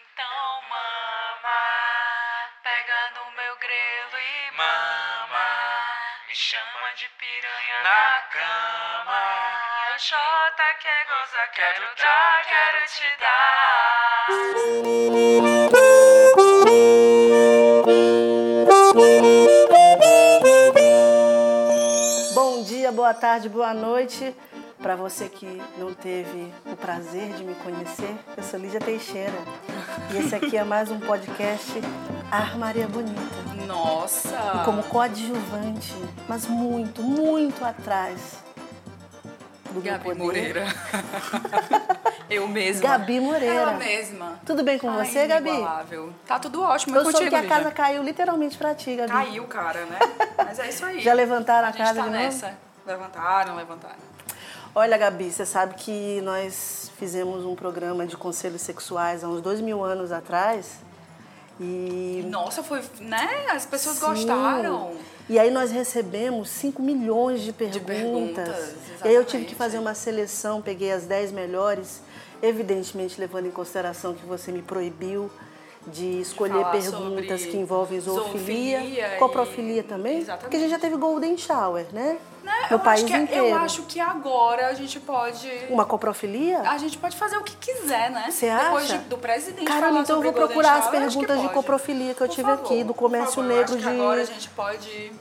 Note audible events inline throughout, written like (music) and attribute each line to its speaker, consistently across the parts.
Speaker 1: Então mama, pega no meu grelo e mama, me chama de piranha na cama. O Jota quer gozar, quero dar, quero te dar.
Speaker 2: Bom dia, boa tarde, boa noite. Para você que não teve o prazer de me conhecer, eu sou Lídia Teixeira. E esse aqui é mais um podcast Armaria Bonita.
Speaker 3: Nossa!
Speaker 2: E como coadjuvante, mas muito, muito atrás do meu
Speaker 3: Gabi
Speaker 2: poder,
Speaker 3: Moreira. (laughs) eu mesma.
Speaker 2: Gabi Moreira.
Speaker 3: Ela mesma.
Speaker 2: Tudo bem com
Speaker 3: Ai,
Speaker 2: você, Gabi?
Speaker 3: inigualável. Tá tudo ótimo.
Speaker 2: Eu
Speaker 3: e
Speaker 2: soube
Speaker 3: contigo,
Speaker 2: que a casa
Speaker 3: Lídia?
Speaker 2: caiu literalmente pra ti, Gabi.
Speaker 3: caiu, cara, né? Mas é isso aí.
Speaker 2: Já levantaram a
Speaker 3: gente
Speaker 2: casa
Speaker 3: tá
Speaker 2: de novo?
Speaker 3: nessa. Levantaram, levantaram.
Speaker 2: Olha, Gabi, você sabe que nós fizemos um programa de conselhos sexuais há uns dois mil anos atrás. E.
Speaker 3: Nossa, foi, né? As pessoas
Speaker 2: Sim.
Speaker 3: gostaram. Né?
Speaker 2: E aí nós recebemos 5 milhões de perguntas.
Speaker 3: perguntas,
Speaker 2: e aí eu tive que
Speaker 3: exatamente.
Speaker 2: fazer uma seleção, peguei as 10 melhores, evidentemente levando em consideração que você me proibiu de escolher
Speaker 3: Falar
Speaker 2: perguntas
Speaker 3: sobre
Speaker 2: que envolvem zoofilia,
Speaker 3: zoofilia e-
Speaker 2: coprofilia também.
Speaker 3: Exatamente.
Speaker 2: Porque a gente já teve Golden Shower, né?
Speaker 3: Né?
Speaker 2: No
Speaker 3: eu
Speaker 2: país
Speaker 3: acho que,
Speaker 2: inteiro.
Speaker 3: Eu acho que agora a gente pode...
Speaker 2: Uma coprofilia?
Speaker 3: A gente pode fazer o que quiser, né?
Speaker 2: Você
Speaker 3: Depois
Speaker 2: acha?
Speaker 3: de- do presidente
Speaker 2: Caramba,
Speaker 3: falar
Speaker 2: então eu
Speaker 3: sobre
Speaker 2: vou
Speaker 3: Golden
Speaker 2: procurar as
Speaker 3: Shower, acho que
Speaker 2: perguntas de
Speaker 3: pode.
Speaker 2: coprofilia que eu
Speaker 3: Por
Speaker 2: tive
Speaker 3: favor,
Speaker 2: aqui, do comércio
Speaker 3: por favor,
Speaker 2: negro
Speaker 3: acho
Speaker 2: de-
Speaker 3: que agora a gente pode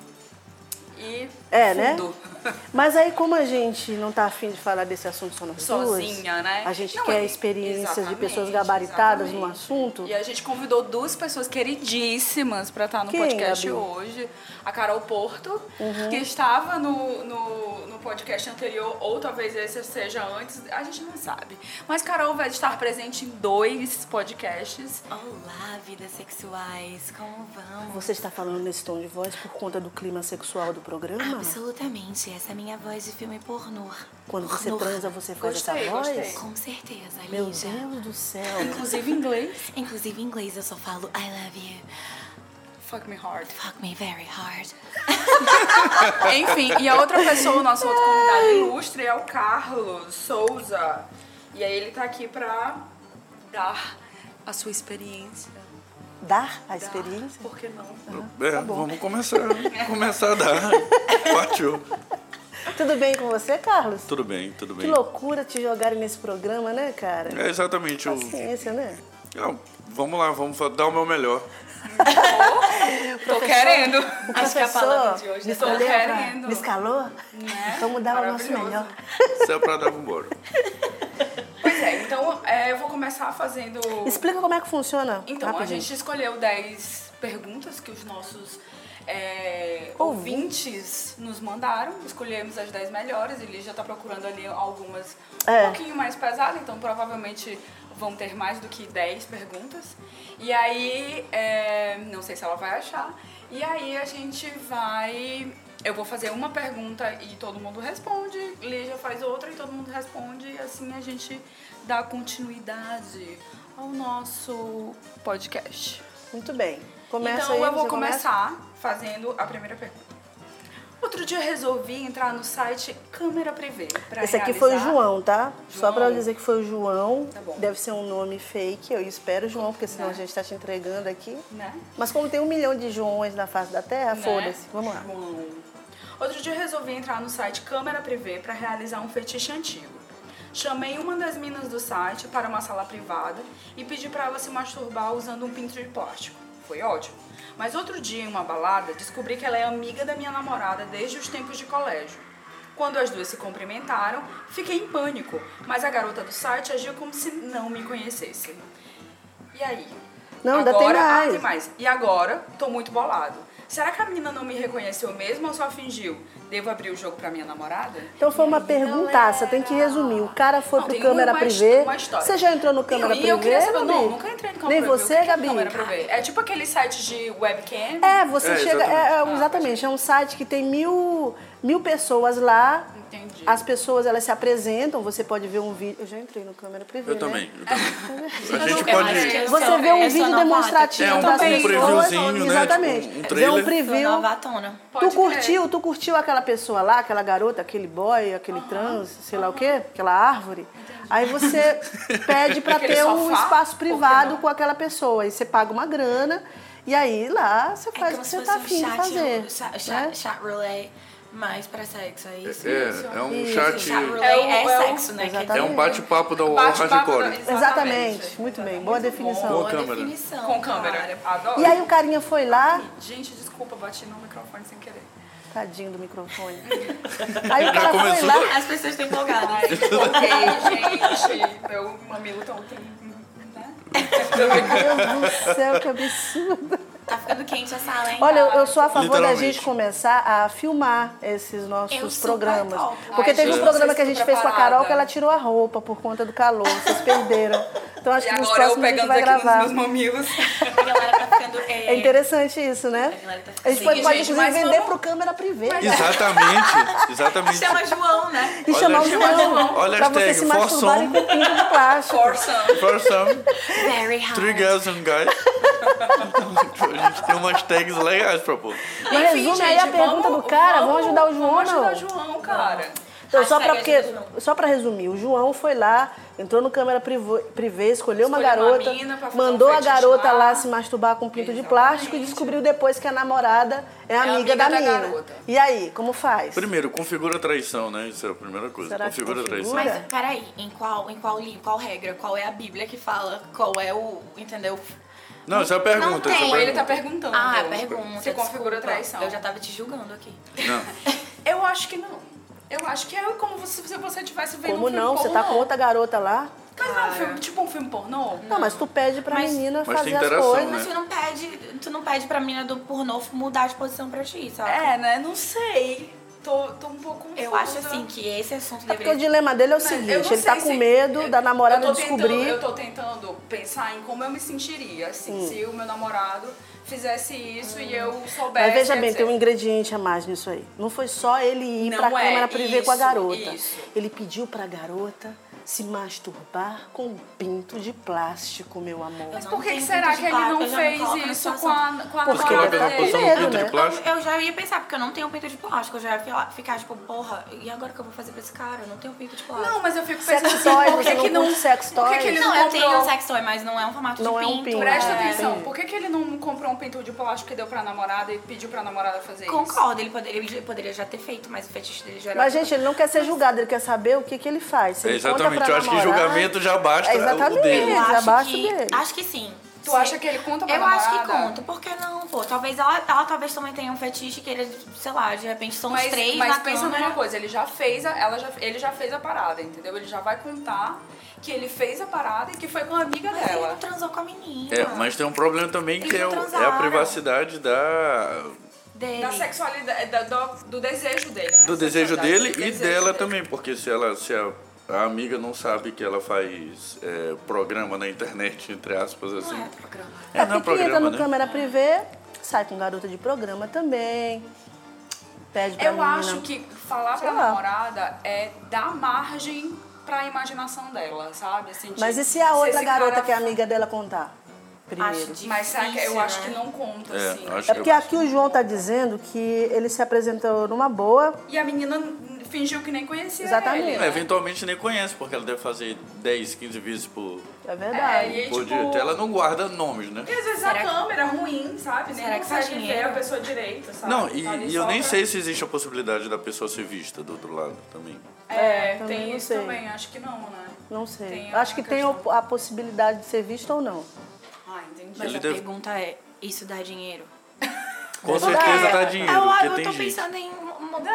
Speaker 3: ir
Speaker 2: É,
Speaker 3: fundo.
Speaker 2: né? Mas aí, como a gente não tá afim de falar desse assunto só nós
Speaker 3: Sozinha,
Speaker 2: duas,
Speaker 3: né?
Speaker 2: A gente
Speaker 3: Não,
Speaker 2: quer
Speaker 3: e-
Speaker 2: experiências de
Speaker 3: exatamente,
Speaker 2: pessoas gabaritadas no
Speaker 3: exatamente.
Speaker 2: assunto.
Speaker 3: E a gente convidou duas pessoas queridíssimas para estar no
Speaker 2: Quem,
Speaker 3: podcast
Speaker 2: Gabi? Uhum.
Speaker 3: hoje. A Carol Porto, que estava no, no, no podcast anterior, ou talvez esse seja antes, a gente não sabe. Mas Carol vai estar presente em dois podcasts.
Speaker 4: Olá, vidas sexuais, como vão?
Speaker 2: Você está falando nesse tom de voz por conta do clima sexual do
Speaker 3: Ah,
Speaker 2: programa?
Speaker 4: Absolutamente, essa é minha voz de filme pornô.
Speaker 2: Quando você
Speaker 4: Pornô.
Speaker 2: transa, você faz
Speaker 3: Gostei,
Speaker 2: essa voz?
Speaker 3: gostei.
Speaker 4: Com certeza,
Speaker 2: Meu
Speaker 4: Lígia.
Speaker 2: Deus do céu.
Speaker 3: Inclusive em inglês.
Speaker 4: Inclusive em inglês eu só falo I love you,
Speaker 3: Fuck me hard.
Speaker 4: fuck me very hard.
Speaker 3: Enfim, e a outra pessoa, o nosso outro convidado ilustre é o Carlos Souza. E aí ele tá aqui pra dar a sua experiência.
Speaker 2: Dar a
Speaker 3: Dar,
Speaker 2: experiência?
Speaker 3: Por que não?
Speaker 5: É, vamos começar, começar a dar. Partiu.
Speaker 2: Tudo bem com você, Carlos?
Speaker 5: Tudo bem, tudo bem.
Speaker 2: Que loucura te jogarem nesse programa, né, cara?
Speaker 5: É exatamente o.
Speaker 2: Paciência, né?
Speaker 5: Não, vamos lá, vamos fa- dar o meu melhor.
Speaker 3: Tô querendo. é
Speaker 2: O
Speaker 4: Acho que a palavra de
Speaker 2: professor
Speaker 4: hoje
Speaker 2: me
Speaker 3: né? tô
Speaker 4: é
Speaker 2: escolheu, pra-
Speaker 3: querendo. Né?
Speaker 2: me escalou? Vamos dar o nosso
Speaker 3: Maravilhoso.
Speaker 2: melhor.
Speaker 5: Se é pra dar, vambora.
Speaker 3: Pois é, então é, eu vou começar fazendo.
Speaker 2: Explica como é que funciona.
Speaker 3: Então,
Speaker 2: rapidinho.
Speaker 3: a gente escolheu 10 perguntas que os nossos é, ouvintes nos mandaram. Escolhemos as 10 melhores. Ele já tá procurando ali algumas
Speaker 2: É.
Speaker 3: um pouquinho mais pesadas, então provavelmente vão ter mais do que 10 perguntas. E aí, é, não sei se ela vai achar. E aí a gente vai. Eu vou fazer uma pergunta e todo mundo responde. Lígia faz outra e todo mundo responde. E assim a gente dá continuidade ao nosso podcast.
Speaker 2: Muito bem. Começa
Speaker 3: então
Speaker 2: aí,
Speaker 3: eu vou
Speaker 2: você começa?
Speaker 3: começar fazendo a primeira pergunta. Outro dia eu resolvi entrar no site Câmera Prevê. pra
Speaker 2: Esse aqui foi o
Speaker 3: realizar-
Speaker 2: João, tá? Só
Speaker 3: João.
Speaker 2: pra eu dizer que foi o João.
Speaker 3: Tá bom.
Speaker 2: Deve ser um nome fake, eu espero, João, porque senão a gente tá te entregando aqui.
Speaker 3: Né?
Speaker 2: Mas como tem um milhão de Joões na face da Terra,
Speaker 3: Né?
Speaker 2: É, foda-se. Vamos lá.
Speaker 3: João. Outro dia eu resolvi entrar no site Câmera Privê para realizar um fetiche antigo. Chamei uma das minas do site para uma sala privada e pedi para ela se masturbar usando um pinto de plástico. Foi ótimo. Mas outro dia, em uma balada, descobri que ela é amiga da minha namorada desde os tempos de colégio. Quando as duas se cumprimentaram, fiquei em pânico, mas a garota do site agiu como se não me conhecesse. E aí?
Speaker 2: Não, ainda
Speaker 3: agora,
Speaker 2: tem
Speaker 3: ah,
Speaker 2: mais.
Speaker 3: tem mais. E agora, tô muito bolado. Será que a menina não me reconheceu mesmo ou só fingiu? Devo abrir o jogo pra minha namorada?
Speaker 2: Então foi uma perguntaça,
Speaker 3: galera?
Speaker 2: tem que resumir. O cara foi
Speaker 3: Não,
Speaker 2: pro
Speaker 3: tem
Speaker 2: câmera
Speaker 3: uma his-
Speaker 2: privê.
Speaker 3: uma história.
Speaker 2: Você já entrou no
Speaker 3: Tem- um,
Speaker 2: câmera
Speaker 3: e
Speaker 2: privê?
Speaker 3: eu queria saber, não,
Speaker 2: Gabi?
Speaker 3: nunca entrei no câmera
Speaker 2: Nem
Speaker 3: privê. O que
Speaker 2: você,
Speaker 3: que é
Speaker 2: Gabi?
Speaker 3: câmera privê? É tipo aquele site de webcam.
Speaker 2: É, você
Speaker 5: É, Ah,
Speaker 2: chega. é, é, Exatamente.
Speaker 5: exatamente.
Speaker 2: É, um site que tem mil, mil pessoas lá.
Speaker 3: Entendi.
Speaker 2: As pessoas elas se apresentam, você pode ver um vídeo. Eu já entrei no câmera privê.
Speaker 5: Eu
Speaker 2: né?
Speaker 5: também. Eu também. A
Speaker 4: Eu
Speaker 5: gente
Speaker 4: não- eu acho que
Speaker 5: pode.
Speaker 4: eu
Speaker 2: Você
Speaker 4: sou-
Speaker 2: vê um
Speaker 4: eu sou
Speaker 2: vídeo
Speaker 4: novata.
Speaker 2: demonstrativo
Speaker 5: É, um-
Speaker 2: das
Speaker 5: um
Speaker 2: pessoas.
Speaker 5: previewzinho, né?
Speaker 2: Exatamente.
Speaker 5: Tipo, um
Speaker 2: vê um
Speaker 5: trailer.
Speaker 4: Sou
Speaker 2: preview.
Speaker 4: novatona.
Speaker 2: Tu
Speaker 3: Pode crer.
Speaker 2: curtiu, tu curtiu aquela pessoa lá, aquela garota, aquele boy, aquele trans, sei lá o quê, aquela árvore. Aí
Speaker 3: (laughs)
Speaker 2: você pede pra
Speaker 3: Aquele
Speaker 2: ter um
Speaker 3: sofá?
Speaker 2: espaço
Speaker 3: Por que
Speaker 2: privado
Speaker 3: não?
Speaker 2: com aquela pessoa. Aí você paga uma grana e aí lá você
Speaker 4: É
Speaker 2: faz o
Speaker 4: como
Speaker 2: que você
Speaker 4: se fosse
Speaker 2: tá
Speaker 4: um
Speaker 2: afim de
Speaker 4: chat,
Speaker 2: fazer.
Speaker 4: ru- cha- cha-
Speaker 2: né?
Speaker 4: chat roulette, mais pra sexo, é isso?
Speaker 5: É, é um
Speaker 2: Isso.
Speaker 5: chat.
Speaker 4: Chat roulette
Speaker 3: É o-
Speaker 4: é,
Speaker 3: é o-
Speaker 4: sexo, né? Que
Speaker 2: Exatamente.
Speaker 5: É um bate-papo da
Speaker 3: Bate-papo
Speaker 5: Rajacore.
Speaker 3: da-
Speaker 2: Exatamente, muito bem, boa
Speaker 5: Com
Speaker 2: definição.
Speaker 5: a
Speaker 4: boa
Speaker 5: câmera.
Speaker 4: definição,
Speaker 3: Com câmera.
Speaker 4: cara.
Speaker 3: Adoro.
Speaker 2: E aí o carinha foi lá,
Speaker 3: Gente, desculpa, bati no microfone sem querer.
Speaker 2: tadinho
Speaker 3: (laughs)
Speaker 2: do microfone. Aí o cara foi
Speaker 5: começou?
Speaker 2: lá,
Speaker 4: As pessoas estão empolgadas.
Speaker 3: Ai, ok, (laughs) gente. Meu mamilo tão... Né?
Speaker 2: meu Deus do céu, que absurdo.
Speaker 4: Tá ficando quente a sala, hein?
Speaker 2: Olha, eu, eu sou a favor da
Speaker 5: Literalmente.
Speaker 2: gente começar a filmar esses
Speaker 4: Eu
Speaker 2: nossos
Speaker 4: super
Speaker 2: programas.
Speaker 4: topo.
Speaker 2: Porque
Speaker 3: Ai,
Speaker 2: teve
Speaker 3: gente,
Speaker 2: um programa
Speaker 3: vocês
Speaker 2: que a gente
Speaker 3: estão
Speaker 2: fez com a Carol que
Speaker 3: preparadas.
Speaker 2: ela tirou a roupa por conta do calor. Vocês perderam. Então acho
Speaker 3: E
Speaker 2: que nos
Speaker 3: agora eu
Speaker 2: próximos a gente
Speaker 3: pegando
Speaker 2: vai
Speaker 3: aqui
Speaker 2: gravar.
Speaker 3: nos meus
Speaker 2: (laughs)
Speaker 3: mamilos.
Speaker 4: A galera tá ficando...
Speaker 2: É interessante isso, né?
Speaker 4: galera tá
Speaker 2: A gente
Speaker 4: assim,
Speaker 2: pode, pode
Speaker 3: gente,
Speaker 2: inclusive
Speaker 3: mas
Speaker 2: vender
Speaker 3: vamos-
Speaker 2: pro câmera privê.
Speaker 5: Exatamente. Exatamente.
Speaker 4: Chama João, né?
Speaker 2: E chamar o
Speaker 5: Olha a
Speaker 2: João.
Speaker 5: Olha a
Speaker 2: Pra vocês
Speaker 5: hashtag,
Speaker 2: se masturbarem com
Speaker 5: forçom.
Speaker 2: pinto de plástico.
Speaker 3: Forçando.
Speaker 5: For some
Speaker 4: Very hard.
Speaker 5: three girls and guys. A gente tem umas tags legais pra pôr.
Speaker 2: Mas Então resume aí a pergunta do cara. Vamos ajudar o João,
Speaker 3: Vamos
Speaker 2: não?
Speaker 3: ajudar o João, cara.
Speaker 2: Então, só
Speaker 4: Hashtag
Speaker 2: pra, porque,
Speaker 4: ajuda o
Speaker 2: só pra resumir, o João foi lá, entrou no câmera privô- privê, escolheu uma
Speaker 3: Escolheu uma
Speaker 2: garota,
Speaker 3: mina pra fazer
Speaker 2: mandou
Speaker 3: um
Speaker 2: a
Speaker 3: fetiche
Speaker 2: garota
Speaker 3: lá.
Speaker 2: lá se masturbar com um pinto de plástico e descobriu depois que a namorada é, amiga,
Speaker 3: amiga
Speaker 2: da,
Speaker 3: da
Speaker 2: mina.
Speaker 3: garota.
Speaker 2: E aí, como faz?
Speaker 5: Primeiro, configura a traição, né? Isso é a primeira coisa.
Speaker 2: Será que
Speaker 5: configura a traição.
Speaker 2: configura?
Speaker 4: Mas peraí, em qual, em qual livro, qual regra, qual é a Bíblia que fala, qual é o, entendeu?
Speaker 5: Não, isso é a pergunta.
Speaker 4: Não
Speaker 5: isso é a
Speaker 4: tem.
Speaker 5: pergunta.
Speaker 3: Ele tá perguntando.
Speaker 4: Ah, pergunta.
Speaker 3: Se configura
Speaker 4: desculpa.
Speaker 3: traição.
Speaker 4: Eu já tava te julgando aqui.
Speaker 5: Não.
Speaker 3: Eu acho que não. Eu acho que é como se se você tivesse vendo um
Speaker 2: Como
Speaker 3: filme
Speaker 2: não? Você
Speaker 3: pornô.
Speaker 2: tá com outra garota lá?
Speaker 3: Mas não é um filme, tipo um filme pornô?
Speaker 2: Não, mas tu pede pra
Speaker 4: Mas-
Speaker 2: menina
Speaker 5: Mas tem
Speaker 2: fazer as
Speaker 5: interação,
Speaker 2: coisas.
Speaker 5: né?
Speaker 4: Mas tu não é. pede, tu não pede pra menina do pornô mudar de posição pra ti, sabe?
Speaker 3: É, né? Não sei. Tô, tô um pouco confusa.
Speaker 4: Eu acho assim que esse assunto
Speaker 2: É porque o
Speaker 4: deveria...
Speaker 2: dilema dele é o
Speaker 3: Mas eu não
Speaker 2: seguinte,
Speaker 3: sei
Speaker 2: ele tá
Speaker 3: se-
Speaker 2: com medo da namorada
Speaker 3: eu tô tentando-
Speaker 2: descobrir... Hum.
Speaker 3: eu tô tentando pensar em como eu me sentiria, assim, se o meu namorado fizesse isso e eu soubesse.
Speaker 2: Mas veja bem,
Speaker 3: etc.
Speaker 2: tem um ingrediente a mais nisso aí. Não foi só ele ir
Speaker 3: Não
Speaker 2: pra
Speaker 3: é,
Speaker 2: câmara privê com a
Speaker 3: isso,
Speaker 2: garota.
Speaker 3: isso.
Speaker 2: Ele pediu pra garota se masturbar com um pinto de plástico, meu amor.
Speaker 3: Mas
Speaker 4: Não
Speaker 3: por que,
Speaker 4: tem
Speaker 3: que será
Speaker 4: pinto de
Speaker 3: que ele não
Speaker 4: barba, já
Speaker 3: fez
Speaker 4: não coloca na
Speaker 3: isso com
Speaker 4: situação.
Speaker 3: a, com a
Speaker 2: Porque
Speaker 5: é
Speaker 2: ele
Speaker 3: namorada
Speaker 2: tá
Speaker 3: dele?
Speaker 2: com medo,
Speaker 5: posição do
Speaker 2: né?
Speaker 5: pinto de plástico.
Speaker 4: Eu já ia pensar, porque eu não tenho pinto de plástico, eu já ia ficar- ficar tipo, porra, e agora o que eu vou fazer pra esse cara? Eu não tenho pinto de plástico.
Speaker 3: Não, mas eu fico
Speaker 2: Sex
Speaker 3: pensando
Speaker 2: toy,
Speaker 3: assim, por
Speaker 2: você
Speaker 3: que, que
Speaker 2: não
Speaker 3: não.
Speaker 2: curte sex
Speaker 3: por que
Speaker 2: toy?
Speaker 3: que ele
Speaker 4: Não,
Speaker 3: não,
Speaker 4: eu
Speaker 3: comprou?
Speaker 4: tenho um sex toy, mas não é um formato
Speaker 2: Não
Speaker 4: de
Speaker 2: é um pinto.
Speaker 3: Presta
Speaker 2: É,
Speaker 3: atenção,
Speaker 2: sim.
Speaker 3: por que, que ele não comprou um pinto de plástico que deu pra namorada e pediu pra namorada fazer isso?
Speaker 4: Concordo, ele poderia, ele poderia já ter feito, mas o fetiche dele já era.
Speaker 2: Mas, gente, ele não quer ser julgado, ele quer saber o que, que ele faz. Se
Speaker 5: É,
Speaker 2: ele conta
Speaker 5: exatamente.
Speaker 2: pra
Speaker 5: Eu acho que
Speaker 2: namorada-
Speaker 5: julgamento já basta.
Speaker 2: É,
Speaker 5: O
Speaker 2: exatamente.
Speaker 5: dele.
Speaker 4: eu acho
Speaker 2: abaixo
Speaker 4: que,
Speaker 2: dele.
Speaker 4: acho que sim.
Speaker 3: Tu
Speaker 4: Sim.
Speaker 3: acha que ele conta pra
Speaker 4: Eu acho que
Speaker 3: namorada?
Speaker 4: conta, por que não, pô? Talvez ela, ela talvez também tenha um fetiche que ele, sei lá, de repente são os
Speaker 3: Mas,
Speaker 4: três
Speaker 3: mas
Speaker 4: na
Speaker 3: pensa
Speaker 4: câmera.
Speaker 3: numa coisa, ele já fez a, ela já, ele já fez a parada, entendeu? Ele já vai contar que ele fez a parada e que foi com a amiga
Speaker 4: Mas ele não
Speaker 3: dela.
Speaker 4: transou com a menina.
Speaker 5: É, mas tem um problema também que
Speaker 4: Eles
Speaker 5: é,
Speaker 4: não
Speaker 5: o- é a
Speaker 4: transaram.
Speaker 5: privacidade da,
Speaker 4: Dele.
Speaker 3: Da sexualidade, da- do, do desejo dele, né?
Speaker 5: do desejo
Speaker 3: Sexualidade,
Speaker 5: dele
Speaker 3: do
Speaker 5: e
Speaker 3: desejo
Speaker 5: dela
Speaker 3: dele.
Speaker 5: também, porque se ela se a, a amiga não sabe que ela faz é, programa na internet, entre aspas, assim.
Speaker 4: Não é programa.
Speaker 2: É,
Speaker 5: não é
Speaker 2: porque quem entra no
Speaker 5: né?
Speaker 2: câmera privê, sai com garota de programa também. Pede pra
Speaker 3: Eu
Speaker 2: menina.
Speaker 3: acho que falar
Speaker 2: Sei
Speaker 3: pra
Speaker 2: lá.
Speaker 3: namorada é dar margem pra imaginação dela, sabe? Assim, de-
Speaker 2: Mas e se a outra
Speaker 3: esse
Speaker 2: garota
Speaker 3: cara-
Speaker 2: que é amiga dela contar? Primeiro.
Speaker 4: Acho difícil,
Speaker 3: Mas será que eu acho
Speaker 4: né?
Speaker 3: que não conta,
Speaker 5: É,
Speaker 3: assim.
Speaker 5: acho
Speaker 2: É porque aqui o João tá dizendo que ele se apresentou numa boa,
Speaker 3: E a menina fingiu que nem conhecia
Speaker 2: Exatamente.
Speaker 3: ele. né?
Speaker 5: É, eventualmente nem conhece, porque ela deve fazer 10, 15 vezes por,
Speaker 2: é verdade.
Speaker 3: É, E,
Speaker 5: por
Speaker 3: tipo,
Speaker 5: dia. Então, Ela não guarda nomes, né?
Speaker 3: E às vezes
Speaker 4: Será
Speaker 3: a
Speaker 4: que-
Speaker 3: câmera é ruim, sabe?
Speaker 4: Será
Speaker 3: nem
Speaker 4: que faz
Speaker 3: consegue ver
Speaker 4: dinheiro?
Speaker 3: a pessoa direito, sabe?
Speaker 5: Não, e,
Speaker 3: Tá ali
Speaker 5: e eu
Speaker 3: só
Speaker 5: nem
Speaker 3: pra-
Speaker 5: sei se existe a possibilidade da pessoa ser vista do outro lado também.
Speaker 3: É,
Speaker 2: É, também
Speaker 3: tem
Speaker 2: não
Speaker 3: isso
Speaker 2: sei.
Speaker 3: também, acho que não, né?
Speaker 2: Não sei.
Speaker 3: Tem
Speaker 2: Acho que
Speaker 3: uma
Speaker 2: tem
Speaker 3: questão.
Speaker 2: a possibilidade de ser visto ou não.
Speaker 3: Ah, entendi.
Speaker 4: Mas
Speaker 5: Ele
Speaker 4: a
Speaker 5: deve-
Speaker 4: pergunta é, isso dá dinheiro?
Speaker 5: Com certeza
Speaker 2: é,
Speaker 5: dá dinheiro,
Speaker 4: É, eu,
Speaker 5: porque
Speaker 4: eu
Speaker 5: tem
Speaker 4: tô
Speaker 5: gente.
Speaker 4: pensando em uma-
Speaker 3: Dá,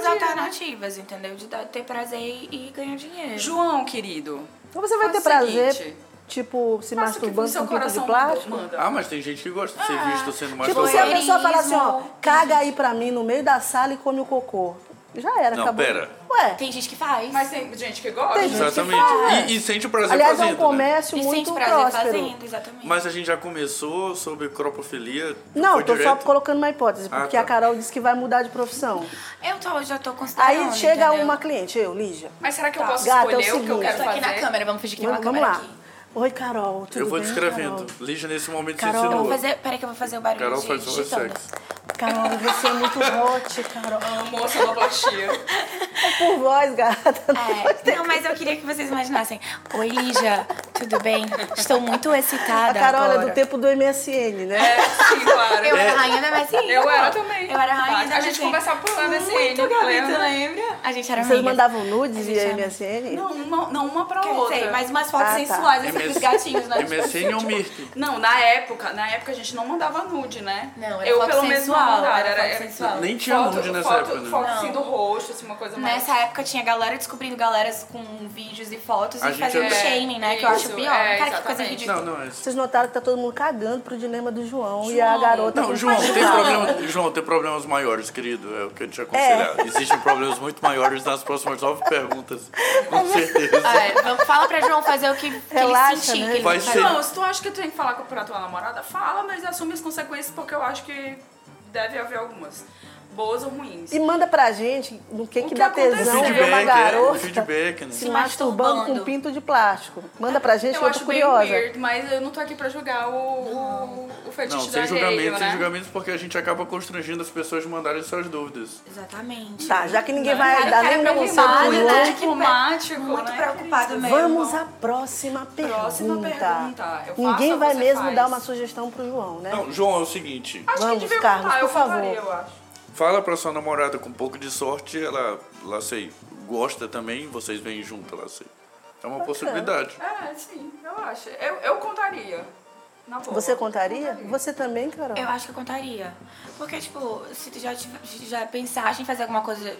Speaker 3: podia, né?
Speaker 4: alternativas, entendeu? De dar- ter prazer e, e ganhar dinheiro.
Speaker 3: João, querido,
Speaker 2: Então você vai
Speaker 3: Faz
Speaker 2: ter
Speaker 3: o
Speaker 2: prazer,
Speaker 3: seguinte,
Speaker 2: tipo, se
Speaker 3: faça o que o
Speaker 2: masturbando com
Speaker 3: seu
Speaker 2: um pinto de
Speaker 3: coração
Speaker 2: plástico?
Speaker 3: manda.
Speaker 5: Ah, mas tem gente que gosta de ser visto sendo mais
Speaker 2: Tipo, se a
Speaker 4: Voyeurismo.
Speaker 2: pessoa falar assim, ó, caga aí pra mim no meio da sala e come o cocô. Já era,
Speaker 5: Não,
Speaker 2: acabou.
Speaker 5: pera.
Speaker 2: Ué,
Speaker 4: Tem gente que faz.
Speaker 3: Mas tem gente que gosta.
Speaker 2: Tem gente que faz.
Speaker 5: Exatamente. E, e sente o prazer
Speaker 2: aliás, é
Speaker 5: fazendo.
Speaker 2: um
Speaker 5: né?
Speaker 2: comércio
Speaker 4: e sente
Speaker 2: muito
Speaker 4: prazer
Speaker 2: próspero.
Speaker 4: fazendo, exatamente.
Speaker 5: Mas a gente já começou sobre cropofilia?
Speaker 2: Não,
Speaker 5: Foi
Speaker 2: tô
Speaker 5: direto?
Speaker 2: só colocando uma hipótese,
Speaker 5: Ah,
Speaker 2: porque
Speaker 5: tá.
Speaker 2: a Carol disse que vai mudar de profissão.
Speaker 4: Eu tô, já tô
Speaker 2: Aí
Speaker 4: considerando.
Speaker 2: chega
Speaker 4: Ah, entendeu?
Speaker 2: uma cliente, eu, Lígia.
Speaker 3: Mas será que eu
Speaker 4: Tá.
Speaker 3: posso
Speaker 2: Gata, é
Speaker 3: escolher o,
Speaker 2: o
Speaker 3: tá que eu
Speaker 2: seguinte.
Speaker 3: quero
Speaker 4: Tô aqui
Speaker 3: fazer?
Speaker 4: na câmera, vamos fingir que é uma
Speaker 2: Vamos
Speaker 4: câmera
Speaker 2: lá.
Speaker 4: aqui.
Speaker 2: Oi, Carol, tudo
Speaker 5: Eu vou
Speaker 2: bem,
Speaker 5: descrevendo. Lígia, nesse momento,
Speaker 2: Carol, é
Speaker 5: se
Speaker 4: Eu
Speaker 5: ensinou.
Speaker 4: vou fazer, peraí que eu vou fazer o barulho
Speaker 5: Carol
Speaker 4: de,
Speaker 5: faz
Speaker 4: de
Speaker 5: voz
Speaker 4: tanga.
Speaker 5: sexy.
Speaker 2: Carol? Carol, você é muito hot, Carol.
Speaker 3: Amo sonoplastia.
Speaker 2: Por voz, gata.
Speaker 4: É, não, mas eu queria que vocês imaginassem. Oi, Lígia, tudo bem? Estou muito
Speaker 2: A
Speaker 4: excitada
Speaker 2: Carol
Speaker 4: agora.
Speaker 2: é do tempo do MSN, né?
Speaker 3: Ah, é, sim, claro.
Speaker 4: Eu era rainha da MSN.
Speaker 3: É. Eu era também.
Speaker 4: Eu era rainha da
Speaker 3: A gente
Speaker 4: MSN.
Speaker 3: conversava por lá nesse
Speaker 4: Muito gaveta,
Speaker 3: lembra?
Speaker 4: lembra? A gente era
Speaker 2: Vocês
Speaker 4: amigas.
Speaker 2: mandavam nudes
Speaker 4: A
Speaker 2: via
Speaker 4: gente ama.
Speaker 2: MSN?
Speaker 3: Não, uma, não uma pra
Speaker 4: Quer
Speaker 3: outra.
Speaker 4: dizer, mas umas fotos
Speaker 2: Ah, tá.
Speaker 4: sensuais, assim, dos
Speaker 5: MS
Speaker 4: gatinhos, né?
Speaker 5: MSN
Speaker 2: é tipo
Speaker 5: ou Mirk?
Speaker 3: Não, na época, na época a gente não mandava nude, né?
Speaker 4: Não, era
Speaker 3: eu
Speaker 4: foto
Speaker 3: pelo menos não
Speaker 4: sensual,
Speaker 3: mandava.
Speaker 4: era foto sensual.
Speaker 5: Nem tinha
Speaker 3: é, foto-
Speaker 5: nude nessa
Speaker 3: foto,
Speaker 5: época, né?
Speaker 3: Foto assim
Speaker 4: Não.
Speaker 3: do rosto, assim, uma coisa mais.
Speaker 4: Tipo, Nessa época tinha galera descobrindo galeras com vídeos e fotos
Speaker 5: A
Speaker 4: e
Speaker 5: gente
Speaker 4: fazendo
Speaker 5: é-
Speaker 4: shaming, né? Que eu
Speaker 3: Isso,
Speaker 4: acho pior.
Speaker 3: é,
Speaker 4: Cara, que coisa
Speaker 3: exatamente.
Speaker 4: ridícula.
Speaker 5: Não, não é isso.
Speaker 2: Vocês notaram que tá todo mundo cagando pro dilema do João, e a garota.
Speaker 5: Não,
Speaker 2: com
Speaker 5: João,
Speaker 2: paixão.
Speaker 5: tem, problema, João, tem problemas maiores, querido. É o que eu te aconselhar. Existem problemas muito maiores nas próximas nove perguntas. Com certeza.
Speaker 4: Ah, é, vamos- fala pra João fazer o que, que
Speaker 2: Relaxa,
Speaker 4: ele sentir.
Speaker 2: né?
Speaker 4: Que ele tá
Speaker 5: Vai
Speaker 4: fazer.
Speaker 5: ser-
Speaker 3: Não, se tu acha que tu tem que falar com- pra tua namorada, fala, mas assume as consequências, porque eu acho que deve haver algumas. Boas ou ruins.
Speaker 2: E manda pra gente no que,
Speaker 3: O
Speaker 2: que,
Speaker 3: que
Speaker 2: dá
Speaker 3: aconteceu?
Speaker 2: tesão
Speaker 5: O
Speaker 2: ver uma
Speaker 5: feedback, é, o
Speaker 2: garota
Speaker 5: feedback, né?
Speaker 2: se
Speaker 4: Se
Speaker 2: masturbando com
Speaker 4: masturbando.
Speaker 2: pinto de plástico. Manda pra gente, que
Speaker 3: Eu
Speaker 2: eu tô
Speaker 3: acho bem
Speaker 2: curiosa.
Speaker 3: weird, mas eu não tô aqui pra julgar o, o, o fetiche
Speaker 5: Não,
Speaker 3: do
Speaker 5: sem
Speaker 3: alheio,
Speaker 5: julgamento,
Speaker 3: né?
Speaker 5: sem julgamento, porque a gente acaba constrangindo as pessoas de mandarem suas dúvidas.
Speaker 4: Exatamente.
Speaker 2: Tá, já que ninguém
Speaker 4: Não,
Speaker 2: vai
Speaker 4: cara,
Speaker 2: dar
Speaker 4: cara,
Speaker 2: nenhum
Speaker 4: pra
Speaker 3: Preocupado,
Speaker 2: conselho pro
Speaker 4: quem vale,
Speaker 2: João,
Speaker 4: né?
Speaker 3: né? Diplomático,
Speaker 4: Muito
Speaker 3: né,
Speaker 4: preocupado
Speaker 3: querido?
Speaker 4: mesmo.
Speaker 2: Vamos à próxima pergunta.
Speaker 3: Próxima pergunta. Eu faço
Speaker 2: Ninguém
Speaker 3: ou
Speaker 2: vai
Speaker 3: você
Speaker 2: mesmo
Speaker 3: faz?
Speaker 2: dar uma sugestão pro João, né?
Speaker 5: Não, João, é o seguinte.
Speaker 3: Acho
Speaker 2: Vamos,
Speaker 3: que devia
Speaker 2: Carlos,
Speaker 3: contar, eu
Speaker 2: por favor.
Speaker 3: contaria, eu acho.
Speaker 5: Fala pra sua namorada com um pouco de sorte, ela, lá sei, gosta também, vocês vêm junto, lá sei. É uma possibilidade.
Speaker 3: É, sim, eu acho. Eu, eu contaria. Na boa.
Speaker 2: Você contaria? Você também, Carol?
Speaker 4: Eu acho que eu contaria. Porque, tipo, se tu já, tive- já pensaste em fazer alguma coisa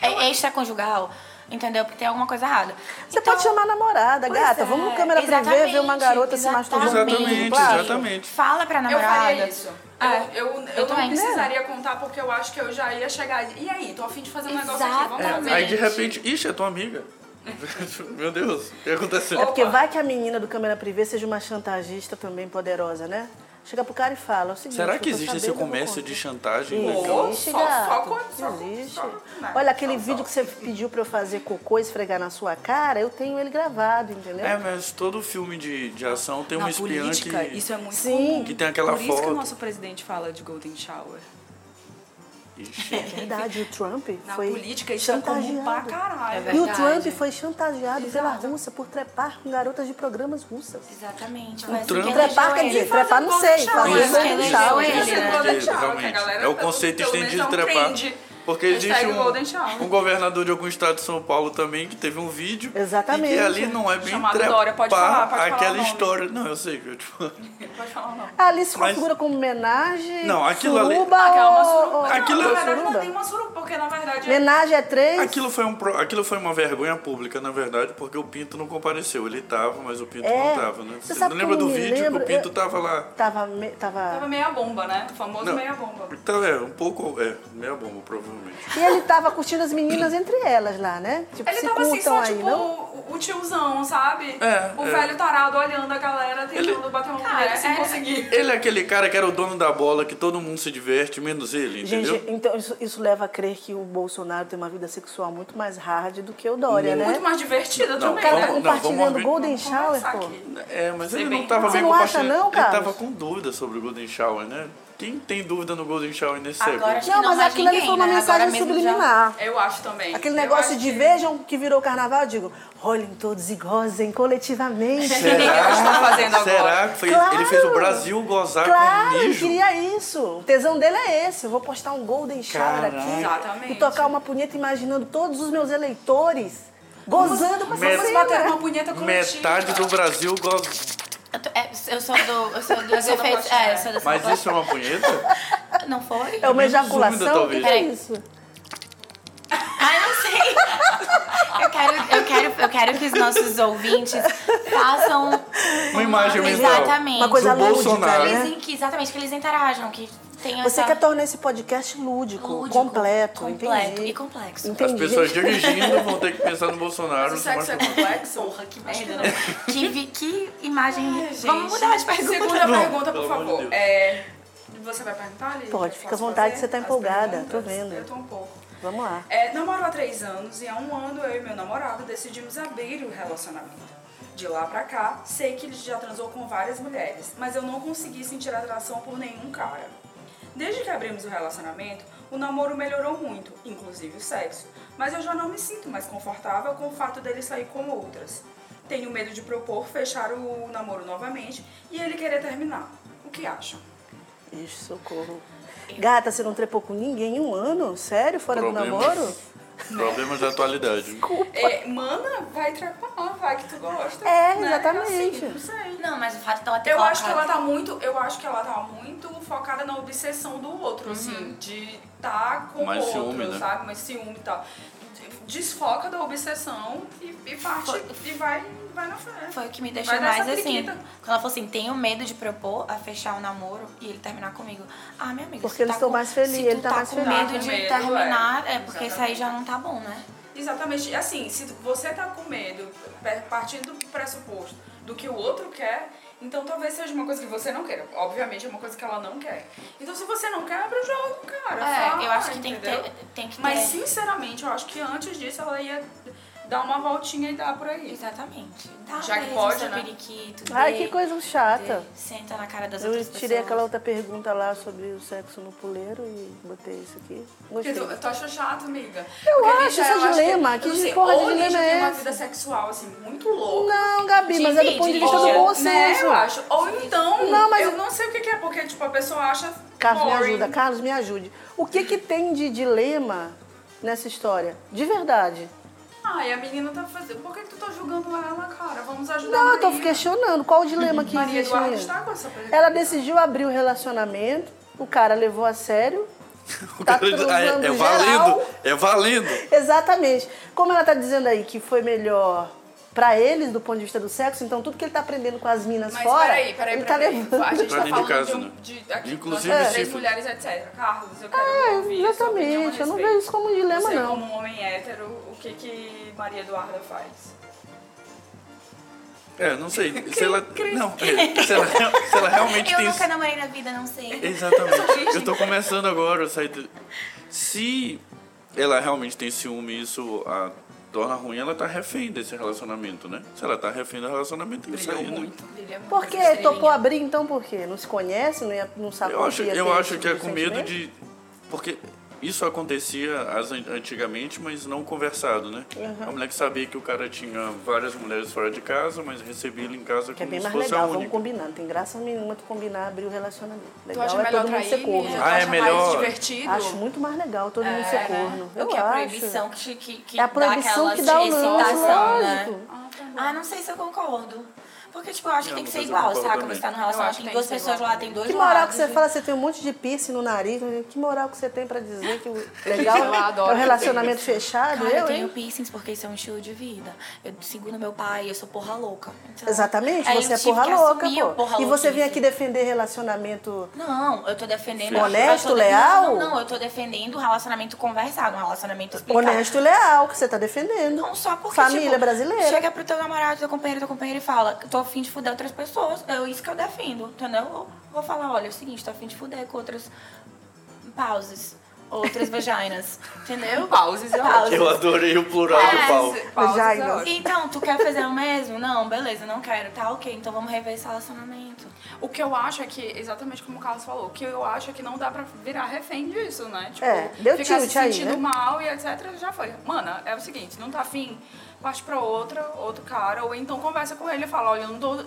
Speaker 4: é, extraconjugal, entendeu? Porque tem alguma coisa errada.
Speaker 2: Você
Speaker 4: Então-
Speaker 2: pode chamar a namorada,
Speaker 4: Pois
Speaker 2: gata.
Speaker 4: é,
Speaker 2: Vamos no câmera privê
Speaker 4: exatamente,
Speaker 2: ver uma garota se masturbando com pinto de
Speaker 5: Exatamente,
Speaker 2: plástico?
Speaker 5: exatamente.
Speaker 4: Fala pra
Speaker 3: Eu
Speaker 4: namorada.
Speaker 3: faria isso.
Speaker 2: Ah,
Speaker 4: É.
Speaker 3: Eu, eu, eu, não
Speaker 4: Eu também.
Speaker 3: precisaria contar porque eu acho que eu já ia chegar. e- E aí, tô afim de fazer um negócio aqui, vamos
Speaker 4: Exatamente.
Speaker 3: fazer.
Speaker 5: Aí de repente, ixi, é tua amiga. (laughs) Meu Deus, o que aconteceu?
Speaker 2: É porque
Speaker 3: Opa.
Speaker 2: vai que a menina do câmera privê seja uma chantagista também poderosa, né? Chega pro cara e fala, é o seguinte...
Speaker 5: Será
Speaker 2: eu
Speaker 5: que
Speaker 2: tô
Speaker 5: existe esse
Speaker 2: sabendo, eu vou
Speaker 5: comércio de
Speaker 2: contar.
Speaker 5: chantagem né?
Speaker 3: Pô,
Speaker 5: legal?
Speaker 2: Existe,
Speaker 3: só- só
Speaker 2: gato.
Speaker 3: com- só com-
Speaker 2: Existe.
Speaker 3: só, né?
Speaker 2: Olha, aquele
Speaker 3: Só,
Speaker 2: vídeo
Speaker 3: só.
Speaker 2: que você pediu pra eu fazer cocô e esfregar na sua cara, eu tenho ele gravado, entendeu?
Speaker 5: É, mas todo filme de, de ação tem um
Speaker 3: Na
Speaker 5: espiã
Speaker 3: política,
Speaker 5: que...
Speaker 3: isso é muito
Speaker 2: Sim.
Speaker 3: comum.
Speaker 5: Que tem aquela
Speaker 3: Por isso que
Speaker 5: foto.
Speaker 3: o nosso presidente fala de Golden Shower.
Speaker 5: Ixi.
Speaker 2: Verdade, o Trump
Speaker 3: Na
Speaker 2: foi
Speaker 3: política, isso é comum pra
Speaker 2: chantageado.
Speaker 3: caralho.
Speaker 4: É
Speaker 2: E o
Speaker 4: Verdade.
Speaker 2: Trump foi chantageado pela
Speaker 3: Exato.
Speaker 2: Rússia por trepar com garotas de programas russas.
Speaker 4: Exatamente. Mas
Speaker 5: Trump-
Speaker 4: quem
Speaker 2: Trepar
Speaker 4: elegeu
Speaker 2: quer
Speaker 4: ele
Speaker 2: dizer,
Speaker 4: foi-
Speaker 2: trepar não sei,
Speaker 3: Isso,
Speaker 2: fazer
Speaker 4: isso,
Speaker 2: um
Speaker 4: isso,
Speaker 2: chau.
Speaker 3: Golden
Speaker 2: né?
Speaker 4: isso.
Speaker 5: Porque,
Speaker 3: Shower, que a
Speaker 5: é realmente,
Speaker 3: galera tá
Speaker 5: é o
Speaker 3: pelo-
Speaker 5: conceito
Speaker 3: pelo menos
Speaker 5: estendido
Speaker 3: é
Speaker 5: de
Speaker 3: um
Speaker 5: trepar.
Speaker 3: trend.
Speaker 5: Porque
Speaker 3: Hashtag
Speaker 5: existe
Speaker 3: Golden Shower.
Speaker 5: um, um governador de algum estado de São Paulo também que teve um vídeo.
Speaker 2: Exatamente.
Speaker 5: E que ali não é bem
Speaker 3: Chamado
Speaker 5: trepar
Speaker 3: Dória, pode falar, pode falar o
Speaker 5: aquela
Speaker 3: nome.
Speaker 5: história. Não, eu sei que eu tipo, te falo.
Speaker 3: Pode falar o nome.
Speaker 2: Ali se
Speaker 5: Mas-
Speaker 2: configura como homenagem,
Speaker 5: Não, aquilo ali-
Speaker 2: suruba
Speaker 3: Ah, que é uma
Speaker 2: ou-
Speaker 3: suruba.
Speaker 2: ou-
Speaker 3: Não,
Speaker 5: Aquilo-
Speaker 3: na verdade, não
Speaker 2: suruba?
Speaker 3: é nenhuma suruba, porque na verdade...
Speaker 2: Homenagem (laughs) é três?
Speaker 5: Aquilo foi, um, pro- aquilo foi uma vergonha pública, na verdade, porque o Pinto não compareceu. Ele tava, mas o Pinto
Speaker 2: É.
Speaker 5: não tava, né?
Speaker 2: Você
Speaker 5: Você
Speaker 2: sabe
Speaker 5: não
Speaker 2: que eu
Speaker 5: lembra do
Speaker 2: não me
Speaker 5: vídeo
Speaker 2: lembro?
Speaker 5: que o Pinto
Speaker 2: Eu-
Speaker 5: tava lá?
Speaker 2: Tava, me-
Speaker 3: Tava
Speaker 2: tava...
Speaker 3: meia bomba, né? O famoso meia bomba.
Speaker 5: Então é, um pouco. É, meia bomba, provavelmente.
Speaker 2: E ele tava curtindo as meninas entre elas lá, né? Tipo,
Speaker 3: Ele
Speaker 2: se
Speaker 3: tava assim,
Speaker 2: curtam
Speaker 3: só
Speaker 2: aí,
Speaker 3: tipo
Speaker 2: não?
Speaker 3: o- o tiozão, sabe?
Speaker 5: É,
Speaker 3: o
Speaker 5: é.
Speaker 3: velho tarado olhando a galera tentando bater uma mulher sem
Speaker 4: é.
Speaker 3: conseguir.
Speaker 5: Ele é aquele cara que era o dono da bola, que todo mundo se diverte, menos ele, entendeu?
Speaker 2: Gente, então isso, isso leva a crer que o Bolsonaro tem uma vida sexual muito mais hard do que o Dória, né?
Speaker 3: Muito mais divertida
Speaker 5: Não,
Speaker 2: O
Speaker 3: também,
Speaker 2: cara tá
Speaker 3: né?
Speaker 5: Vamos- não, vamos
Speaker 2: compartilhando
Speaker 5: abrir-
Speaker 2: Golden
Speaker 3: Vamos
Speaker 2: Shower,
Speaker 3: conversar
Speaker 2: pô.
Speaker 3: aqui.
Speaker 5: É, mas
Speaker 3: Sei
Speaker 5: ele
Speaker 3: bem.
Speaker 5: não tava
Speaker 2: Você
Speaker 5: bem
Speaker 2: não acha
Speaker 5: compartilhando.
Speaker 2: não,
Speaker 5: Ele
Speaker 2: Carlos?
Speaker 5: tava com dúvida sobre o Golden Shower, né? Quem tem dúvida no Golden Shower nesse
Speaker 4: Agora
Speaker 5: século?
Speaker 4: acho que
Speaker 2: Não,
Speaker 4: não
Speaker 2: mas
Speaker 4: mais
Speaker 2: aquilo ali
Speaker 4: ninguém,
Speaker 2: foi uma
Speaker 4: né? Agora
Speaker 2: mensagem
Speaker 4: mesmo já-
Speaker 2: subliminar.
Speaker 3: Eu acho também.
Speaker 2: Aquele
Speaker 3: Eu
Speaker 2: negócio
Speaker 3: acho
Speaker 2: de
Speaker 3: É que-
Speaker 2: vejam que virou carnaval, eu digo, olhem todos e gozem coletivamente.
Speaker 3: O que elas estão fazendo agora?
Speaker 5: Será que foi-
Speaker 2: tá Claro.
Speaker 5: ele fez o Brasil gozar
Speaker 2: Claro,
Speaker 5: com o
Speaker 2: ele
Speaker 5: É um mijo?
Speaker 2: queria isso. O tesão dele é esse. Eu vou postar um Golden Shower
Speaker 5: Caraca.
Speaker 2: aqui
Speaker 3: Exatamente.
Speaker 2: e tocar uma punheta imaginando todos os meus eleitores gozando com essa
Speaker 5: Met-
Speaker 3: Vamos
Speaker 2: cena.
Speaker 3: bater uma punheta coletiva.
Speaker 5: É Metade do Brasil goza.
Speaker 4: Eu, tô- é, eu sou do.
Speaker 2: (laughs)
Speaker 4: Eu sou dos
Speaker 3: sou da
Speaker 4: efeitos.
Speaker 3: Costa.
Speaker 4: É, eu sou da
Speaker 5: Mas isso é uma punheta?
Speaker 4: Não foi?
Speaker 2: É uma
Speaker 5: menos úmida,
Speaker 2: ejaculação? O que
Speaker 5: talvez.
Speaker 2: que é isso?
Speaker 4: Ai, Ah, não sei.
Speaker 2: (laughs)
Speaker 4: Eu quero, eu, quero, eu quero que os nossos ouvintes façam.
Speaker 5: Uma imagem mental.
Speaker 4: Exatamente.
Speaker 2: Uma coisa
Speaker 5: do
Speaker 2: lúdica,
Speaker 5: Bolsonaro.
Speaker 2: né?
Speaker 4: Eles, que, exatamente, que eles interajam, que Tem
Speaker 2: Você
Speaker 4: essa-
Speaker 2: quer tornar esse podcast lúdico,
Speaker 4: Lúdico,
Speaker 2: completo,
Speaker 4: completo
Speaker 2: entendi.
Speaker 4: e complexo.
Speaker 2: Entendi.
Speaker 5: As pessoas dirigindo vão ter que pensar no
Speaker 3: O
Speaker 5: Bolsonaro no
Speaker 3: sexo é
Speaker 5: smartphone.
Speaker 3: complexo?
Speaker 4: Porra, que merda. né? que, vi- que imagem. Vamos
Speaker 3: Gente,
Speaker 4: mudar de pergunta.
Speaker 3: Segunda pergunta,
Speaker 5: pelo
Speaker 3: por
Speaker 5: amor de
Speaker 3: favor.
Speaker 5: Deus.
Speaker 3: É, você vai perguntar, Lívia?
Speaker 2: Pode,
Speaker 3: Posso
Speaker 2: fica à vontade,
Speaker 3: fazer
Speaker 2: você tá
Speaker 3: as
Speaker 2: empolgada,
Speaker 3: perguntas?
Speaker 2: tô vendo.
Speaker 3: Eu tô um pouco.
Speaker 2: Vamos lá.
Speaker 3: É, namoro há três anos e há um ano eu e meu namorado decidimos abrir o relacionamento. De lá pra cá, sei que ele já transou com várias mulheres, mas eu não consegui sentir atração por nenhum cara. Desde que abrimos o relacionamento, o namoro melhorou muito, inclusive o sexo, mas eu já não me sinto mais confortável com o fato dele sair com outras. Tenho medo de propor fechar o namoro novamente e ele querer terminar. O que acham?
Speaker 2: Ixi, socorro. Gata, você não trepou com ninguém em um ano? Sério? Fora do
Speaker 5: Problemas.
Speaker 2: namoro?
Speaker 5: Problemas da atualidade.
Speaker 2: Tá
Speaker 3: É, mana, vai trepar, vai que tu gosta.
Speaker 2: É,
Speaker 3: né?
Speaker 2: exatamente.
Speaker 3: Assim, não sei.
Speaker 4: Não, mas o fato dela ter
Speaker 3: Eu acho que ela tá
Speaker 4: colocado-
Speaker 3: muito, eu acho que ela tá muito focada na obsessão do outro, assim, de tá com
Speaker 5: Uhum. Mais
Speaker 3: o outro,
Speaker 5: ciúme, né?
Speaker 3: sabe? Mas ciúme e tal. De- Desfoca da obsessão e, e parte
Speaker 4: Foi-
Speaker 3: e vai, vai na frente.
Speaker 4: Foi o que me deixou
Speaker 3: Vai dar
Speaker 4: mais
Speaker 3: essa
Speaker 4: assim.
Speaker 3: periquita.
Speaker 4: Quando ela falou assim, tenho medo de propor a fechar o namoro e ele terminar comigo. Ah, minha amiga.
Speaker 2: Porque
Speaker 4: se tu
Speaker 2: eles
Speaker 4: tá
Speaker 2: tão
Speaker 4: com-
Speaker 2: mais felizes,
Speaker 4: se tu
Speaker 2: ele tá mais
Speaker 4: com
Speaker 2: feliz.
Speaker 4: medo
Speaker 3: Tá com
Speaker 4: de
Speaker 3: medo,
Speaker 4: terminar,
Speaker 3: é.
Speaker 4: é, porque isso aí já não tá bom, né?
Speaker 3: Exatamente. E assim, se você tá com medo, pe- partindo do pressuposto do que o outro quer, então talvez seja uma coisa que você não queira. Obviamente é uma coisa que ela não quer. Então se você não quer, abre o jogo, cara.
Speaker 4: É,
Speaker 3: Fala,
Speaker 4: eu acho que tem que
Speaker 3: entendeu?
Speaker 4: ter. Tem que
Speaker 3: Mas
Speaker 4: ter.
Speaker 3: sinceramente, eu acho que antes disso ela ia dar uma voltinha e dar por aí.
Speaker 4: Exatamente. Dá
Speaker 3: Já que
Speaker 4: beijo,
Speaker 3: pode,
Speaker 4: seu
Speaker 3: né?
Speaker 4: periquito,
Speaker 2: Ai,
Speaker 4: dê,
Speaker 2: que coisa chata.
Speaker 4: dê. Senta na cara das
Speaker 2: Eu
Speaker 4: outras
Speaker 2: tirei
Speaker 4: pessoas.
Speaker 2: aquela outra pergunta lá sobre o sexo no puleiro e botei isso aqui.
Speaker 3: Porque
Speaker 2: Gostei.
Speaker 3: tu, tu acha chato, amiga?
Speaker 2: Eu
Speaker 3: Porque,
Speaker 2: acho
Speaker 3: Lígia,
Speaker 2: esse
Speaker 3: eu acho
Speaker 2: dilema,
Speaker 3: eu
Speaker 2: que
Speaker 3: não sei,
Speaker 2: porra de
Speaker 3: ou Lígia
Speaker 2: dilema é
Speaker 3: tem uma
Speaker 2: essa?
Speaker 3: vida sexual, assim, muito louca.
Speaker 2: Não, Gabi, mas é do ponto de vista do
Speaker 4: Divide,
Speaker 2: bom
Speaker 3: ou, né,
Speaker 2: senso.
Speaker 3: eu acho. Ou então,
Speaker 2: Não, mas-
Speaker 3: eu não sei o que que é, porque, tipo, a pessoa acha
Speaker 2: Carlos, me
Speaker 3: boring.
Speaker 2: ajuda. Carlos, me ajude. O que que tem de dilema nessa história? De verdade.
Speaker 3: Ai, a menina tá fazendo... Por que que tu tá julgando ela, cara? Vamos ajudar a
Speaker 2: Não, eu tô
Speaker 3: Maria.
Speaker 2: questionando. Qual o dilema que
Speaker 3: Maria
Speaker 2: existe
Speaker 3: Eduarda
Speaker 2: nisso?
Speaker 3: está com essa pergunta.
Speaker 2: Ela decidiu abrir o relacionamento, o cara levou a sério. (laughs) Tá transando
Speaker 5: é, é
Speaker 2: geral.
Speaker 5: valendo, é valendo.
Speaker 2: Exatamente. Como ela tá dizendo aí que foi melhor pra eles do ponto de vista do sexo, então tudo que ele tá aprendendo com as minas
Speaker 3: Mas
Speaker 2: fora,
Speaker 3: peraí, peraí,
Speaker 2: ele
Speaker 3: peraí.
Speaker 2: tá levando.
Speaker 3: A gente
Speaker 5: Pra
Speaker 3: tá falando
Speaker 5: dentro de casa,
Speaker 3: de, um,
Speaker 5: né?
Speaker 3: de aqui,
Speaker 5: Inclusive,
Speaker 3: nós,
Speaker 5: se-
Speaker 3: três mulheres, etc. Carlos, eu quero
Speaker 2: É,
Speaker 3: ouvir sua opinião a
Speaker 2: exatamente. Eu não
Speaker 3: respeito.
Speaker 2: vejo isso como um dilema,
Speaker 3: Você,
Speaker 2: não.
Speaker 3: como um homem hétero, o que que Maria Eduarda faz?
Speaker 5: É, não sei.
Speaker 2: (laughs)
Speaker 5: Se ela, não, é, se ela, se ela realmente
Speaker 4: Eu
Speaker 5: tem.
Speaker 4: nunca namorei na vida, não sei.
Speaker 5: Exatamente. Eu tô começando agora, eu saí do... Se ela realmente tem ciúme isso a torna ruim, ela tá refém desse relacionamento, né? Se ela tá refém do relacionamento, tem que sair, né?
Speaker 2: Por quê? Topou abrir então por quê? Não se conhece, não, ia, não sabe
Speaker 5: Eu
Speaker 2: como
Speaker 5: acho,
Speaker 2: ia
Speaker 5: eu
Speaker 2: ter
Speaker 5: acho
Speaker 2: esse
Speaker 5: que é com
Speaker 2: sentimento?
Speaker 5: medo
Speaker 2: né?
Speaker 5: de. Porque isso acontecia as- antigamente, mas não conversado, né? A mulher que sabia que o cara tinha várias mulheres fora de casa, mas recebia ele em casa
Speaker 2: Que é
Speaker 5: como
Speaker 2: bem
Speaker 5: se
Speaker 2: mais
Speaker 5: fosse
Speaker 2: legal,
Speaker 5: a
Speaker 2: vamos
Speaker 5: única.
Speaker 2: combinar. Não tem graça nenhuma tu combinar abrir o relacionamento.
Speaker 3: Tu
Speaker 2: Legal
Speaker 3: acha
Speaker 2: é
Speaker 3: melhor
Speaker 2: todo mundo ser
Speaker 3: trair,
Speaker 2: corno.
Speaker 3: Lígia?
Speaker 5: Ah, é
Speaker 3: tu acha
Speaker 5: melhor-
Speaker 3: mais divertido?
Speaker 2: Acho muito mais legal todo mundo ser corno.
Speaker 4: O
Speaker 2: Eu
Speaker 4: que é a
Speaker 2: acho.
Speaker 4: proibição que, que, que
Speaker 2: É a proibição
Speaker 4: dá aquela
Speaker 2: que dá o lance,
Speaker 4: excitação, né?
Speaker 2: lógico.
Speaker 4: Ah, não sei se eu concordo. Porque, tipo, eu acho que
Speaker 5: Não,
Speaker 4: tem que
Speaker 5: mas
Speaker 4: ser
Speaker 5: eu
Speaker 4: igual,
Speaker 5: concordo
Speaker 4: saca?
Speaker 5: também.
Speaker 4: Você tá num
Speaker 3: Eu
Speaker 4: relacionamento,
Speaker 3: acho que
Speaker 4: tem
Speaker 3: tem
Speaker 4: duas
Speaker 3: que ser
Speaker 4: pessoas
Speaker 3: igual.
Speaker 4: lá, tem dois
Speaker 2: Que moral que
Speaker 4: lados,
Speaker 2: você
Speaker 4: né?
Speaker 2: fala, você tem um monte de piercing no nariz. Que moral que você tem pra dizer que o legal
Speaker 3: Eu adoro
Speaker 2: é um relacionamento fechado?
Speaker 4: Cara, eu
Speaker 2: eu,
Speaker 4: tenho
Speaker 2: Ah, hein?
Speaker 4: piercings porque isso é um estilo de vida. Eu seguro meu pai, eu sou porra louca. Então,
Speaker 2: Exatamente,
Speaker 4: aí eu
Speaker 2: você é
Speaker 4: tive
Speaker 2: porra
Speaker 4: que
Speaker 2: louca,
Speaker 4: assumir o
Speaker 2: pô.
Speaker 4: porra
Speaker 2: e você vem
Speaker 4: louquice.
Speaker 2: aqui defender relacionamento...
Speaker 4: Não, eu tô defendendo.
Speaker 2: Honesto,
Speaker 4: eu tô de-
Speaker 2: leal?
Speaker 4: Não, não, eu tô defendendo o relacionamento conversado, um relacionamento explicado.
Speaker 2: Honesto e leal, que você tá defendendo.
Speaker 4: Não só porque.
Speaker 2: Família
Speaker 4: tipo,
Speaker 2: brasileira.
Speaker 4: Chega pro teu namorado, teu companheiro, teu companheiro e fala: tô afim de fuder outras pessoas. É isso que eu defendo, entendeu? Eu vou falar: olha, é o seguinte, tô afim de fuder com outras pausas,
Speaker 2: (laughs)
Speaker 4: outras vaginas, entendeu?
Speaker 3: Pauses, eu acho.
Speaker 5: Eu adorei o plural
Speaker 3: É,
Speaker 5: do pau.
Speaker 3: Pauses, eu
Speaker 2: Vaginas.
Speaker 3: acho.
Speaker 4: Então, tu quer fazer o mesmo? Não, beleza, não quero. Tá ok, então vamos rever esse relacionamento.
Speaker 3: O que eu acho é que, exatamente como o Carlos falou, o que eu acho é que não dá pra virar refém disso, né? Tipo,
Speaker 2: É, deu
Speaker 3: ficar se
Speaker 2: tilt aí,
Speaker 3: sentindo
Speaker 2: né?
Speaker 3: mal e etc, já foi. Mana, é o seguinte, não tá afim, parte pra outra, outro cara, ou então conversa com ele e fala, olha, eu não tô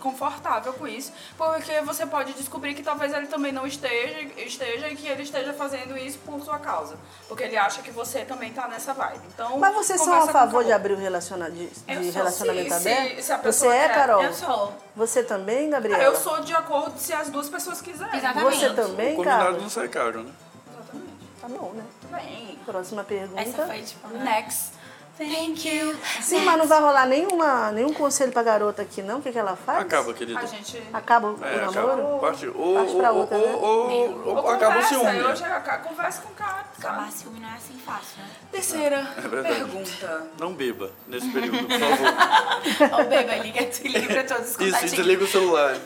Speaker 3: confortável com isso, porque você pode descobrir que talvez ele também não esteja, esteja e que ele esteja fazendo isso por sua causa, porque ele acha que você também tá nessa vibe. Então,
Speaker 2: Mas vocês são a
Speaker 3: conversa com
Speaker 2: favor
Speaker 3: o
Speaker 2: de abrir o relaciona de, de
Speaker 4: Eu sou,
Speaker 2: relacionamento
Speaker 3: se- se-
Speaker 2: aberto?
Speaker 3: se a
Speaker 2: você
Speaker 3: pessoa
Speaker 2: é,
Speaker 3: quer.
Speaker 2: Carol?
Speaker 4: Eu sou.
Speaker 2: Você também, Gabriela?
Speaker 3: cara. Ah, Eu sou de acordo se as duas pessoas quiserem.
Speaker 2: Você
Speaker 4: Exatamente. Exatamente.
Speaker 5: O
Speaker 2: também,
Speaker 5: combinado
Speaker 2: Carlos?
Speaker 5: não sai caro, né?
Speaker 3: Exatamente.
Speaker 2: Tá bom, né?
Speaker 3: Bem.
Speaker 2: Próxima pergunta.
Speaker 4: Essa foi, tipo, né?
Speaker 3: Next.
Speaker 4: Thank you.
Speaker 2: Sim, mas não vai rolar nenhuma, nenhum conselho pra garota aqui, não? O que, que ela faz?
Speaker 5: Acaba, querido.
Speaker 3: A gente.
Speaker 2: Acaba o
Speaker 5: É,
Speaker 2: namoro?
Speaker 5: acaba. Parte, ou,
Speaker 2: Parte pra outra,
Speaker 5: ou,
Speaker 2: né?
Speaker 5: ou- ou- ou
Speaker 3: Ou
Speaker 5: acaba o
Speaker 3: conversa,
Speaker 5: ciúme.
Speaker 3: eu já ca- conversa com o cara. sabe?
Speaker 4: Acabar ciúme não é assim fácil, né?
Speaker 3: Terceira
Speaker 5: É verdade.
Speaker 3: pergunta.
Speaker 5: Não beba nesse período, por
Speaker 3: (laughs)
Speaker 5: favor.
Speaker 4: Ô, beba, liga, (laughs) liga pra todos os
Speaker 5: Isso,
Speaker 4: contatinhos.
Speaker 5: desliga o celular.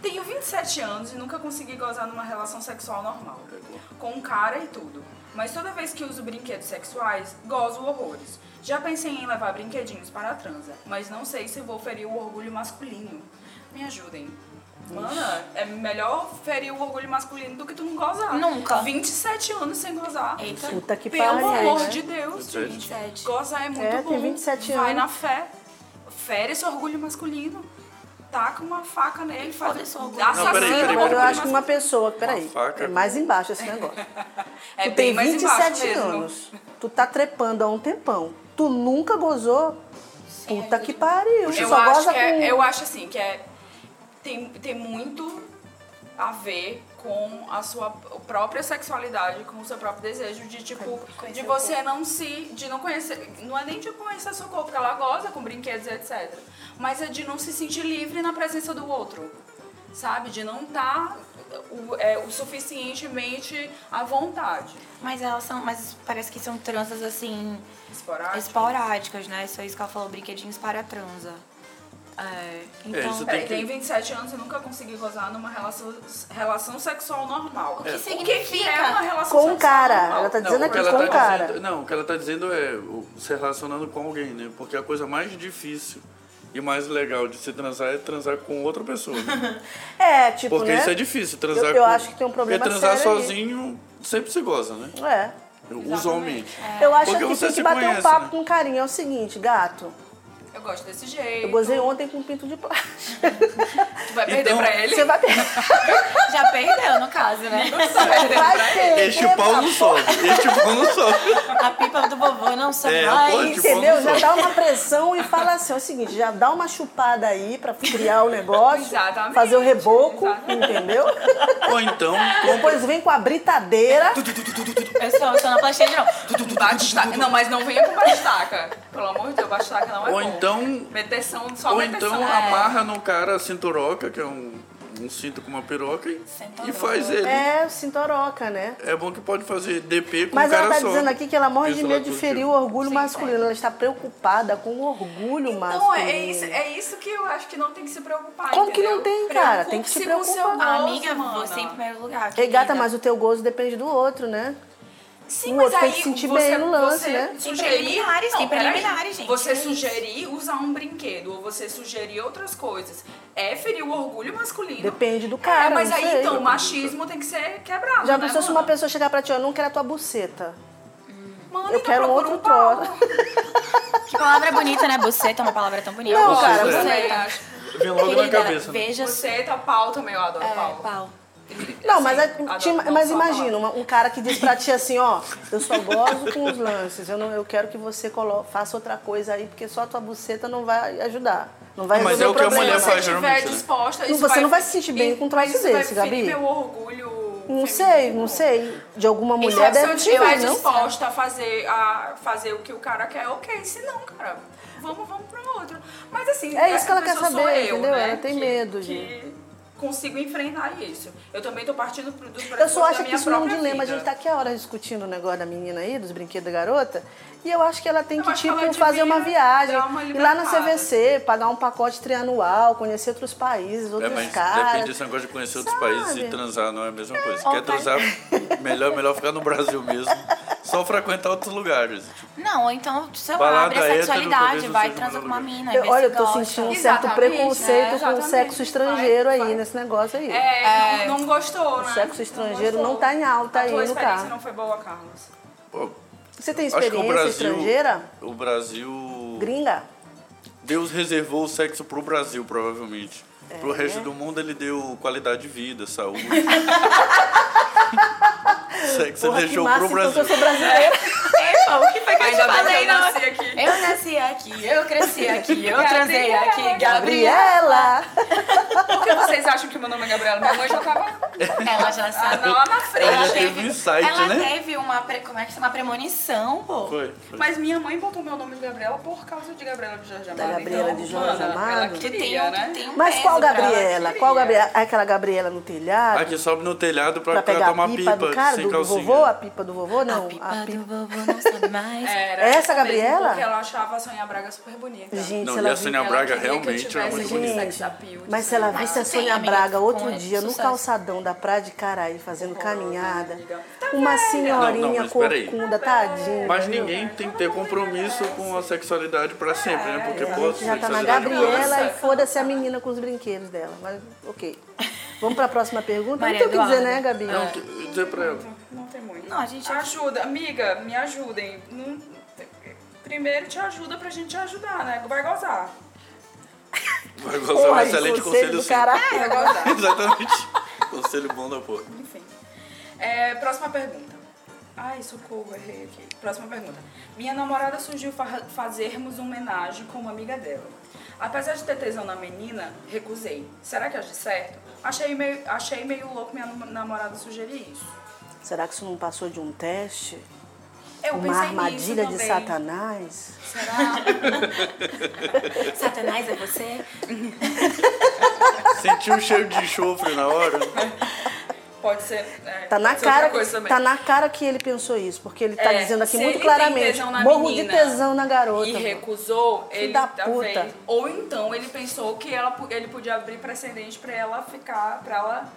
Speaker 3: Tenho 27 anos e nunca consegui gozar numa relação sexual normal. Com um cara e tudo. Mas toda vez que uso brinquedos sexuais, gozo horrores. Já pensei em levar brinquedinhos para a transa, mas não sei se vou ferir o orgulho masculino. Me ajudem. Mana, é melhor ferir o orgulho masculino do que tu não gozar.
Speaker 4: Nunca.
Speaker 3: 27 anos sem gozar.
Speaker 4: Eita,
Speaker 2: Puta que
Speaker 3: Pelo
Speaker 2: pariu.
Speaker 3: amor
Speaker 2: né?
Speaker 3: de Deus,
Speaker 5: Gente.
Speaker 3: gente.
Speaker 4: 27.
Speaker 3: Gozar é muito
Speaker 2: É, tem
Speaker 3: bom.
Speaker 2: 27
Speaker 3: Vai
Speaker 2: anos.
Speaker 3: na fé. Fere esse orgulho masculino. Taca uma faca nele, faz
Speaker 4: Foda esse orgulho.
Speaker 3: assassina
Speaker 5: Não, peraí,
Speaker 3: o
Speaker 5: peraí, peraí,
Speaker 2: Mas
Speaker 3: orgulho
Speaker 2: eu acho que uma
Speaker 3: masculino.
Speaker 2: pessoa, peraí,
Speaker 5: faca.
Speaker 2: é mais embaixo esse negócio.
Speaker 3: É
Speaker 2: tu
Speaker 3: bem
Speaker 2: tem
Speaker 3: mais embaixo
Speaker 2: 27
Speaker 3: mesmo.
Speaker 2: anos, tu tá trepando há um tempão, tu nunca gozou, puta que pariu, tu
Speaker 3: Eu
Speaker 2: só
Speaker 3: acho,
Speaker 2: goza
Speaker 3: que é-
Speaker 2: com...
Speaker 3: eu acho assim, que é, tem, tem muito a ver com a sua própria sexualidade, com o seu próprio desejo de, tipo,
Speaker 4: Conhecer
Speaker 3: de
Speaker 4: o
Speaker 3: você não se... De não conhecer... Não é nem de conhecer seu corpo, porque ela goza com brinquedos, etc. Mas é de não se sentir livre na presença do outro, sabe? De não estar o, é, o suficientemente à vontade.
Speaker 4: Mas elas são. Mas parece que são transas assim.
Speaker 3: Esporádico.
Speaker 4: esporádicas, né? Isso é isso que ela falou, brinquedinhos para a transa. É, então,
Speaker 5: isso
Speaker 3: Peraí,
Speaker 5: Tem que-
Speaker 3: tem 27 anos e nunca consegui gozar numa relação, relação sexual normal. O
Speaker 4: que
Speaker 3: que que é
Speaker 4: significa?
Speaker 3: uma relação sexual
Speaker 2: Com um cara,
Speaker 3: normal?
Speaker 2: ela tá
Speaker 5: Não,
Speaker 2: dizendo
Speaker 5: o
Speaker 2: aqui,
Speaker 5: que ela
Speaker 2: com
Speaker 5: tá
Speaker 2: um cara.
Speaker 5: dizendo- não, o que ela tá dizendo é o- se relacionando com alguém, né? Porque a coisa mais difícil e mais legal de se transar é transar com outra
Speaker 2: (laughs)
Speaker 5: pessoa. né?
Speaker 2: É, tipo,
Speaker 5: Porque
Speaker 2: né?
Speaker 5: isso é difícil, transar
Speaker 2: Eu- eu
Speaker 5: com...
Speaker 2: acho que tem um problema
Speaker 5: Porque transar
Speaker 2: sério aí.
Speaker 5: sozinho sempre se goza, né?
Speaker 2: É.
Speaker 5: Usualmente.
Speaker 2: Eu acho
Speaker 5: Porque
Speaker 2: que
Speaker 5: você
Speaker 2: tem que
Speaker 5: se
Speaker 2: bater um
Speaker 5: conhece,
Speaker 2: papo
Speaker 5: né?
Speaker 2: com carinho. É o seguinte, gato,
Speaker 3: Eu gosto desse jeito.
Speaker 2: eu gozei ontem com um pinto de plástico.
Speaker 3: Tu vai perder
Speaker 5: Então-
Speaker 3: pra ele?
Speaker 2: Você
Speaker 3: (laughs)
Speaker 2: vai perder.
Speaker 4: já perdeu, no caso, né?
Speaker 2: Vai
Speaker 3: É.
Speaker 2: perder.
Speaker 5: Este pau não sobe, este pau não sobe.
Speaker 4: A pipa do vovô não sobe
Speaker 5: É,
Speaker 4: mais.
Speaker 5: pode-
Speaker 2: Entendeu?
Speaker 5: Tipo,
Speaker 2: Já
Speaker 5: não
Speaker 2: dá uma pressão e fala assim: é o seguinte, já dá uma chupada aí pra criar o negócio,
Speaker 3: Exatamente,
Speaker 2: fazer o reboco,
Speaker 3: exatamente.
Speaker 2: entendeu?
Speaker 5: Ou então, compra...
Speaker 2: Depois vem com
Speaker 3: (laughs)
Speaker 2: a britadeira.
Speaker 4: Eu sou, eu sou na plastiche, não.
Speaker 3: Batistaca. Não, mas não venha com batistaca. Pelo amor de Deus, batistaca não é
Speaker 5: Ou
Speaker 3: bom.
Speaker 5: então-
Speaker 3: Meteção, só
Speaker 5: Ou
Speaker 3: meteção. é
Speaker 5: então
Speaker 2: É.
Speaker 5: amarra no cara a cinturoca, que é um, um cinto com uma piroca, e,
Speaker 4: Cinturoca.
Speaker 5: e faz ele. É.
Speaker 2: É, sintoroca, né?
Speaker 5: bom que pode fazer DP com o um
Speaker 2: Mas
Speaker 5: cara
Speaker 2: ela tá
Speaker 5: só.
Speaker 2: dizendo aqui que ela morre de
Speaker 5: Isso
Speaker 2: medo
Speaker 5: lá
Speaker 2: de
Speaker 5: curtiu.
Speaker 2: ferir o orgulho masculino. Ela está preocupada com o orgulho
Speaker 3: é. Então,
Speaker 2: masculino.
Speaker 3: é isso, é isso que eu acho que não tem que se preocupar.
Speaker 2: Como que
Speaker 3: entendeu?
Speaker 2: não tem, cara?
Speaker 3: Preocupe-se
Speaker 2: Tem que se
Speaker 3: com o seu
Speaker 2: preocupar.
Speaker 3: gozo,
Speaker 4: Amiga,
Speaker 3: mana.
Speaker 4: você em primeiro lugar.
Speaker 2: Ei, gata,
Speaker 4: querida.
Speaker 2: mas o teu gozo depende do outro, né?
Speaker 3: Sim,
Speaker 2: O
Speaker 3: mas
Speaker 2: outro tem
Speaker 3: aí
Speaker 2: que sentir
Speaker 3: você,
Speaker 2: bem no lance,
Speaker 3: você
Speaker 2: né?
Speaker 3: Sugerir,
Speaker 4: Tem preliminares,
Speaker 3: não,
Speaker 4: tem
Speaker 3: peraí.
Speaker 4: preliminares, gente.
Speaker 3: Você
Speaker 4: É isso.
Speaker 3: sugerir usar um brinquedo ou você sugerir outras coisas é ferir o orgulho masculino.
Speaker 2: Depende do
Speaker 3: É,
Speaker 2: cara,
Speaker 3: mas
Speaker 2: não
Speaker 3: aí
Speaker 2: sei.
Speaker 3: então o machismo tem que ser quebrado.
Speaker 2: Já
Speaker 3: né,
Speaker 2: pensou se
Speaker 3: mano?
Speaker 2: uma pessoa chegar pra ti, eu não quero a tua buceta.
Speaker 3: Mano,
Speaker 2: eu
Speaker 3: então
Speaker 2: quero
Speaker 3: procura
Speaker 2: outro
Speaker 3: um pau.
Speaker 2: troço.
Speaker 4: Que palavra bonita, né? Buceta é uma palavra tão
Speaker 2: (laughs)
Speaker 4: bonita.
Speaker 2: Não,
Speaker 4: Buceta.
Speaker 2: cara,
Speaker 3: Eu
Speaker 2: você-
Speaker 3: também acho.
Speaker 5: Vem logo
Speaker 2: é,
Speaker 5: na
Speaker 4: Querida,
Speaker 5: cabeça. né?
Speaker 4: veja...
Speaker 3: tá, Você tá pau também, eu adoro
Speaker 4: É,
Speaker 3: pau.
Speaker 4: pau.
Speaker 2: Não,
Speaker 3: Assim,
Speaker 2: mas, é-
Speaker 3: adoro
Speaker 2: te-
Speaker 3: pau,
Speaker 2: mas
Speaker 3: só
Speaker 2: imagina,
Speaker 3: falar.
Speaker 2: uma- um cara que diz pra ti assim, ó, eu só gozo com os lances, eu, não, eu quero que você colo- faça outra coisa aí, porque só a tua buceta não vai ajudar. Não vai
Speaker 5: Mas
Speaker 2: resolver
Speaker 5: é o que a
Speaker 2: problema.
Speaker 5: mulher
Speaker 3: Se você
Speaker 5: faz,
Speaker 3: estiver
Speaker 5: geralmente, né?
Speaker 3: disposta,
Speaker 2: Não,
Speaker 3: isso
Speaker 2: você não vai se sentir bem
Speaker 3: e-
Speaker 2: com um
Speaker 3: mas
Speaker 2: troço
Speaker 3: isso vai
Speaker 2: desse, Gabi.
Speaker 3: ferir meu orgulho. feminino.
Speaker 2: Não sei, não sei. De alguma
Speaker 3: E
Speaker 2: mulher
Speaker 3: se é eu
Speaker 2: deve
Speaker 3: estiver
Speaker 2: ter, um, não?
Speaker 3: disposta a fazer, a fazer o que o cara quer, ok. Se não, cara, vamos, vamos pra outro. Mas assim,
Speaker 2: É isso que ela
Speaker 3: essa
Speaker 2: quer
Speaker 3: pessoa sou
Speaker 2: saber,
Speaker 3: eu,
Speaker 2: entendeu?
Speaker 3: né,
Speaker 2: Ela tem
Speaker 3: que-
Speaker 2: medo de-
Speaker 3: Que consigo enfrentar isso. Eu também tô partindo pro, do
Speaker 2: Eu só
Speaker 3: da
Speaker 2: acho que
Speaker 3: minha
Speaker 2: isso não é um
Speaker 3: própria
Speaker 2: dilema. A
Speaker 3: vida.
Speaker 2: gente tá aqui a hora discutindo o negócio da menina aí, dos brinquedos da garota. E eu acho que ela tem
Speaker 3: Eu
Speaker 2: que,
Speaker 3: acho que
Speaker 2: tipo,
Speaker 3: ela
Speaker 2: fazer
Speaker 3: devia
Speaker 2: uma viagem.
Speaker 3: dar uma
Speaker 2: ir lá na
Speaker 3: libertada. assim.
Speaker 2: CVC, pagar um pacote trianual, conhecer outros países,
Speaker 5: É,
Speaker 2: outros
Speaker 5: mas depende
Speaker 2: caras.
Speaker 5: desse negócio de conhecer outros
Speaker 2: Sabe?
Speaker 5: países e transar, não é a mesma coisa.
Speaker 4: Ó,
Speaker 5: Quer
Speaker 4: pai.
Speaker 5: transar, melhor, melhor ficar no Brasil mesmo. Só frequentar outros lugares. Tipo,
Speaker 4: Não, ou então, sei lá,
Speaker 5: Balada
Speaker 4: abre a
Speaker 5: hétero,
Speaker 4: sexualidade,
Speaker 5: talvez não
Speaker 4: vai
Speaker 5: seja o
Speaker 4: transar com
Speaker 5: melhor
Speaker 4: uma
Speaker 5: lugar.
Speaker 4: mina. e
Speaker 2: Eu-
Speaker 4: vê
Speaker 2: olha,
Speaker 4: se
Speaker 2: eu tô
Speaker 4: gosta.
Speaker 2: sentindo um certo
Speaker 3: Exatamente, né?
Speaker 2: preconceito com o
Speaker 3: Exatamente.
Speaker 2: sexo estrangeiro
Speaker 3: Vai,
Speaker 2: aí,
Speaker 3: vai.
Speaker 2: nesse negócio aí.
Speaker 3: É, Não, não gostou, né?
Speaker 2: O sexo estrangeiro não tá em alta
Speaker 3: a
Speaker 2: aí
Speaker 3: tua
Speaker 2: no
Speaker 3: experiência
Speaker 2: carro.
Speaker 3: não foi boa, Carlos.
Speaker 5: pô,
Speaker 2: Você tem
Speaker 5: acho que o
Speaker 2: experiência
Speaker 5: Brasil.
Speaker 2: estrangeira?
Speaker 5: O Brasil.
Speaker 2: Gringa?
Speaker 5: Deus reservou o sexo pro Brasil, provavelmente.
Speaker 2: É.
Speaker 5: Pro resto do mundo ele deu qualidade de
Speaker 2: (laughs)
Speaker 5: vida, saúde. sexo
Speaker 2: Porra,
Speaker 5: ele
Speaker 2: que
Speaker 5: deixou pro
Speaker 2: massa, então que
Speaker 5: Brasil.
Speaker 2: eu sou brasileira.
Speaker 4: Epa, o que foi que eu te
Speaker 3: Ainda bem que
Speaker 4: falei,
Speaker 3: eu
Speaker 4: não?
Speaker 3: nasci aqui.
Speaker 4: Eu nasci aqui, eu cresci aqui, eu transei
Speaker 3: Gabriela.
Speaker 4: aqui, Gabriela.
Speaker 2: Gabriela!
Speaker 3: Por que vocês acham que meu nome é Gabriela? Minha mãe já tava
Speaker 4: Ela já sabe.
Speaker 3: lá na frente.
Speaker 5: teve um insight,
Speaker 4: ela
Speaker 5: né?
Speaker 4: teve um, uma, pre- como é que chama? Uma premonição, pô.
Speaker 5: Foi, foi.
Speaker 3: Mas minha mãe botou meu nome de Gabriela por causa de Gabriela de Jorge Amado.
Speaker 2: Da Gabriela
Speaker 3: então,
Speaker 2: de Jorge
Speaker 3: mano, Ela
Speaker 2: Amado?
Speaker 4: Tu
Speaker 3: queria,
Speaker 4: tem, um-
Speaker 3: né?
Speaker 4: tu tem um
Speaker 2: Mas
Speaker 4: peso
Speaker 2: qual
Speaker 4: pra ela.
Speaker 2: Gabriela? Qual Gabriela? Aquela Gabriela no
Speaker 5: A
Speaker 2: telhado?
Speaker 5: que sobe no telhado pra,
Speaker 2: pra pegar
Speaker 5: tomar
Speaker 2: a pipa, do cara,
Speaker 5: sem
Speaker 2: do, do
Speaker 5: calcinha.
Speaker 2: vovô? A pipa do vovô? Não.
Speaker 4: A pipa do vovô não sabe mais.
Speaker 5: É.
Speaker 3: Era
Speaker 2: Essa
Speaker 3: mesmo,
Speaker 2: Gabriela?
Speaker 3: Porque ela achava a Sonia Braga super bonita.
Speaker 2: Gente,
Speaker 5: Não,
Speaker 2: se
Speaker 5: e
Speaker 2: ela
Speaker 5: a Sônia
Speaker 3: Ela
Speaker 5: Braga
Speaker 3: queria que eu
Speaker 5: realmente era
Speaker 3: tivesse
Speaker 5: muito
Speaker 3: gente.
Speaker 5: bonita.
Speaker 2: Gente,
Speaker 3: sex appeal,
Speaker 2: mas se ela
Speaker 4: sabe?
Speaker 2: visse a
Speaker 4: Tem,
Speaker 2: Sônia
Speaker 4: é amiga,
Speaker 2: Braga
Speaker 4: com é
Speaker 2: outro
Speaker 4: sucesso.
Speaker 2: dia no calçadão da Praia de Caraí
Speaker 4: Tá
Speaker 2: fazendo caminhada, uma
Speaker 5: Não, não,
Speaker 2: senhorinha
Speaker 5: mas peraí.
Speaker 2: corcunda, tadinha.
Speaker 5: Mas
Speaker 2: viu?
Speaker 5: ninguém tem que ter compromisso com a sexualidade pra sempre, né? Porque,
Speaker 2: A
Speaker 5: pô,
Speaker 2: gente já tá na
Speaker 5: sexualidade é uma coisa.
Speaker 2: Gabriela e foda-se a menina com os brinquedos dela. Mas,
Speaker 4: (laughs)
Speaker 2: ok. Vamos pra próxima pergunta?
Speaker 4: Maria
Speaker 2: não tem o que dizer,
Speaker 4: Eduarda.
Speaker 2: né, Gabi?
Speaker 5: Não, tu- eu dizer pra ela.
Speaker 3: Não tem muito.
Speaker 4: Não, a gente já-
Speaker 3: ajuda. Amiga, me ajudem. Não- Primeiro te ajuda pra gente te ajudar, né? Vai
Speaker 2: (laughs)
Speaker 3: gozar.
Speaker 5: Vai gozar um
Speaker 2: Ai,
Speaker 5: excelente
Speaker 2: do
Speaker 5: conselho, sim.
Speaker 2: caralho.
Speaker 3: Vai gozar.
Speaker 5: (laughs) Exatamente. Conselho bom da porra.
Speaker 3: Enfim. É, próxima pergunta. Ai, socorro, errei aqui. Próxima pergunta. Minha namorada surgiu fa- fazermos uma homenagem com uma amiga dela. Apesar de ter tesão na menina, recusei. Será que agi certo? Achei meio, achei meio louco minha nam- namorada sugerir isso.
Speaker 2: Será que isso não passou de um teste?
Speaker 3: Eu
Speaker 2: Uma
Speaker 3: pensei
Speaker 2: armadilha
Speaker 3: nisso também.
Speaker 2: de Satanás?
Speaker 3: Será?
Speaker 4: Satanás é
Speaker 5: (laughs)
Speaker 4: você?
Speaker 5: Sentiu um cheiro de enxofre na hora.
Speaker 3: Pode ser. é,
Speaker 2: Tá na,
Speaker 3: pode ser outra
Speaker 2: cara,
Speaker 3: coisa também.
Speaker 2: tá na cara que ele pensou isso, porque ele tá
Speaker 3: É,
Speaker 2: dizendo aqui
Speaker 3: se
Speaker 2: muito
Speaker 3: ele tem
Speaker 2: claramente:
Speaker 3: tesão na
Speaker 2: morro de
Speaker 3: menina
Speaker 2: tesão na garota.
Speaker 3: E
Speaker 2: mano.
Speaker 3: recusou, ele
Speaker 2: da
Speaker 3: talvez-
Speaker 2: puta.
Speaker 3: Ou então ele pensou que ela, po- ele podia abrir precedente pra ela ficar, pra ela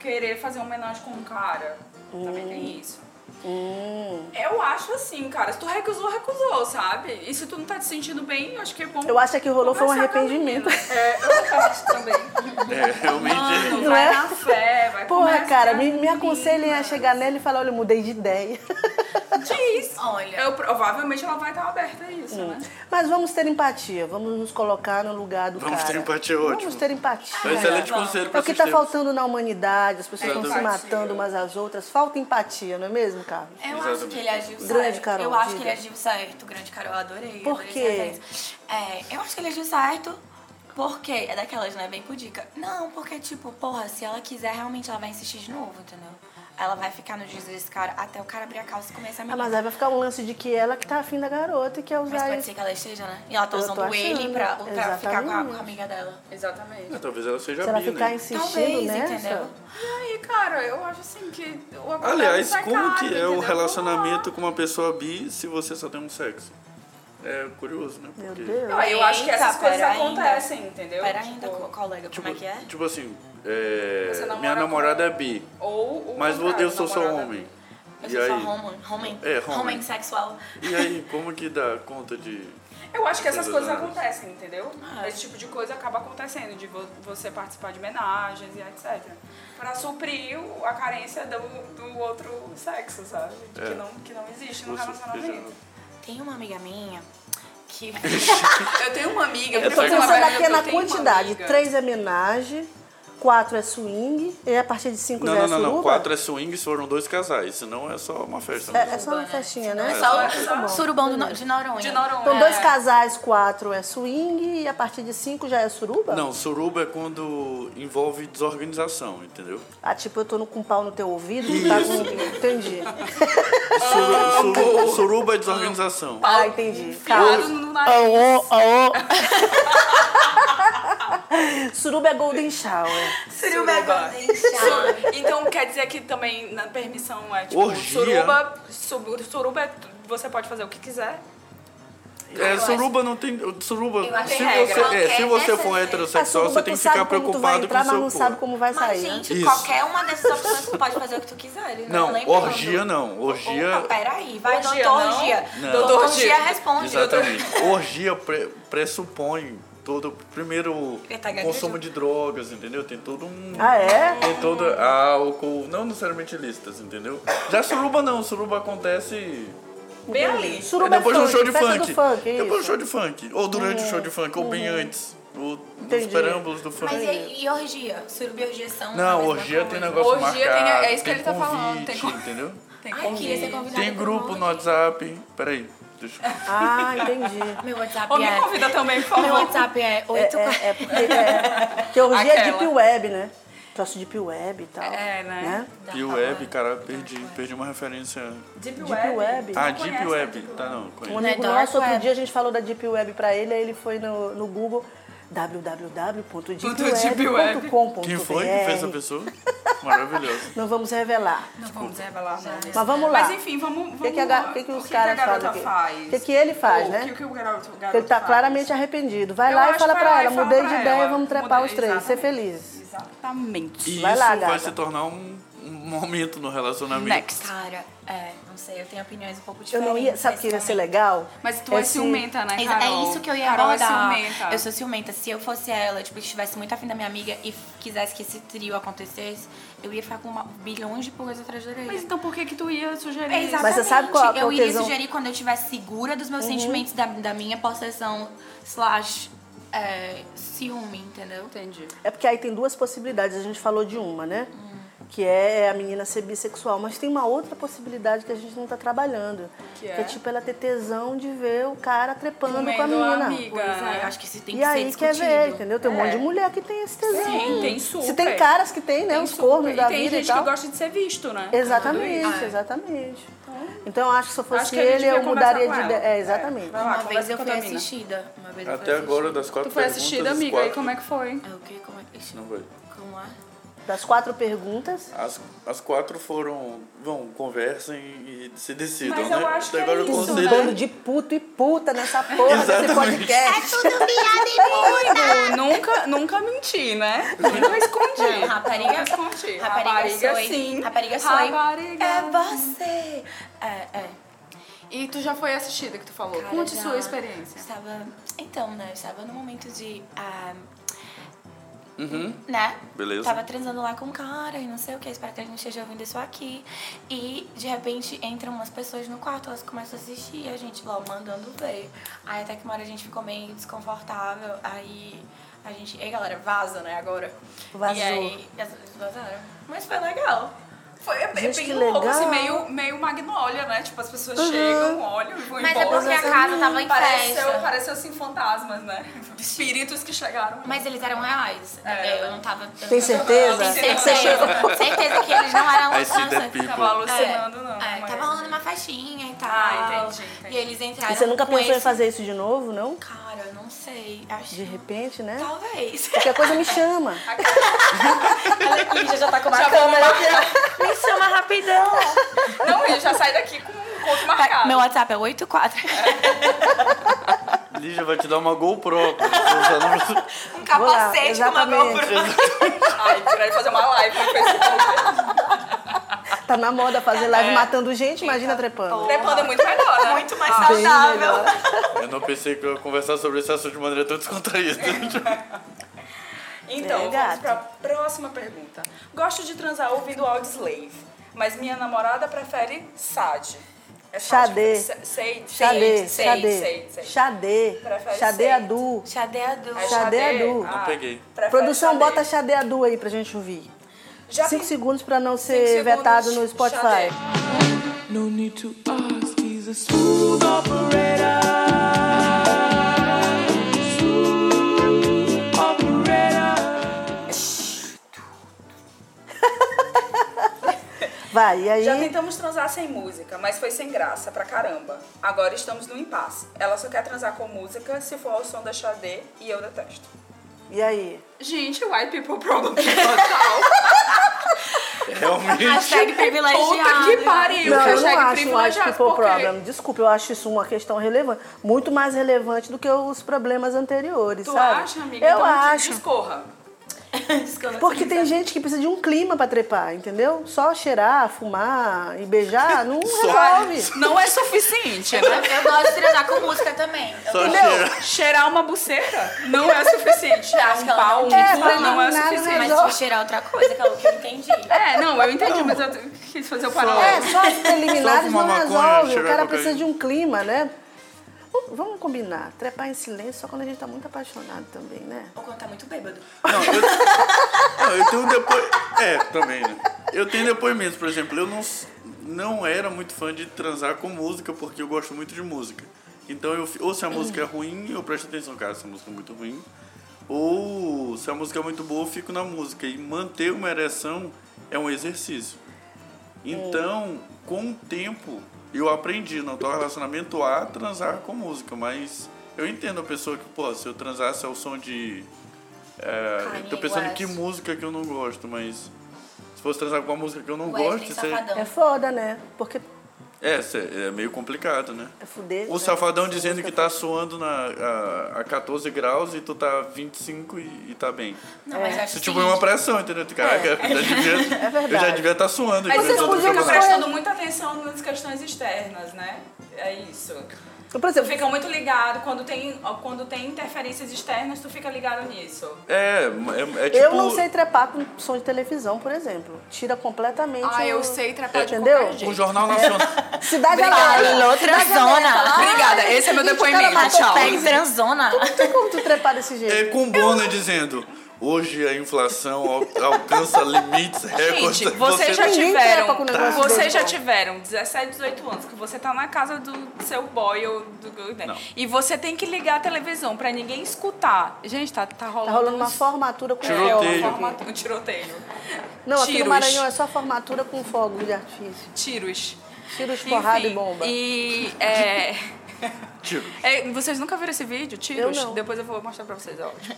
Speaker 3: querer fazer uma homenagem com um cara. Também
Speaker 2: Hum.
Speaker 3: tem isso. Eu acho assim, cara, se tu recusou, recusou, sabe? E se tu não tá te sentindo bem, eu acho que é bom.
Speaker 2: Eu acho que o que rolou foi um
Speaker 3: conversar com a
Speaker 2: arrependimento.
Speaker 3: menina. É, eu acho também.
Speaker 5: É, realmente.
Speaker 3: Mano,
Speaker 2: Não é?
Speaker 3: vai na fé, vai
Speaker 2: (laughs) Porra,
Speaker 3: conversar
Speaker 2: cara,
Speaker 3: com
Speaker 2: me,
Speaker 3: a
Speaker 2: me
Speaker 3: menina.
Speaker 2: aconselhem a chegar nela e falar: olha, eu mudei de ideia. (laughs)
Speaker 3: Diz.
Speaker 4: Olha.
Speaker 3: Eu, provavelmente ela vai estar aberta a isso,
Speaker 2: Hum.
Speaker 3: né?
Speaker 2: Mas vamos ter empatia, vamos nos colocar no lugar do
Speaker 5: Vamos
Speaker 2: cara.
Speaker 5: ter empatia, ótimo.
Speaker 2: Vamos ter empatia.
Speaker 5: É um excelente conselho
Speaker 2: É
Speaker 5: pra
Speaker 2: o que está
Speaker 5: vocês terem.
Speaker 2: faltando na humanidade, as pessoas estão se
Speaker 5: Exatamente.
Speaker 2: matando umas às outras. Falta empatia, não é mesmo, Carlos?
Speaker 4: Eu acho
Speaker 5: Exatamente.
Speaker 4: que ele agiu certo.
Speaker 2: Grande Carol,
Speaker 4: Eu acho
Speaker 2: diga.
Speaker 4: que ele agiu certo, grande Carol, eu adorei.
Speaker 2: Por
Speaker 4: adorei
Speaker 2: quê?
Speaker 4: essa referência. É, eu acho que ele agiu certo porque é daquelas, né? Bem pudica. Não, porque, tipo, porra, se ela quiser, realmente ela vai insistir de novo, entendeu? Ela vai ficar no juízo desse cara até o cara abrir a calça e começar a me
Speaker 2: Ah, mas aí vai ficar um lance de que ela que tá afim da garota e quer
Speaker 4: Mas
Speaker 2: usar
Speaker 4: pode
Speaker 2: isso.
Speaker 4: ser que ela esteja, né? E ela tá
Speaker 2: Eu tô
Speaker 4: usando ele
Speaker 2: achando,
Speaker 4: pra, pra ficar com a,
Speaker 2: exatamente.
Speaker 4: com a amiga dela.
Speaker 3: Exatamente.
Speaker 5: É, Talvez ela seja
Speaker 2: Se ela
Speaker 5: bi,
Speaker 2: ficar
Speaker 5: né?
Speaker 2: insistindo
Speaker 4: Talvez,
Speaker 2: nessa.
Speaker 4: entendeu?
Speaker 3: Aí, cara, eu acho assim que o acordo
Speaker 5: Aliás,
Speaker 3: sai
Speaker 5: como
Speaker 3: caro,
Speaker 5: que é o
Speaker 3: entendeu?
Speaker 5: relacionamento com uma pessoa bi se você só tem um sexo? É curioso, né?
Speaker 2: Meu
Speaker 5: Porque-
Speaker 2: Deus.
Speaker 3: Não, eu acho que essas
Speaker 4: Eita,
Speaker 3: coisas
Speaker 4: pera
Speaker 3: acontecem, entendeu?
Speaker 4: Pera
Speaker 3: Tipo,
Speaker 4: ainda, co- colega,
Speaker 5: Tipo,
Speaker 4: como é que é?
Speaker 5: tipo assim, é,
Speaker 3: Você namora
Speaker 5: minha
Speaker 3: com-
Speaker 5: namorada
Speaker 2: um
Speaker 5: é bi,
Speaker 3: Ou o
Speaker 5: mas vo-
Speaker 3: contrário,
Speaker 5: eu sou só
Speaker 3: namorada-
Speaker 2: é
Speaker 5: homem.
Speaker 4: Eu
Speaker 5: e
Speaker 4: sou
Speaker 5: aí?
Speaker 4: só homem, homem,
Speaker 5: É, homem.
Speaker 4: homem sexual.
Speaker 5: E aí, como que dá conta de...
Speaker 3: Eu acho que essas
Speaker 5: Todas
Speaker 3: coisas
Speaker 5: elas.
Speaker 3: acontecem, entendeu?
Speaker 4: Ah.
Speaker 3: Esse tipo de coisa acaba acontecendo, de vo- você participar de homenagens e etc. Pra suprir o- a carência do, do outro sexo, sabe? De Que,
Speaker 5: É.
Speaker 3: não, que não existe no
Speaker 4: um
Speaker 5: Você
Speaker 3: relacionamento.
Speaker 4: Tem uma amiga minha que.
Speaker 3: Eu tenho uma amiga,
Speaker 5: É,
Speaker 2: Eu tô
Speaker 5: tá
Speaker 3: preciso falar
Speaker 2: pensando
Speaker 3: pra ela
Speaker 2: aqui
Speaker 3: que eu
Speaker 2: é na
Speaker 3: tenho uma
Speaker 2: quantidade.
Speaker 3: amiga.
Speaker 2: Três é homenagem, quatro é swing, e a partir de cinco
Speaker 5: Não,
Speaker 2: já
Speaker 5: não,
Speaker 2: é
Speaker 5: não, não.
Speaker 2: suruba?
Speaker 5: Quatro é swings, foram dois casais, senão é só uma festa.
Speaker 2: É,
Speaker 5: mesmo.
Speaker 2: é só uma
Speaker 4: Urbana.
Speaker 2: festinha,
Speaker 4: É
Speaker 2: né?
Speaker 4: só
Speaker 3: É só-
Speaker 4: o surubão do No- de Noronha.
Speaker 3: De Noronha.
Speaker 2: Então,
Speaker 3: É.
Speaker 2: dois casais, quatro é swing, e a partir de cinco já é suruba?
Speaker 5: Não, suruba é quando envolve desorganização, entendeu?
Speaker 2: Ah, tipo, eu tô no, com um pau no teu ouvido, tu tá com... Entendi.
Speaker 5: Suru- suru- suruba é desorganização.
Speaker 2: Ah, entendi.
Speaker 3: Enfiado no nariz.
Speaker 2: Aô, aô. Suruba é Golden Shower.
Speaker 3: um
Speaker 4: Suruba é golden shower.
Speaker 3: Su- Então quer dizer que também na permissão é tipo
Speaker 5: Orgia.
Speaker 3: suruba, sub- suruba é tu- você pode fazer o que quiser.
Speaker 5: É,
Speaker 4: acho-
Speaker 5: suruba não tem. Suruba.
Speaker 4: Eu acho
Speaker 5: Se
Speaker 4: que tem
Speaker 5: você,
Speaker 4: regra.
Speaker 5: é, se você
Speaker 4: Qualquer
Speaker 5: for
Speaker 4: dessas-
Speaker 5: heterossexual,
Speaker 2: A Ah, suruba,
Speaker 5: você tem
Speaker 2: tu
Speaker 5: que ficar
Speaker 2: sabe como tu vai
Speaker 5: preocupado
Speaker 2: entrar,
Speaker 5: com o seu
Speaker 2: mas não sabe
Speaker 5: corpo.
Speaker 2: como vai
Speaker 4: Mas,
Speaker 2: sair. né?
Speaker 4: gente,
Speaker 5: Isso.
Speaker 4: qualquer uma dessas opções tu pode fazer o que tu quiser. Ele
Speaker 5: Não,
Speaker 4: lembra
Speaker 5: orgia
Speaker 4: quando-
Speaker 5: não. Orgia.
Speaker 4: Opa, peraí, vai,
Speaker 3: Orgia
Speaker 4: doutor
Speaker 3: não?
Speaker 4: Orgia.
Speaker 5: Não.
Speaker 4: Doutor
Speaker 3: Doutor
Speaker 4: Orgia
Speaker 3: Orgia.
Speaker 4: responde.
Speaker 5: Exatamente. Orgia pre- pressupõe todo. Primeiro,
Speaker 4: Ele tá gaguejando.
Speaker 5: consumo de drogas, entendeu? Tem todo um.
Speaker 2: Ah, é?
Speaker 5: Tem todo álcool, não necessariamente listas, entendeu? Já suruba não, suruba acontece
Speaker 3: Bem ali.
Speaker 2: Suruba é
Speaker 5: depois de um show de
Speaker 2: festa
Speaker 5: funk.
Speaker 2: do funk é isso. Uhum.
Speaker 5: depois do show de funk. Ou durante o show de funk, ou bem antes. Ou nos
Speaker 2: Entendi.
Speaker 5: perâmbulos do funk.
Speaker 4: Mas e, aí, e orgia? Suruba e orgia são. a
Speaker 5: Não,
Speaker 4: mesma
Speaker 5: orgia tem
Speaker 4: coisa.
Speaker 5: negócio
Speaker 3: Orgia tem-
Speaker 5: marcado.
Speaker 3: é isso que ele tá
Speaker 5: convite,
Speaker 3: falando, tem con-
Speaker 5: entendeu?
Speaker 3: Tem
Speaker 4: Ai, queria
Speaker 3: convite.
Speaker 4: ser
Speaker 3: Tá,
Speaker 4: convidada.
Speaker 5: Tem
Speaker 4: pra
Speaker 5: grupo
Speaker 4: uma
Speaker 5: no
Speaker 4: orgia.
Speaker 5: WhatsApp. Peraí, deixa eu...
Speaker 2: Ah, entendi.
Speaker 4: Meu WhatsApp
Speaker 3: Ou me
Speaker 4: é. (laughs)
Speaker 3: convida também, por
Speaker 4: Meu
Speaker 3: favor.
Speaker 4: WhatsApp é
Speaker 2: É,
Speaker 4: 8.
Speaker 2: é, é porque é, porque hoje é
Speaker 3: Aquela.
Speaker 2: Deep Web, né? troços de Deep Web e tal.
Speaker 3: É, né?
Speaker 5: E o Web, cara, perdi, perdi uma referência.
Speaker 3: Deep,
Speaker 2: Deep
Speaker 3: Web.
Speaker 2: Web.
Speaker 3: Tu
Speaker 5: Ah,
Speaker 3: conhece né,
Speaker 5: Deep
Speaker 3: a
Speaker 5: Web. Tá, não,
Speaker 2: Um
Speaker 3: é
Speaker 5: conheço.
Speaker 2: amigo
Speaker 4: Né,
Speaker 2: nosso,
Speaker 4: Dark
Speaker 2: outro
Speaker 4: Web.
Speaker 2: dia a gente falou da Deep Web pra ele, aí ele foi no, no Google www.deepweb.com.br
Speaker 5: Quem foi que fez essa pessoa? Maravilhoso.
Speaker 2: Não vamos revelar.
Speaker 3: Não vamos revelar nomes.
Speaker 2: Mas vamos
Speaker 3: né?
Speaker 2: lá.
Speaker 3: Mas enfim, vamos.
Speaker 2: O
Speaker 3: vamos
Speaker 2: que, que, a ga- o que que os
Speaker 3: o
Speaker 2: caras
Speaker 3: que a garota
Speaker 2: fazem aqui?
Speaker 3: faz?
Speaker 2: O que, que ele faz,
Speaker 3: Ou
Speaker 2: né?
Speaker 3: O que, que o garoto, o garoto
Speaker 2: Ele tá
Speaker 3: faz?
Speaker 2: claramente arrependido. Vai
Speaker 3: Eu
Speaker 2: lá e
Speaker 3: acho
Speaker 2: fala
Speaker 3: que
Speaker 2: pra
Speaker 3: vai lá
Speaker 2: ela,
Speaker 3: e fala
Speaker 2: mudei de
Speaker 3: pra
Speaker 2: ideia,
Speaker 3: ela.
Speaker 2: vamos trepar
Speaker 3: Muda-
Speaker 2: os três, ser
Speaker 3: exatamente.
Speaker 2: felizes.
Speaker 3: Exatamente.
Speaker 5: E
Speaker 2: (laughs) Vai
Speaker 5: isso
Speaker 2: lá, gata.
Speaker 5: vai se tornar um, um momento no relacionamento.
Speaker 3: Next.
Speaker 4: Cara, é, não sei, eu tenho opiniões um pouco
Speaker 2: Eu
Speaker 4: diferentes.
Speaker 2: não ia, sabe o que ia
Speaker 4: nesse
Speaker 2: ser
Speaker 4: momento.
Speaker 2: legal?
Speaker 3: Mas tu é
Speaker 2: Esse-
Speaker 3: ciumenta, né,
Speaker 4: Mas
Speaker 3: Carol?
Speaker 4: É isso que eu ia
Speaker 3: Carol é
Speaker 4: abordar.
Speaker 3: ciumenta.
Speaker 4: eu sou ciumenta. Se eu fosse ela, tipo, estivesse muito afim da minha amiga e quisesse que esse trio acontecesse, eu ia ficar com uma- bilhões de pulgas atrás da orelha.
Speaker 3: Mas então por que que tu ia sugerir
Speaker 4: É,
Speaker 3: isso?
Speaker 2: Mas você sabe qual- Uhum.
Speaker 4: exatamente.
Speaker 2: qual
Speaker 4: Eu iria
Speaker 2: tesão?
Speaker 4: sugerir quando eu estivesse segura dos meus sentimentos, da, da minha possessão, slash, é, ciúme, entendeu?
Speaker 3: Entendi.
Speaker 2: É porque aí tem duas possibilidades, a gente falou de uma, né? Que é a menina ser bissexual. Mas tem uma outra possibilidade que a gente não tá trabalhando.
Speaker 3: Que é?
Speaker 2: tipo ela ter tesão de ver o cara trepando com a
Speaker 3: Comendo a
Speaker 2: menina.
Speaker 3: amiga.
Speaker 4: Pois é, eu acho que isso tem
Speaker 2: E
Speaker 4: que ser
Speaker 2: aí quer
Speaker 4: discutido.
Speaker 2: ver, entendeu? Tem um
Speaker 3: É.
Speaker 2: monte de mulher que tem esse tesão.
Speaker 3: Sim, tem super.
Speaker 2: Se tem caras que tem, né?
Speaker 3: Tem
Speaker 2: os
Speaker 3: super.
Speaker 2: cornos da
Speaker 3: e tem
Speaker 2: vida
Speaker 3: gente
Speaker 2: e tal.
Speaker 3: que gosta de ser visto, né? Tudo
Speaker 2: Exatamente,
Speaker 3: isso.
Speaker 2: exatamente. Então eu acho que se eu fosse
Speaker 3: Acho que a gente
Speaker 2: ele,
Speaker 3: devia
Speaker 2: eu mudaria
Speaker 3: conversar
Speaker 2: de
Speaker 3: com
Speaker 2: ideia.
Speaker 3: ela.
Speaker 2: É, exatamente.
Speaker 3: Vai lá,
Speaker 4: Uma vez
Speaker 3: conversa
Speaker 4: eu
Speaker 3: com a
Speaker 4: fui
Speaker 3: tua mina.
Speaker 4: assistida. Uma vez eu fui
Speaker 5: Até agora, das quatro
Speaker 3: Tu foi
Speaker 5: perguntas,
Speaker 3: assistida,
Speaker 5: as
Speaker 3: amiga,
Speaker 5: quatro...
Speaker 3: e como é que foi?
Speaker 4: assistida. É o quê? Como é que...
Speaker 5: Não foi.
Speaker 4: Como é?
Speaker 2: Das quatro perguntas.
Speaker 5: As, as quatro foram. Vão, conversem e se decidam,
Speaker 3: Mas
Speaker 5: né?
Speaker 3: eu acho que
Speaker 5: Até agora
Speaker 3: é
Speaker 5: o
Speaker 3: isso,
Speaker 5: conselho.
Speaker 2: Bando de puto e puta nessa porra desse
Speaker 5: Exatamente.
Speaker 2: podcast.
Speaker 3: Eu nunca, nunca menti, né? Nunca escondi.
Speaker 4: Não, rapariga-
Speaker 3: (laughs) Nunca escondi.
Speaker 4: Rapariga sou, hein?
Speaker 3: sim.
Speaker 4: Rapariga sou, hein?
Speaker 3: Rapariga.
Speaker 4: É você! É, é.
Speaker 3: E tu já foi assistida que tu falou.
Speaker 4: Cara,
Speaker 3: Conte
Speaker 4: já
Speaker 3: sua experiência.
Speaker 4: Estava. Então, né? Eu estava no momento de. ah, Né?
Speaker 5: Beleza.
Speaker 4: Tava transando lá com um cara e não sei o que. Espero que ele não esteja ouvindo isso aqui. E de repente entram umas pessoas no quarto, elas começam a assistir e a gente lá mandando ver. Aí até que uma hora a gente ficou meio desconfortável. Aí a gente. Ei, galera, vaza, né? Agora.
Speaker 2: Vazou.
Speaker 4: E aí. as- eles Vazaram. Mas foi legal.
Speaker 3: Foi é bem
Speaker 2: Gente, que
Speaker 3: louco,
Speaker 2: legal.
Speaker 3: assim,
Speaker 2: Uhum.
Speaker 3: meio, meio magnólia, né? tipo, as pessoas chegam, olham e vão
Speaker 4: Mas é
Speaker 3: embora.
Speaker 4: porque a casa tava em
Speaker 3: pareceu,
Speaker 4: festa.
Speaker 3: pareceu, assim, fantasmas, né? Espíritos que chegaram.
Speaker 4: Mas eles eram reais.
Speaker 3: É.
Speaker 4: Eu não tava. eu não
Speaker 2: Tem
Speaker 4: tava-
Speaker 2: certeza?
Speaker 4: Tem
Speaker 3: Tem
Speaker 4: certeza. certeza que eles não eram
Speaker 5: I see
Speaker 4: crianças.
Speaker 5: that people.
Speaker 3: Tava alucinando, não.
Speaker 4: É,
Speaker 3: mas-
Speaker 4: tava rolando uma faixinha e tal.
Speaker 3: Ah, entendi, entendi.
Speaker 4: E eles entraram.
Speaker 2: E você nunca
Speaker 4: com
Speaker 2: pensou em
Speaker 4: esse-
Speaker 2: fazer isso de novo, não?
Speaker 4: Cara, eu não sei. Acho
Speaker 2: De repente, né?
Speaker 3: Tá.
Speaker 4: Talvez.
Speaker 2: Qualquer coisa me
Speaker 3: (laughs)
Speaker 2: chama.
Speaker 4: Olha aqui, já, já tá com uma
Speaker 3: Já
Speaker 4: câmera.
Speaker 3: vamos marcar.
Speaker 4: Me chama rapidão.
Speaker 3: Não, ele já sai daqui com um ponto marcado.
Speaker 4: Meu WhatsApp é 84.
Speaker 5: Lígia vai te dar uma GoPro. pra você usar no-
Speaker 4: Um
Speaker 2: Vou lá,
Speaker 4: capacete com uma
Speaker 2: exatamente.
Speaker 4: GoPro.
Speaker 3: Ai, tirar ele fazer uma live no Facebook.
Speaker 2: Tá na moda fazer
Speaker 3: É.
Speaker 2: live matando gente, imagina trepando.
Speaker 3: Trepando é muito melhor, né?
Speaker 4: Muito mais
Speaker 2: Bem
Speaker 4: saudável.
Speaker 2: melhor.
Speaker 5: (laughs) Eu não pensei que eu ia conversar sobre esse assunto de maneira tão descontraída. (laughs)
Speaker 2: É,
Speaker 3: Então, vamos
Speaker 2: gato.
Speaker 3: pra próxima pergunta. Gosto de transar ouvindo Audioslave, mas minha namorada prefere Sade. É
Speaker 2: Xadê.
Speaker 3: Sade. Sade.
Speaker 2: Xadê,
Speaker 3: Sade,
Speaker 2: xadê,
Speaker 3: Sade, Sade.
Speaker 2: xadê,
Speaker 3: Prefere
Speaker 2: xadê
Speaker 3: seis.
Speaker 2: adu.
Speaker 4: Xadeado.
Speaker 3: É
Speaker 2: Xadê Adu.
Speaker 5: Não peguei.
Speaker 3: prefere
Speaker 2: Produção,
Speaker 3: Xadê.
Speaker 2: bota xadê adu aí pra gente ouvir.
Speaker 3: Já
Speaker 2: Cinco
Speaker 3: pen-
Speaker 2: segundos pra não
Speaker 3: Cinco
Speaker 2: ser
Speaker 3: segundos,
Speaker 2: vetado no Spotify.
Speaker 3: Xadê.
Speaker 1: No need to ask, he's a smooth operator. Smooth operator.
Speaker 2: Vai, e aí?
Speaker 3: Já tentamos transar sem música, mas foi sem graça pra caramba. Agora estamos no impasse. Ela só quer transar com música se for ao som da Xadê e eu detesto.
Speaker 2: E aí?
Speaker 3: Gente, white people problem total.
Speaker 5: Realmente.
Speaker 4: Hashtag
Speaker 3: Puta
Speaker 4: privilegiado.
Speaker 3: que
Speaker 4: (laughs)
Speaker 3: pariu.
Speaker 2: Não,
Speaker 3: hashtag
Speaker 2: eu não acho um white
Speaker 3: privilegiado,
Speaker 2: people
Speaker 3: por quê?
Speaker 2: problem. Desculpa, eu acho isso uma questão relevante. Muito mais relevante do que os problemas anteriores,
Speaker 3: Tu
Speaker 2: sabe?
Speaker 3: acha, amiga?
Speaker 2: Eu
Speaker 3: Então,
Speaker 2: acho.
Speaker 3: Discorra.
Speaker 2: Porque
Speaker 4: assim,
Speaker 2: tem gente que precisa de um clima pra trepar, entendeu? Só cheirar, fumar e
Speaker 3: (laughs)
Speaker 2: beijar não resolve.
Speaker 3: Não é suficiente,
Speaker 4: Eu eu gosto de transar com música também. Eu
Speaker 5: Só
Speaker 4: gosto.
Speaker 5: cheira.
Speaker 3: Cheirar uma buceta não é suficiente.
Speaker 4: Eu acho
Speaker 3: um
Speaker 4: que ela
Speaker 3: pau,
Speaker 4: não
Speaker 3: um
Speaker 4: tem
Speaker 3: cu
Speaker 2: pra
Speaker 3: não é
Speaker 2: mim nada né,
Speaker 3: suficiente.
Speaker 4: Mas tipo, cheirar outra coisa, que é o que eu entendi.
Speaker 3: É, não, eu entendi, mas eu t- quis fazer o
Speaker 2: É,
Speaker 3: paralelo. (laughs)
Speaker 2: só os preliminares
Speaker 5: Só
Speaker 2: não
Speaker 5: fumar maconha,
Speaker 2: resolve. O
Speaker 5: cheirar
Speaker 2: cara
Speaker 5: cocaína.
Speaker 2: precisa de um clima, né? Vamos- Vamos combinar, trepar em silêncio só quando a gente tá muito apaixonado também, né?
Speaker 4: Ou quando tá muito bêbado.
Speaker 5: Não, eu, (laughs) não, eu tenho um depoimento. É, também, né? Eu tenho depoimentos, por exemplo, eu não, s- não era muito fã de transar com música, porque eu gosto muito de música. Então, eu, fi- ou se a música é ruim, eu presto atenção, cara, essa música é muito ruim. Ou se a música é muito boa, eu fico na música. E manter uma ereção é um exercício. Então, com o tempo, eu aprendi no atual relacionamento a transar com música, mas eu entendo a pessoa que, pô, se eu transasse ao som de. É,
Speaker 4: Kanye
Speaker 5: tô pensando
Speaker 4: West.
Speaker 5: que música que eu não gosto, mas. Se fosse transar com uma música que eu não
Speaker 4: Wesley
Speaker 5: gosto, seria-
Speaker 3: Então.
Speaker 4: Safadão.
Speaker 2: É foda, né? Porque
Speaker 5: é, cê- é meio complicado, né?
Speaker 2: é fuder.
Speaker 5: O safadão dizendo que tá suando na, a, a 14 graus e tu tá 25 e, e tá bem.
Speaker 4: Não, mas acho
Speaker 5: Isso
Speaker 4: que
Speaker 5: tipo é uma pressão, entendeu? Caraca, eu, já devia, eu já
Speaker 2: verdade.
Speaker 5: devia tá suando.
Speaker 3: Mas
Speaker 5: quando eu
Speaker 2: Vocês
Speaker 5: tô
Speaker 3: então tu
Speaker 2: podiam
Speaker 3: fica
Speaker 2: fazer-
Speaker 5: transando.
Speaker 3: prestando muita atenção nas questões externas, né? É isso.
Speaker 2: Então, por
Speaker 3: Tu
Speaker 2: exemplo,
Speaker 3: fica muito ligado, quando tem, quando tem interferências externas, tu fica ligado nisso.
Speaker 5: É, é, é tipo...
Speaker 2: eu não sei trepar com som de televisão, por exemplo. Tira completamente.
Speaker 6: Ah, eu
Speaker 2: o-
Speaker 6: sei trepar de
Speaker 2: Entendeu?
Speaker 6: qualquer
Speaker 5: O
Speaker 6: jeito.
Speaker 5: um Jornal Nacional...
Speaker 2: Cidade Alerta.
Speaker 4: Alô, transona.
Speaker 6: Obrigada, esse é meu depoimento, tchau.
Speaker 4: Hashtag transona.
Speaker 2: Não tem como tu trepar desse
Speaker 5: É
Speaker 2: jeito.
Speaker 5: com Bonner dizendo... Hoje a inflação al- alcança limites recordes.
Speaker 3: Gente, vocês (laughs) já
Speaker 2: Ninguém trepa
Speaker 3: tiveram.
Speaker 2: com um negócio
Speaker 3: Vocês
Speaker 2: desse,
Speaker 3: já
Speaker 2: não.
Speaker 3: tiveram 17, 18 anos, que você tá na casa do seu boy ou do. né?
Speaker 5: Não.
Speaker 3: E você tem que ligar a televisão pra ninguém escutar. Gente, tá, tá rolando.
Speaker 2: Tá rolando uma
Speaker 3: uns-
Speaker 2: formatura com
Speaker 5: Tiroteio.
Speaker 2: fogos
Speaker 3: É, uma
Speaker 2: aqui.
Speaker 3: forma- um tiroteio.
Speaker 2: Não, aqui
Speaker 3: Tiros.
Speaker 2: no Maranhão é só formatura com fogo de artifício.
Speaker 3: Tiros.
Speaker 2: Tiros, porrada
Speaker 3: Enfim,
Speaker 2: e bomba.
Speaker 3: E. é,
Speaker 2: (laughs)
Speaker 5: Tiro.
Speaker 3: é, vocês nunca viram esse vídeo, tiros?
Speaker 2: Eu não.
Speaker 3: Depois eu vou mostrar pra vocês, é ótimo.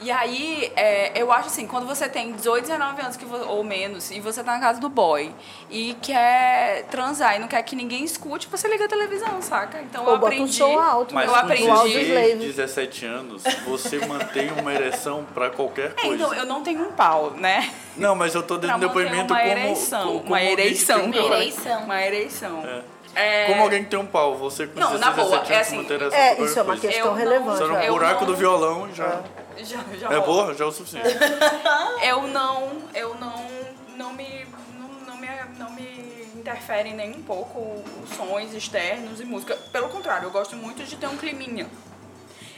Speaker 3: E aí, é, eu acho assim, quando você tem 18, 19 anos que vo- ou menos, e você tá na casa do boy e quer transar e não quer que ninguém escute, você liga a televisão, saca? Então
Speaker 2: Ou
Speaker 3: eu
Speaker 2: bota um
Speaker 3: aprendi.
Speaker 2: som alto,
Speaker 5: Mas
Speaker 3: eu
Speaker 5: com
Speaker 3: aprendi.
Speaker 2: O áudio é
Speaker 5: 16,
Speaker 2: slave.
Speaker 5: 17 anos, você (laughs) mantém uma ereção pra qualquer
Speaker 3: É,
Speaker 5: coisa.
Speaker 3: então, eu não tenho um pau, né?
Speaker 5: Não, mas eu tô dando
Speaker 3: Pra manter
Speaker 5: depoimento
Speaker 3: uma
Speaker 5: como,
Speaker 3: ereição.
Speaker 5: co- como
Speaker 3: uma
Speaker 5: alguém que
Speaker 3: ereição.
Speaker 5: tem um pau.
Speaker 4: Ereição.
Speaker 3: Uma ereição. É.
Speaker 5: Como alguém que tem um pau, você com
Speaker 3: Não,
Speaker 5: 16,
Speaker 3: na boa,
Speaker 5: 17
Speaker 3: é
Speaker 5: anos
Speaker 3: assim,
Speaker 5: manter essa
Speaker 2: É,
Speaker 5: qualquer
Speaker 2: isso é uma
Speaker 5: coisa.
Speaker 2: questão
Speaker 3: Eu não-
Speaker 2: relevante.
Speaker 5: Só no
Speaker 2: é.
Speaker 3: eu
Speaker 5: buraco
Speaker 3: não-
Speaker 5: do violão já.
Speaker 3: Já, já
Speaker 5: É
Speaker 3: rola.
Speaker 5: boa? Já é o suficiente.
Speaker 3: Eu não, eu não, não me, não, não me, não me interfere nem um pouco os sons externos e música. Pelo contrário, eu gosto muito de ter um climinha.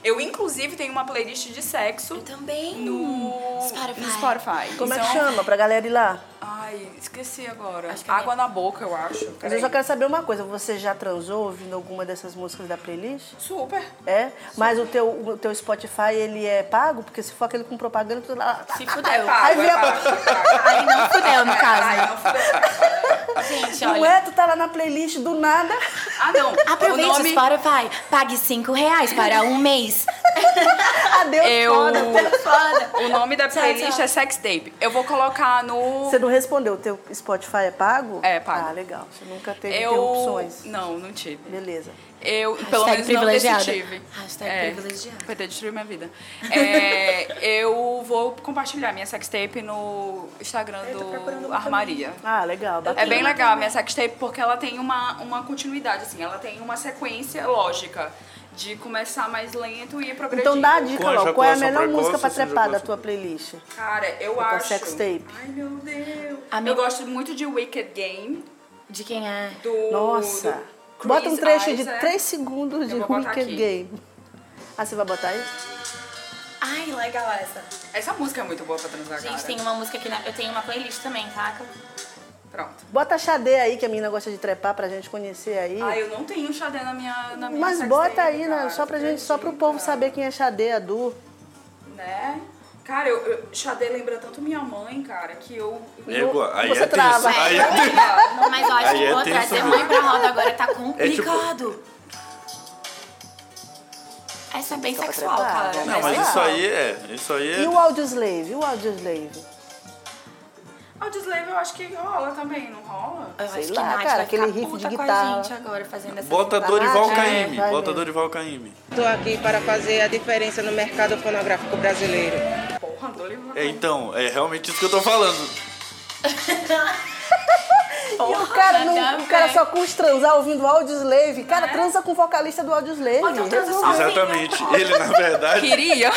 Speaker 3: Eu, inclusive, tenho uma playlist de sexo
Speaker 4: Também.
Speaker 3: no
Speaker 4: Spotify.
Speaker 3: no Spotify.
Speaker 2: Como é
Speaker 3: então,
Speaker 2: que chama pra galera ir lá?
Speaker 3: Ai, esqueci agora.
Speaker 4: Acho que é
Speaker 3: Água na boca, eu acho.
Speaker 2: Mas
Speaker 3: Peraí.
Speaker 2: eu só quero saber uma coisa. Você já transou ouvindo alguma dessas músicas da playlist?
Speaker 3: Super.
Speaker 2: É? Mas o teu, o teu Spotify, ele é pago? Porque se for aquele com propaganda, tu tá lá...
Speaker 4: Se
Speaker 3: É
Speaker 4: fudeu.
Speaker 2: Aí vem a-
Speaker 4: Aí Ah, não fudeu, no caso.
Speaker 3: Ai, não fudeu.
Speaker 4: Gente,
Speaker 2: Não
Speaker 4: olha.
Speaker 2: é? Tu tá lá na playlist do nada.
Speaker 3: Ah, não.
Speaker 4: Aproveite
Speaker 3: o
Speaker 4: o,
Speaker 3: nome...
Speaker 4: Spotify. Pague 5 reais para um mês.
Speaker 2: Adeus,
Speaker 3: Eu-
Speaker 2: foda.
Speaker 4: (laughs) Foda.
Speaker 3: O nome da
Speaker 4: Tchau,
Speaker 3: playlist
Speaker 4: tchau.
Speaker 3: é Sex Tape. Eu vou colocar no.
Speaker 2: Você não respondeu. O teu Spotify é pago?
Speaker 3: É, pago.
Speaker 2: Ah, legal. Você nunca teve
Speaker 3: eu...
Speaker 2: interrupções.
Speaker 3: Não, não tive.
Speaker 2: Beleza.
Speaker 3: Eu, pelo menos, não
Speaker 4: privilegiada.
Speaker 3: tive.
Speaker 4: Hashtag privilegiada.
Speaker 3: Vai ter destruído minha vida. É, (laughs) eu vou compartilhar minha sextape no Instagram do Armaria.
Speaker 2: Ah, legal.
Speaker 3: É
Speaker 2: Bacana.
Speaker 3: bem legal a minha sextape porque ela tem uma, uma continuidade, assim, ela tem uma sequência lógica de começar mais lento e ir progredindo.
Speaker 2: Então dá a dica,
Speaker 5: Com a
Speaker 2: Ló. Qual é a
Speaker 5: ejaculação
Speaker 2: melhor
Speaker 5: precoce,
Speaker 2: música pra
Speaker 5: você já
Speaker 2: trepar da
Speaker 5: gosta.
Speaker 2: tua playlist?
Speaker 3: Cara, eu
Speaker 2: a
Speaker 3: acho.
Speaker 2: sextape.
Speaker 3: Ai, meu Deus.
Speaker 4: A
Speaker 3: eu
Speaker 4: minha-
Speaker 3: gosto muito de Wicked Game,
Speaker 4: De quem é?
Speaker 3: do.
Speaker 2: Nossa.
Speaker 3: do
Speaker 2: Bota um
Speaker 3: Chris
Speaker 2: trecho de
Speaker 3: Isaac.
Speaker 2: 3 segundos de
Speaker 3: é. Eu vou botar
Speaker 2: Wicked
Speaker 3: aqui.
Speaker 2: Game. Ah, você vai botar isso?
Speaker 4: Ai, legal essa.
Speaker 3: Essa música é muito boa pra transar,
Speaker 4: Gente,
Speaker 3: cara.
Speaker 4: tem uma música aqui na... Eu tenho uma playlist também, tá? saca?
Speaker 3: Pronto.
Speaker 2: Bota Xadê aí, que a menina gosta de trepar pra gente conhecer aí.
Speaker 3: Ah, eu não tenho xadê na minha, na minha
Speaker 2: Mas
Speaker 3: sextape,
Speaker 2: bota aí, né?
Speaker 3: cara. tá,
Speaker 2: Só pra gente, só pro povo saber quem é Xadê, a Du.
Speaker 3: Né? Cara, eu, eu, xadê lembra tanto minha mãe, cara, que eu...
Speaker 5: Égua, aí
Speaker 2: Você
Speaker 5: é
Speaker 2: trava.
Speaker 5: tenso. Aí é tenso.
Speaker 4: Não, mas eu acho
Speaker 5: Aí
Speaker 4: que
Speaker 5: é
Speaker 4: vou
Speaker 5: tenso
Speaker 4: trazer
Speaker 5: mesmo.
Speaker 4: mãe pra roda agora. Tá
Speaker 5: É tipo-
Speaker 4: complicado. Essa é bem sexual,
Speaker 2: trepar, né?
Speaker 4: cara.
Speaker 5: Não, mas isso aí é. Isso aí
Speaker 2: E
Speaker 5: é.
Speaker 2: o Audioslave? E o Audioslave?
Speaker 3: Ah, o Dislave eu acho que rola também, não rola?
Speaker 4: Eu
Speaker 2: Sei
Speaker 4: acho que
Speaker 2: lá,
Speaker 4: a Nath
Speaker 2: cara,
Speaker 4: vai
Speaker 2: aquele
Speaker 4: ficar
Speaker 2: riff
Speaker 4: puta
Speaker 2: de
Speaker 4: com
Speaker 2: guitarra.
Speaker 4: a gente agora fazendo essa...
Speaker 5: Bota Dorival
Speaker 2: Vai,
Speaker 5: Caymmi.
Speaker 2: vai
Speaker 5: Bota
Speaker 2: mesmo.
Speaker 5: Dorival Caymmi.
Speaker 7: Estou aqui para fazer a diferença no mercado fonográfico brasileiro.
Speaker 3: Porra, do livro.
Speaker 5: É, então, é realmente isso que eu tô falando.
Speaker 2: E o cara, não-
Speaker 4: nada
Speaker 2: o cara
Speaker 4: bem.
Speaker 2: só curte transar ah, ouvindo Audioslave. Cara, transa com o vocalista do Audioslave.
Speaker 4: é? Olha, transa só.
Speaker 2: Resolveu.
Speaker 5: Exatamente. Ele, na verdade,
Speaker 3: Queria.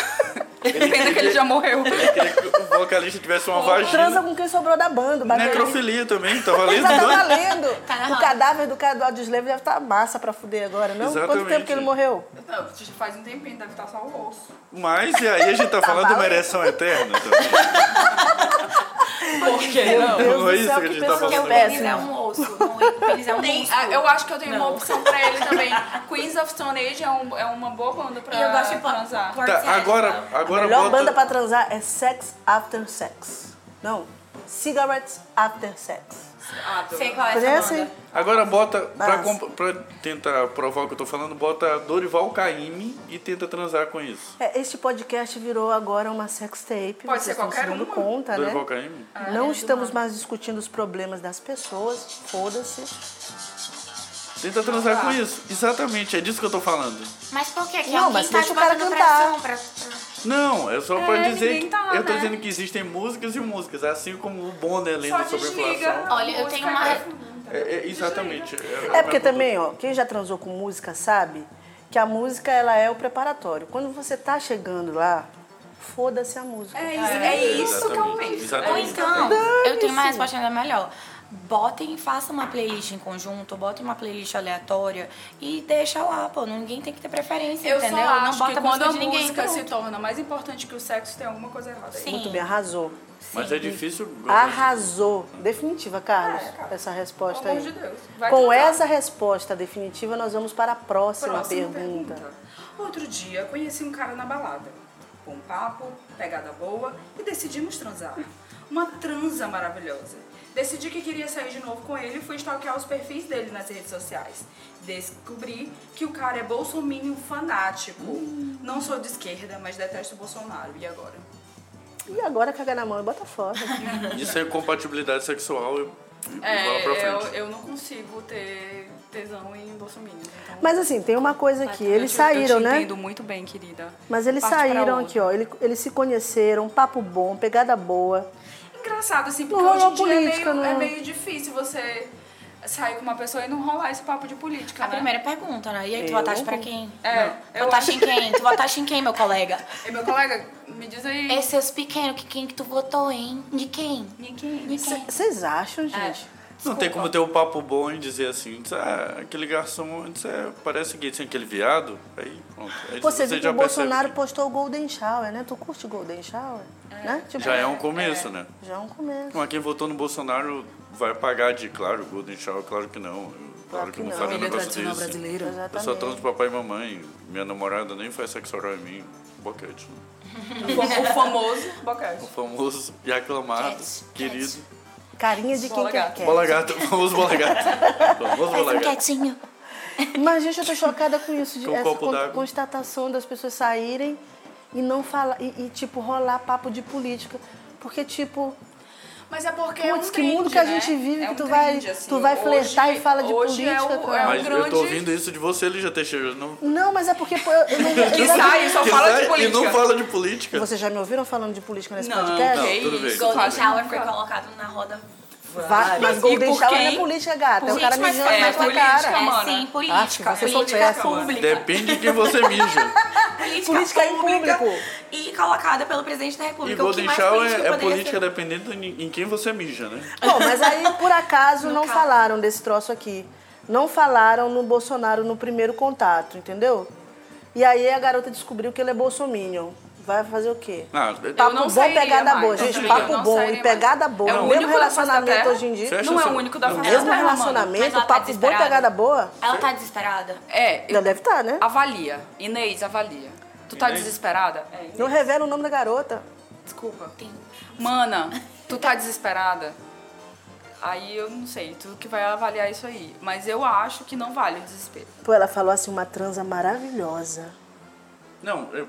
Speaker 3: Pena que ele já morreu.
Speaker 5: (laughs) ele queria que o vocalista tivesse uma
Speaker 2: Transa
Speaker 5: vagina.
Speaker 2: com quem sobrou da banda.
Speaker 5: é
Speaker 2: o baterista.
Speaker 5: Necrofilia também, tá
Speaker 2: (laughs)
Speaker 5: valendo?
Speaker 2: Já tá
Speaker 5: né?
Speaker 2: valendo.
Speaker 4: Tá na
Speaker 2: o
Speaker 4: roda.
Speaker 2: cadáver do cara do Audioslave deve estar massa pra fuder agora, não? Quanto
Speaker 5: Exatamente.
Speaker 2: tempo que ele morreu?
Speaker 3: Não, já faz um tempinho, deve estar só o osso.
Speaker 5: Mas e aí a gente tá falando de uma
Speaker 2: valendo.
Speaker 5: ereção eterna também.
Speaker 3: Por quê? Não.
Speaker 2: Meu Deus
Speaker 5: Não é
Speaker 2: do
Speaker 5: isso
Speaker 2: céu,
Speaker 5: que a
Speaker 2: que
Speaker 5: gente tá
Speaker 2: pessoa
Speaker 4: Porque
Speaker 5: falando.
Speaker 4: o pênis
Speaker 2: péssima.
Speaker 4: é um falso. Não, eles é um
Speaker 3: Tem-
Speaker 4: monstro.
Speaker 3: ah, eu acho que eu tenho
Speaker 4: Não.
Speaker 3: uma opção pra ele também. Queens of Stone Age é, um- é uma boa banda pra
Speaker 4: E eu gosto de pan-
Speaker 3: transar.
Speaker 4: quarto-
Speaker 5: Tá, agora,
Speaker 2: A
Speaker 5: agora
Speaker 2: melhor
Speaker 5: bota...
Speaker 2: banda pra transar é Sex After Sex. Não, Cigarettes After Sex.
Speaker 3: Adoro.
Speaker 4: Sei qual é essa
Speaker 2: Conhecem?
Speaker 4: banda.
Speaker 5: Agora bota, pra,
Speaker 2: Basta.
Speaker 5: comp- pra tentar provar o que eu tô falando, bota Dorival Caymmi e tenta transar com isso.
Speaker 2: É, este podcast virou agora uma sex tape.
Speaker 3: Pode
Speaker 2: vocês
Speaker 3: ser
Speaker 2: estão se
Speaker 3: qualquer
Speaker 2: dando
Speaker 3: uma.
Speaker 2: conta, né?
Speaker 5: Dorival Caymmi?
Speaker 4: Ah, é,
Speaker 2: Não estamos mais discutindo os problemas das pessoas, foda-se.
Speaker 5: Tenta transar com isso. Exatamente, é disso que eu tô falando.
Speaker 8: Mas por quê? Que
Speaker 2: Não,
Speaker 8: alguém
Speaker 2: mas
Speaker 8: tá
Speaker 2: deixa
Speaker 8: te
Speaker 2: o cara
Speaker 8: botando
Speaker 2: cantar.
Speaker 8: pressão pra... pra-
Speaker 5: Não, é só pra
Speaker 3: É,
Speaker 5: dizer que
Speaker 3: ninguém tá lá,
Speaker 5: eu tô
Speaker 3: né?
Speaker 5: dizendo que existem músicas e músicas, assim como o Bonner
Speaker 3: Só
Speaker 5: lendo sobre inflação.
Speaker 3: desliga.
Speaker 8: Olha, eu tenho uma-
Speaker 5: É, é, exatamente.
Speaker 2: É porque também, ó, quem já transou com música sabe que a música ela é o preparatório. Quando você tá chegando lá, foda-se a música.
Speaker 3: É isso, é isso que eu
Speaker 5: Exatamente,
Speaker 3: penso.
Speaker 5: exatamente.
Speaker 4: Ou então, eu tenho uma resposta ainda melhor. Botem, façam uma playlist em conjunto, botem uma playlist aleatória e deixa lá, pô. Ninguém tem que ter preferência,
Speaker 3: Eu
Speaker 4: entendeu?
Speaker 3: só acho
Speaker 4: não bota
Speaker 3: que
Speaker 4: a
Speaker 3: quando
Speaker 4: música
Speaker 3: a
Speaker 4: de ninguém.
Speaker 3: música se
Speaker 4: pronto.
Speaker 3: torna mais importante que o sexo, tem alguma coisa errada aí.
Speaker 4: Sim.
Speaker 2: Muito bem, arrasou.
Speaker 5: Mas
Speaker 2: assim,
Speaker 5: é difícil.
Speaker 2: Arrasou. Definitiva, Carlos, essa resposta
Speaker 3: É, Pelo
Speaker 2: aí.
Speaker 3: amor de Deus. Vai
Speaker 2: Com
Speaker 3: transar.
Speaker 2: essa resposta definitiva, nós vamos para a próxima,
Speaker 3: Próxima
Speaker 2: pergunta.
Speaker 3: pergunta. Outro dia, conheci um cara na balada. Bom papo, pegada boa e decidimos transar. Uma transa maravilhosa. Decidi que queria sair de novo com ele e fui stalkear os perfis dele nas redes sociais. Descobri que o cara é bolsominion fanático. Não sou de esquerda, mas detesto o Bolsonaro. E agora?
Speaker 2: E agora caga na mão e bota fora.
Speaker 5: Isso é compatibilidade sexual e, e bola pra
Speaker 3: É, eu,
Speaker 5: frente.
Speaker 3: eu não consigo ter tesão em bolsominion. Então...
Speaker 2: Mas assim, tem uma coisa aqui, eles
Speaker 3: Eu te-
Speaker 2: saíram,
Speaker 3: eu te
Speaker 2: né?
Speaker 3: entendo muito bem, querida.
Speaker 2: Mas eles
Speaker 3: Parte pra
Speaker 2: saíram
Speaker 3: outra.
Speaker 2: aqui, ó. Ele- eles se conheceram, papo bom, pegada boa.
Speaker 3: Engraçado, assim, porque
Speaker 2: Não
Speaker 3: hoje
Speaker 2: rolou
Speaker 3: em dia
Speaker 2: política,
Speaker 3: é, meio,
Speaker 2: não.
Speaker 3: é meio difícil você sair com uma pessoa e não rolar esse papo de política,
Speaker 4: A
Speaker 3: né?
Speaker 4: primeira pergunta, né? E aí, tu
Speaker 2: Eu?
Speaker 4: votaste pra quem?
Speaker 3: É,
Speaker 4: Não.
Speaker 3: eu
Speaker 4: Votaste em quem? Tu votaste em quem, meu colega?
Speaker 3: E meu colega, me diz aí...
Speaker 8: Esses seus pequenos, que quem que tu votou, hein? De quem?
Speaker 3: Ninguém.
Speaker 8: De quem?
Speaker 2: Vocês
Speaker 3: É.
Speaker 2: acham, gente?
Speaker 5: Não tem como ter um papo bom e dizer assim, "Isso é- aquele garçom antes é, parece que tinha aquele viado. Aí pronto. Aí
Speaker 2: Pô, você viu que o
Speaker 5: percebe
Speaker 2: Bolsonaro
Speaker 5: que
Speaker 2: postou o Golden Shower, né? Tu curte Golden Shower? Né? Tipo,
Speaker 5: Já é um começo, né?
Speaker 2: já é um começo.
Speaker 5: Mas quem votou no Bolsonaro vai pagar de, claro, Golden Shower, claro que não. Eu- Claro
Speaker 2: que
Speaker 5: que, não
Speaker 2: não.
Speaker 5: faria um
Speaker 2: Família
Speaker 5: negócio desse. Eu só transo
Speaker 2: Exatamente.
Speaker 5: papai e mamãe. Minha namorada nem faz sexo oral em mim. Boquete. né?
Speaker 3: O famoso boquete.
Speaker 5: O famoso e aclamado,
Speaker 8: Cat,
Speaker 5: querido.
Speaker 2: Carinha de quem
Speaker 3: Bola
Speaker 2: quer
Speaker 3: gata.
Speaker 2: quer.
Speaker 5: Bola gata, (laughs) o famoso bola gata. O famoso
Speaker 8: Faz
Speaker 5: bola
Speaker 8: um
Speaker 5: gata.
Speaker 8: quietinho.
Speaker 2: Mas, gente, eu tô chocada com isso. De
Speaker 5: Com um
Speaker 2: essa
Speaker 5: copo
Speaker 2: con-
Speaker 5: d'água.
Speaker 2: constatação das pessoas saírem e não falar... E, e, tipo, rolar papo de política. Porque, tipo...
Speaker 3: Mas é porque é um
Speaker 2: Putz, que
Speaker 3: trend,
Speaker 2: mundo que a
Speaker 3: né?
Speaker 2: gente vive
Speaker 3: É
Speaker 2: que
Speaker 3: um
Speaker 2: tu vai-
Speaker 3: trend, assim,
Speaker 2: tu vai
Speaker 3: hoje-
Speaker 2: flertar e fala de
Speaker 3: hoje é
Speaker 2: política,
Speaker 3: o-
Speaker 2: cara.
Speaker 3: É um
Speaker 5: Mas eu tô
Speaker 3: grande-
Speaker 5: ouvindo isso de você, Lígia Teixeira. Não...
Speaker 2: Não, mas é porque... pô, eu- eu
Speaker 5: (laughs)
Speaker 2: não-
Speaker 3: Que sai e só fala de
Speaker 5: E
Speaker 3: política.
Speaker 5: não fala de política.
Speaker 2: Vocês já me ouviram falando de política nesse
Speaker 3: Não,
Speaker 2: podcast?
Speaker 5: Não, tudo bem.
Speaker 4: Golden
Speaker 3: Quase
Speaker 4: Shower
Speaker 3: nunca.
Speaker 4: foi colocado na roda.
Speaker 2: Vai, mas Golden
Speaker 3: por
Speaker 2: Shower não é
Speaker 3: quem?
Speaker 2: política, gata. É o
Speaker 4: Gente,
Speaker 2: cara
Speaker 4: mas
Speaker 2: mijando
Speaker 4: é
Speaker 2: na sua
Speaker 4: política,
Speaker 2: cara.
Speaker 4: É
Speaker 3: mana.
Speaker 4: sim, política.
Speaker 2: Ah, se você
Speaker 4: política
Speaker 2: soubesse, mano.
Speaker 4: pública.
Speaker 5: Depende de quem você mija.
Speaker 4: Política,
Speaker 2: Política em
Speaker 4: pública.
Speaker 2: público.
Speaker 4: E colocada pelo presidente da
Speaker 5: E
Speaker 4: República. o que
Speaker 5: Golden
Speaker 4: mais
Speaker 5: Shower
Speaker 4: política
Speaker 5: é, é
Speaker 4: poderia ser?
Speaker 5: política dependendo em, em quem você mija, né?
Speaker 2: Bom, mas aí, por
Speaker 3: (laughs)
Speaker 2: acaso, não falaram desse troço aqui. Não falaram no Bolsonaro no primeiro contato, entendeu? E aí a garota descobriu que ele é bolsominion. Vai fazer o quê?
Speaker 5: Ah,
Speaker 3: Eu
Speaker 2: Papo
Speaker 3: não
Speaker 2: bom,
Speaker 3: sairia
Speaker 2: pegada
Speaker 3: mais.
Speaker 2: boa.
Speaker 3: Eu
Speaker 2: Gente,
Speaker 3: também
Speaker 2: papo
Speaker 3: não
Speaker 2: bom
Speaker 3: sairia
Speaker 2: e
Speaker 3: mais.
Speaker 2: pegada boa.
Speaker 3: É o
Speaker 2: no
Speaker 3: único
Speaker 2: mesmo
Speaker 3: da face da
Speaker 2: relacionamento
Speaker 3: terra.
Speaker 2: hoje em dia.
Speaker 5: Fecha
Speaker 3: Não é
Speaker 5: essa-
Speaker 3: o único da
Speaker 5: Não.
Speaker 2: No
Speaker 3: face da
Speaker 2: mesmo
Speaker 3: terra, mano.
Speaker 4: Mas
Speaker 2: relacionamento,
Speaker 4: ela tá
Speaker 2: papo bom e
Speaker 4: desesperada.
Speaker 2: pegada boa.
Speaker 4: Ela tá desesperada.
Speaker 3: É,
Speaker 2: Já deve estar, né?
Speaker 3: avalia. Inês, avalia. Tu tá
Speaker 5: Inês?
Speaker 3: desesperada? É,
Speaker 2: Não revela o nome da garota.
Speaker 3: Desculpa.
Speaker 4: Tem-
Speaker 3: Mana, tu tá desesperada? Aí eu não sei, tu que vai avaliar isso aí. Mas eu acho que não vale o desespero.
Speaker 2: Pô, ela falou assim, uma transa maravilhosa.
Speaker 5: Não, é,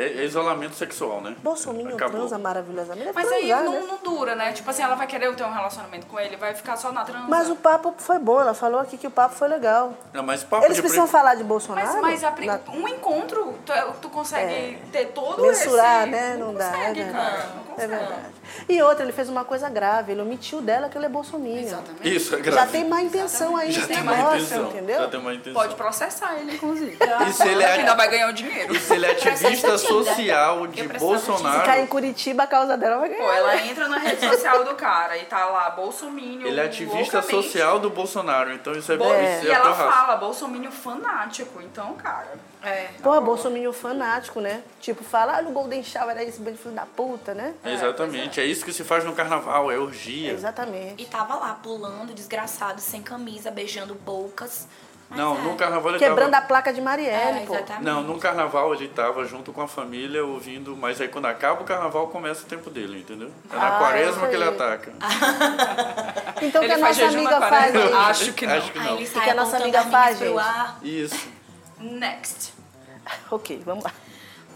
Speaker 5: é- é isolamento sexual, né?
Speaker 2: Bolsonaro
Speaker 5: Acabou.
Speaker 2: transa maravilhosamente.
Speaker 3: Mas aí
Speaker 2: transar,
Speaker 3: não,
Speaker 2: né?
Speaker 3: não dura, né? Tipo assim, ela vai querer ter um relacionamento com ele, vai ficar só na transa.
Speaker 2: Mas o papo foi bom, ela falou aqui que o papo foi legal.
Speaker 5: Não, mas papo
Speaker 2: Eles
Speaker 5: de
Speaker 2: precisam
Speaker 5: pre-
Speaker 2: falar de Bolsonaro?
Speaker 3: Mas, mas a pri-
Speaker 2: Na- É.
Speaker 3: um encontro, tu, tu consegue ter todo
Speaker 2: Mensurar,
Speaker 3: esse...
Speaker 2: né? Não,
Speaker 3: Não
Speaker 2: dá.
Speaker 3: consegue,
Speaker 2: é
Speaker 3: cara.
Speaker 2: verdade.
Speaker 3: Não
Speaker 2: É
Speaker 3: consegue.
Speaker 2: verdade. E outra, ele fez uma coisa grave. Ele omitiu dela que ele é bolsominion.
Speaker 3: Exatamente.
Speaker 5: Isso, é
Speaker 2: Já
Speaker 5: grave.
Speaker 2: tem má intenção aí
Speaker 5: (laughs) Já
Speaker 2: nesse
Speaker 5: tem má
Speaker 2: negócio,
Speaker 5: intenção. Já
Speaker 2: entendeu?
Speaker 5: tem má intenção.
Speaker 3: Pode processar ele, inclusive.
Speaker 5: E se ele é-
Speaker 3: ainda vai ganhar o dinheiro.
Speaker 5: E
Speaker 3: (laughs)
Speaker 5: se ele é ativista
Speaker 4: Presta essa tinta.
Speaker 5: social de
Speaker 4: Eu precisava
Speaker 2: tá
Speaker 5: Bolsonaro...
Speaker 2: Ficar em Curitiba, a causa dela vai
Speaker 3: Pô,
Speaker 2: ganhar.
Speaker 3: ela entra na rede social moral do cara e tá lá, Bolsominion.
Speaker 5: Ele é ativista
Speaker 3: loucamente.
Speaker 5: social do Bolsonaro, então isso é,
Speaker 3: Bo-
Speaker 5: é.
Speaker 3: E
Speaker 5: isso é
Speaker 3: ela
Speaker 5: torraço.
Speaker 3: fala, Bolsominion fanático. Então, cara. É.
Speaker 2: Pô, Bolsonaro fanático, né? Tipo, fala, ah, no Golden Shower era esse bando de filho da puta, né?
Speaker 5: Exatamente, é isso que se faz no carnaval, é Então, orgia.
Speaker 2: Exatamente.
Speaker 4: E tava lá pulando, desgraçado, sem camisa, beijando bocas. Mas
Speaker 5: Não,
Speaker 4: é.
Speaker 5: no carnaval ele
Speaker 2: Quebrando
Speaker 5: tava...
Speaker 2: a placa de Marielle,
Speaker 4: É,
Speaker 2: pô.
Speaker 4: exatamente.
Speaker 5: Não, no carnaval ele tava junto com a família ouvindo, mas aí quando acaba o carnaval começa o tempo dele, entendeu? É na
Speaker 2: Ah,
Speaker 5: quaresma
Speaker 2: isso
Speaker 5: que ele
Speaker 2: aí.
Speaker 5: ataca.
Speaker 2: Então o que
Speaker 6: Ele
Speaker 2: a
Speaker 6: faz
Speaker 2: nossa
Speaker 6: jejum
Speaker 2: amiga
Speaker 6: na
Speaker 2: faz
Speaker 6: quaresma.
Speaker 2: aí?
Speaker 6: Acho que não.
Speaker 5: Acho que
Speaker 4: Aí
Speaker 5: não.
Speaker 4: ele
Speaker 2: que
Speaker 4: sai
Speaker 2: a nossa
Speaker 4: apontando
Speaker 2: amiga
Speaker 4: as minhas
Speaker 2: faz,
Speaker 4: pro
Speaker 2: gente?
Speaker 4: ar.
Speaker 5: Isso.
Speaker 3: Next.
Speaker 2: Ok, vamos lá.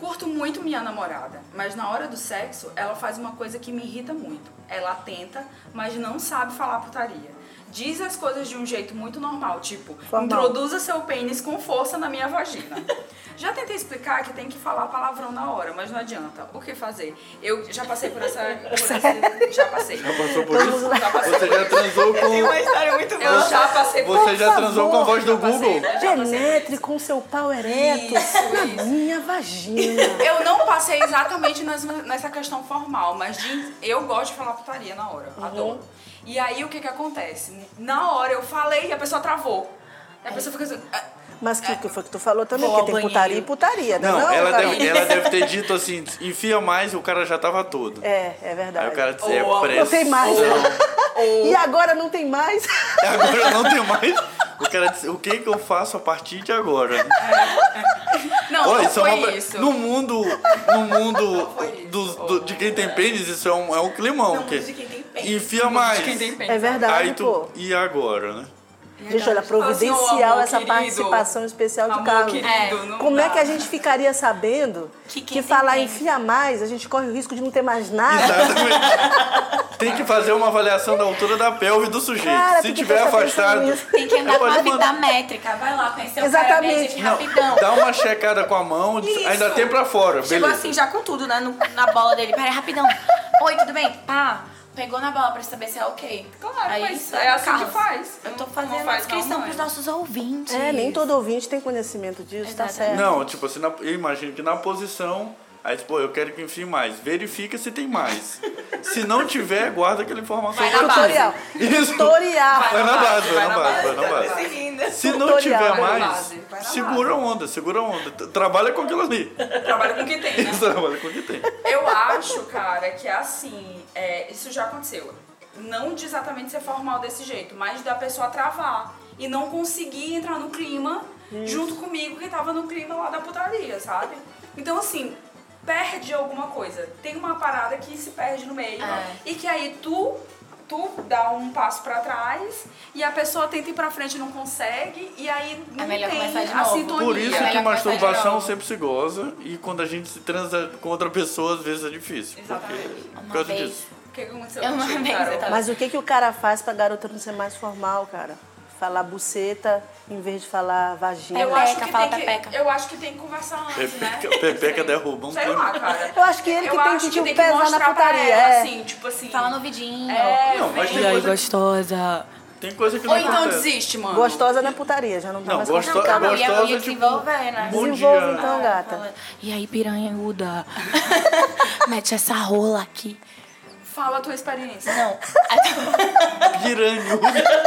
Speaker 3: Curto muito minha namorada, mas na hora do sexo ela faz uma coisa que me irrita muito. Ela tenta, mas não sabe falar putaria. Diz as coisas de um jeito muito normal, tipo,
Speaker 2: Formal.
Speaker 3: introduza seu pênis com força na minha vagina. (laughs) já tentei explicar que tem que falar palavrão na hora, mas não adianta. O que fazer? Eu já passei por essa. por esse- já passei. Então, Já
Speaker 5: Passou por isso? Você já transou com.
Speaker 6: história muito
Speaker 3: Eu já passei por
Speaker 5: Você já
Speaker 2: favor,
Speaker 5: transou com a voz do Google?
Speaker 2: Penetre com seu pau ereto
Speaker 3: Isso,
Speaker 2: na
Speaker 3: isso.
Speaker 2: minha vagina.
Speaker 3: Eu não passei exatamente nas- nessa questão formal, mas de- eu gosto de falar putaria na hora.
Speaker 2: Uhum.
Speaker 3: Adoro. E aí o que que acontece? Na hora eu falei e a pessoa travou. E a pessoa fica assim. "Ah,
Speaker 2: Mas o que, que foi que tu falou também?
Speaker 4: Vou
Speaker 2: Porque
Speaker 4: ao
Speaker 2: tem putaria e
Speaker 4: banheiro.
Speaker 2: putaria, né?
Speaker 5: Não, ela, deve,
Speaker 2: Thaís?
Speaker 5: ela deve ter dito assim: enfia mais e o cara já tava todo.
Speaker 2: É, é verdade.
Speaker 5: Aí o cara disse: é
Speaker 6: Ou-
Speaker 5: pressa.
Speaker 2: Não tem mais. né?
Speaker 3: Ou-
Speaker 2: E agora não tem mais? (laughs)
Speaker 5: Agora não (laughs) tem mais. O cara disse: o que que eu faço a partir de agora?
Speaker 3: Não,
Speaker 5: Olha,
Speaker 3: não
Speaker 5: isso é
Speaker 3: foi
Speaker 5: uma-
Speaker 3: isso.
Speaker 5: No mundo, no mundo do- do- de quem tem pênis, isso é um, é um climão.
Speaker 4: mundo
Speaker 5: que
Speaker 4: de quem tem pênis.
Speaker 5: Enfia mais.
Speaker 6: Quem tem pênis.
Speaker 2: É verdade,
Speaker 5: Aí tu,
Speaker 2: pô.
Speaker 5: e agora, né?
Speaker 2: Gente,
Speaker 3: Assim,
Speaker 2: olha,
Speaker 3: ô,
Speaker 2: providencial
Speaker 3: amor
Speaker 2: essa
Speaker 3: querido.
Speaker 2: participação especial de
Speaker 3: Amor
Speaker 2: Carlos.
Speaker 3: querido, não
Speaker 2: Como é
Speaker 3: dá.
Speaker 2: que a gente ficaria sabendo que,
Speaker 4: Que quem tem
Speaker 2: falar
Speaker 4: pênis.
Speaker 2: enfia mais, a gente corre o risco de não ter mais nada?
Speaker 5: Exatamente. tem que fazer uma avaliação da altura da pelve do sujeito.
Speaker 2: Cara,
Speaker 5: Se
Speaker 2: tem que
Speaker 5: tiver
Speaker 2: prestar atenção
Speaker 5: afastado.
Speaker 2: nisso.
Speaker 4: Tem que andar
Speaker 5: eu
Speaker 4: com a
Speaker 5: posso
Speaker 4: vida
Speaker 5: mandar-
Speaker 4: métrica. Vai lá conhecer
Speaker 2: Exatamente.
Speaker 4: o cara métrico
Speaker 5: Não,
Speaker 4: rapidão.
Speaker 5: dá uma checada com a mão, diz, ainda tem pra fora,
Speaker 4: Chegou
Speaker 5: beleza.
Speaker 4: assim, já com tudo, né? no- na bola dele. Peraí, rapidão. Oi, tudo bem? Pá. Pegou na bola pra saber se é ok.
Speaker 3: Claro,
Speaker 4: Aí,
Speaker 3: mas
Speaker 4: isso
Speaker 3: é assim que
Speaker 4: Carlos,
Speaker 3: faz.
Speaker 4: Eu
Speaker 3: Não-
Speaker 4: tô
Speaker 3: não
Speaker 4: fazendo
Speaker 3: faz
Speaker 4: uma
Speaker 3: com a
Speaker 4: inscrição
Speaker 3: mãe.
Speaker 4: pros nossos ouvintes.
Speaker 2: É, nem todo ouvinte tem conhecimento disso, tá
Speaker 4: Exatamente.
Speaker 2: certo.
Speaker 5: Não, tipo assim, na- eu imagino que na posição. Aí, diz, pô, eu quero que enfie mais. Verifica se tem mais. Se não tiver, guarda aquela informação.
Speaker 6: Vai na
Speaker 5: pra
Speaker 6: base.
Speaker 5: ti.
Speaker 2: Tutorial.
Speaker 5: Isso.
Speaker 2: Tutorial.
Speaker 5: Tá Vai na base, vai na base, vai na base.
Speaker 4: Seguindo.
Speaker 5: Se não
Speaker 2: Tutorial,
Speaker 5: tiver
Speaker 2: vai na
Speaker 5: mais,
Speaker 3: base, vai na
Speaker 5: segura a onda, segura a onda. T- Trabalha com aquilo
Speaker 3: (laughs)
Speaker 5: ali.
Speaker 3: Trabalho com o que
Speaker 5: (laughs)
Speaker 3: tem, né?
Speaker 5: Isso, Trabalha com o que tem.
Speaker 3: Eu acho, cara, que assim, é, isso já aconteceu. Não de exatamente ser formal desse jeito, mas da pessoa travar e não conseguir entrar no clima junto comigo que tava no clima lá da putaria, sabe? Então assim, perde alguma coisa. Tem uma parada que se perde no meio
Speaker 4: É.
Speaker 3: e que aí tu tu dá um passo pra trás e a pessoa tenta ir pra frente e não consegue e aí não
Speaker 4: É melhor
Speaker 3: tem
Speaker 4: começar de
Speaker 3: a
Speaker 4: novo.
Speaker 3: sintonia.
Speaker 5: Por isso
Speaker 4: Ela
Speaker 5: que
Speaker 4: vai
Speaker 5: masturbação
Speaker 4: fazer
Speaker 5: sempre se goza e quando a gente se transa com outra pessoa, às vezes é difícil. é
Speaker 3: Exatamente.
Speaker 5: Por
Speaker 4: Uma
Speaker 5: causa
Speaker 4: vez.
Speaker 5: disso.
Speaker 3: O que aconteceu
Speaker 4: Eu não
Speaker 3: contigo,
Speaker 4: amei,
Speaker 3: Carol?
Speaker 4: você tá-
Speaker 2: Mas o que, que o cara faz pra garota não ser mais formal, cara? Falar buceta em vez de falar vagina.
Speaker 3: Eu
Speaker 4: Pepeca,
Speaker 3: acho que
Speaker 4: fala
Speaker 3: tem
Speaker 4: pepeca.
Speaker 3: que, eu acho que tem que conversar antes,
Speaker 5: Pepeca-
Speaker 3: né?
Speaker 5: pepeca
Speaker 3: Sei.
Speaker 5: derruba um
Speaker 3: Sei
Speaker 5: tempo.
Speaker 3: lá, cara.
Speaker 2: Eu acho que ele
Speaker 3: Eu
Speaker 2: que tem
Speaker 3: acho
Speaker 2: que, tipo,
Speaker 3: tem que
Speaker 2: pesar na
Speaker 3: mostrar pra
Speaker 2: putaria.
Speaker 3: ela,
Speaker 2: é.
Speaker 3: assim, tipo assim.
Speaker 4: Fala no vidinho.
Speaker 3: É,
Speaker 5: Não, mas
Speaker 3: vem.
Speaker 5: tem coisa,
Speaker 6: gostosa.
Speaker 5: tem coisa que não
Speaker 3: Ou então
Speaker 5: acontece.
Speaker 3: desiste, mano.
Speaker 2: Gostosa na putaria, já não tá
Speaker 5: Não,
Speaker 2: mais
Speaker 5: gostosa-
Speaker 4: Não, calma, e eu
Speaker 5: gostosa,
Speaker 4: ia
Speaker 5: tipo,
Speaker 4: desenvolver, né?
Speaker 5: Bom
Speaker 2: Desenvolve,
Speaker 5: dia.
Speaker 2: então, gata.
Speaker 4: E aí, piranhuda? (laughs) Mete essa rola aqui.
Speaker 3: Fala a tua experiência.
Speaker 4: (laughs) Não.
Speaker 5: Piranhuda.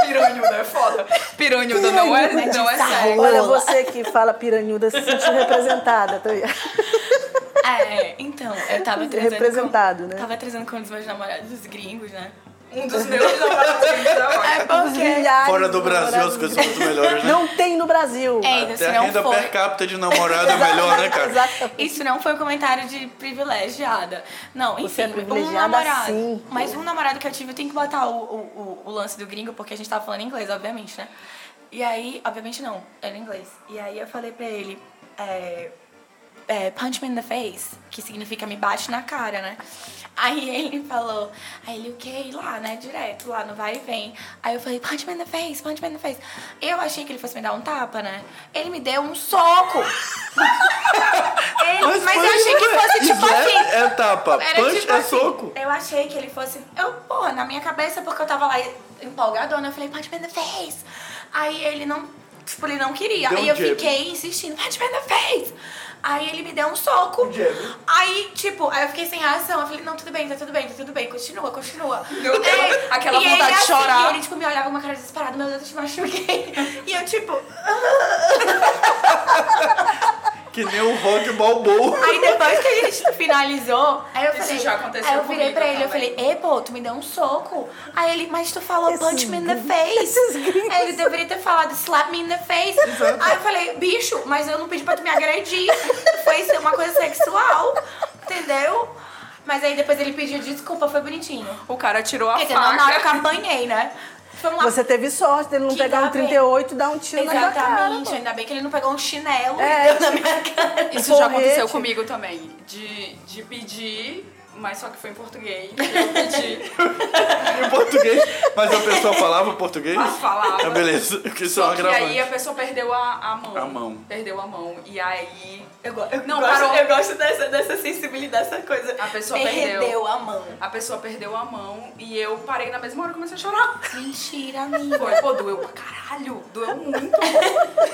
Speaker 6: Piranhuda
Speaker 3: né?
Speaker 6: é foda. Piranhuda não é, não é sério.
Speaker 2: Olha,
Speaker 4: rola.
Speaker 2: você que fala piranhuda se sentiu representada. Tô...
Speaker 4: É, então, eu tava transando
Speaker 2: Representado,
Speaker 4: com,
Speaker 2: né?
Speaker 4: Tava transando com um dos meus namorados, os gringos, né?
Speaker 3: Um dos meus namorados.
Speaker 4: É porque...
Speaker 2: Milhares
Speaker 5: Fora
Speaker 2: de
Speaker 5: do Brasil as
Speaker 2: namorados.
Speaker 5: coisas são muito melhores, né?
Speaker 2: Não tem no Brasil.
Speaker 4: É, isso
Speaker 5: Até a
Speaker 4: não
Speaker 5: renda
Speaker 4: foi...
Speaker 5: per capita de namorado é melhor, né, cara?
Speaker 2: Exatamente.
Speaker 4: Isso não foi um comentário de privilegiada. Não, enfim,
Speaker 2: Você é
Speaker 4: um
Speaker 2: privilegiada
Speaker 4: namorado.
Speaker 2: sim.
Speaker 4: Mas um namorado que eu tive, eu tenho que botar o, o, o- o lance do gringo, porque a gente tava falando inglês, obviamente, né? E aí, obviamente não, era inglês. E aí eu falei pra ele, é, é, punch me in the face, que significa me bate na cara, né? Aí ele falou, aí ele, o que? Lá, né? Direto, lá no vai e vem. Aí eu falei, punch me in the face, punch me in the face. Eu achei que ele fosse me dar um tapa, né? Ele me deu um soco. Ele- mas
Speaker 5: punch
Speaker 4: eu achei que
Speaker 5: não é-
Speaker 4: fosse tipo
Speaker 5: slap
Speaker 4: assim.
Speaker 5: É tapa,
Speaker 4: Era
Speaker 5: punch
Speaker 4: tipo
Speaker 5: é
Speaker 4: assim,
Speaker 5: soco.
Speaker 4: Eu achei que ele fosse. Eu, porra, na minha cabeça, porque eu tava lá empolgadona, eu falei, punch me in the face. Aí ele não. Tipo, ele não queria.
Speaker 5: Deu
Speaker 4: aí
Speaker 5: um
Speaker 4: eu
Speaker 5: jab.
Speaker 4: fiquei insistindo, bate bem na vez. Aí ele me deu um soco. Aí, tipo, aí eu fiquei sem reação. Eu falei, não, tudo bem, tá tudo bem, tá tudo bem. Continua, continua.
Speaker 3: Meu Deus, aquela
Speaker 4: e ele
Speaker 3: vontade de
Speaker 4: assim,
Speaker 3: chorar.
Speaker 4: e ele, tipo, me olhava com uma cara desesperada, meu Deus, eu te machuquei. (laughs) E eu, tipo...
Speaker 5: Que nem o rock balboa. (laughs)
Speaker 4: Aí depois que a gente finalizou, aí eu
Speaker 3: Isso
Speaker 4: falei.
Speaker 3: já aconteceu
Speaker 4: aí eu virei
Speaker 3: comigo
Speaker 4: pra ele, eu
Speaker 3: também.
Speaker 4: falei, ei, pô, tu me deu um soco. Aí ele, mas tu falou
Speaker 2: Esses
Speaker 4: punch me in the face. Aí ele deveria ter falado slap me in the face. Aí eu falei, bicho, mas eu não pedi pra tu me agredir. Foi ser uma coisa sexual, entendeu? Mas aí depois ele pediu desculpa, foi bonitinho.
Speaker 3: O cara tirou a
Speaker 4: Quer dizer,
Speaker 3: faca.
Speaker 4: não na hora que eu apanhei, né? Foi um
Speaker 2: Você teve sorte dele não
Speaker 4: Que
Speaker 2: pegar
Speaker 4: dá
Speaker 2: um 38 e dar um tiro na sua cara.
Speaker 4: Exatamente, ainda bem que ele não pegou um chinelo
Speaker 2: É,
Speaker 4: e deu na minha cara.
Speaker 3: Isso
Speaker 2: Um
Speaker 3: já aconteceu
Speaker 2: porrete.
Speaker 3: comigo também. De, de pedir, mas só que foi em português. Eu pedi,
Speaker 5: Em português. Mas a pessoa falava português?
Speaker 3: mas falava.
Speaker 5: Ah, beleza. Que só
Speaker 3: Só que
Speaker 5: agravante.
Speaker 3: aí a pessoa perdeu a, a mão.
Speaker 5: A mão.
Speaker 3: Perdeu a mão. E aí.
Speaker 4: Eu, go- eu
Speaker 3: Não,
Speaker 4: gosto,
Speaker 3: parou.
Speaker 4: eu gosto dessa, dessa sensibilidade, dessa coisa.
Speaker 3: A pessoa
Speaker 4: Perdeu
Speaker 3: perdeu.
Speaker 4: a mão.
Speaker 3: A pessoa perdeu a mão e eu parei na mesma hora e comecei a chorar.
Speaker 4: Mentira, amiga.
Speaker 3: Foi, pô, doeu pra caralho. Doeu muito.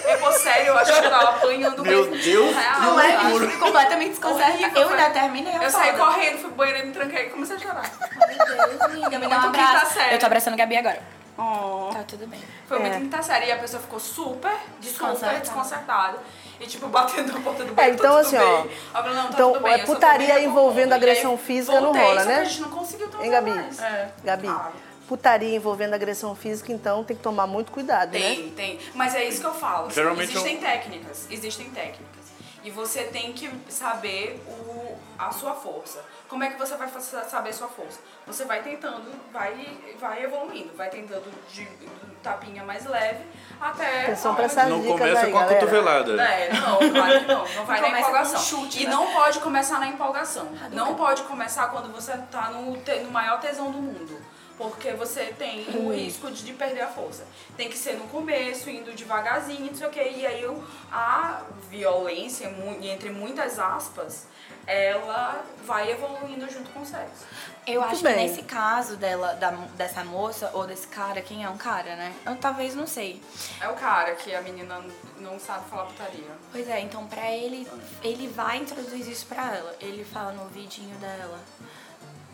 Speaker 3: Eu, pô, sério, eu acho que eu tava apanhando
Speaker 5: Meu
Speaker 3: mesmo. tipo,
Speaker 5: Deus
Speaker 3: Real,
Speaker 4: Não é?
Speaker 3: sabe?
Speaker 4: Eu fiquei completamente desconcertada.
Speaker 3: Horrível,
Speaker 4: Eu ainda
Speaker 3: foi-
Speaker 4: terminei a
Speaker 3: Eu saí
Speaker 4: foda.
Speaker 3: correndo, fui pro banheiro, me tranquei e comecei a chorar.
Speaker 4: Meu Deus, amiga, me dá um
Speaker 3: Muito quinta
Speaker 4: abraço.
Speaker 3: série.
Speaker 4: Eu tô abraçando a Gabi agora.
Speaker 3: Oh.
Speaker 4: Tá tudo bem.
Speaker 3: Foi
Speaker 2: É.
Speaker 3: muito quinta série. E a pessoa ficou super,
Speaker 4: Desconcertada.
Speaker 3: super desconcertada. E, tipo, batendo na porta do
Speaker 2: É,
Speaker 3: banheiro.
Speaker 2: então,
Speaker 3: tá tudo
Speaker 2: assim,
Speaker 3: bem.
Speaker 2: ó,
Speaker 3: Ela falou, não, tá
Speaker 2: então,
Speaker 3: tudo bem,
Speaker 2: é
Speaker 3: eu só tô
Speaker 2: putaria
Speaker 3: meio
Speaker 2: envolvendo
Speaker 3: com-
Speaker 2: agreção
Speaker 3: E aí,
Speaker 2: física não
Speaker 3: voltei,
Speaker 2: rola,
Speaker 3: só
Speaker 2: né?
Speaker 3: que a gente não conseguiu transar
Speaker 2: Hein, Gabi?
Speaker 3: mais. É.
Speaker 2: Gabi,
Speaker 3: Sabe?
Speaker 2: putaria envolvendo agressão física, então tem que tomar muito cuidado, né?
Speaker 3: Tem, tem. Mas é isso que eu falo. assim,
Speaker 5: Geralmente
Speaker 3: existem técnicas. Existem técnicas. E você tem que saber o, a sua força. Como é que você vai fa- saber a sua força? Você vai tentando, vai, vai evoluindo, vai tentando de, do tapinha mais leve até.
Speaker 2: Atenção
Speaker 3: a
Speaker 2: pra
Speaker 3: hora
Speaker 2: essa-
Speaker 3: de-
Speaker 5: Não
Speaker 2: dicas
Speaker 5: começa
Speaker 2: aí,
Speaker 5: com a
Speaker 2: galera.
Speaker 5: cotovelada.
Speaker 3: É, não, claro que não. Não vai na
Speaker 4: Começa com
Speaker 3: empolgação.
Speaker 4: um chute,
Speaker 3: e
Speaker 4: né?
Speaker 3: não pode começar na empolgação. Não pode começar quando você tá no, te- no maior tesão do mundo. Porque você tem
Speaker 4: Uhum.
Speaker 3: o risco de, de perder a força. Tem que ser no começo, indo devagarzinho, não sei o quê. E aí o- a violência, mu- entre muitas aspas, ela vai evoluindo junto com o sexo.
Speaker 4: Eu
Speaker 2: Muito
Speaker 4: acho que
Speaker 2: bem.
Speaker 4: nesse caso dela, da- dessa moça ou desse cara, quem é um cara, né? Eu talvez não sei.
Speaker 3: É o cara que a menina não sabe falar putaria.
Speaker 4: Pois é, então pra ele, ele vai introduzir isso pra ela. Ele fala no ouvidinho dela.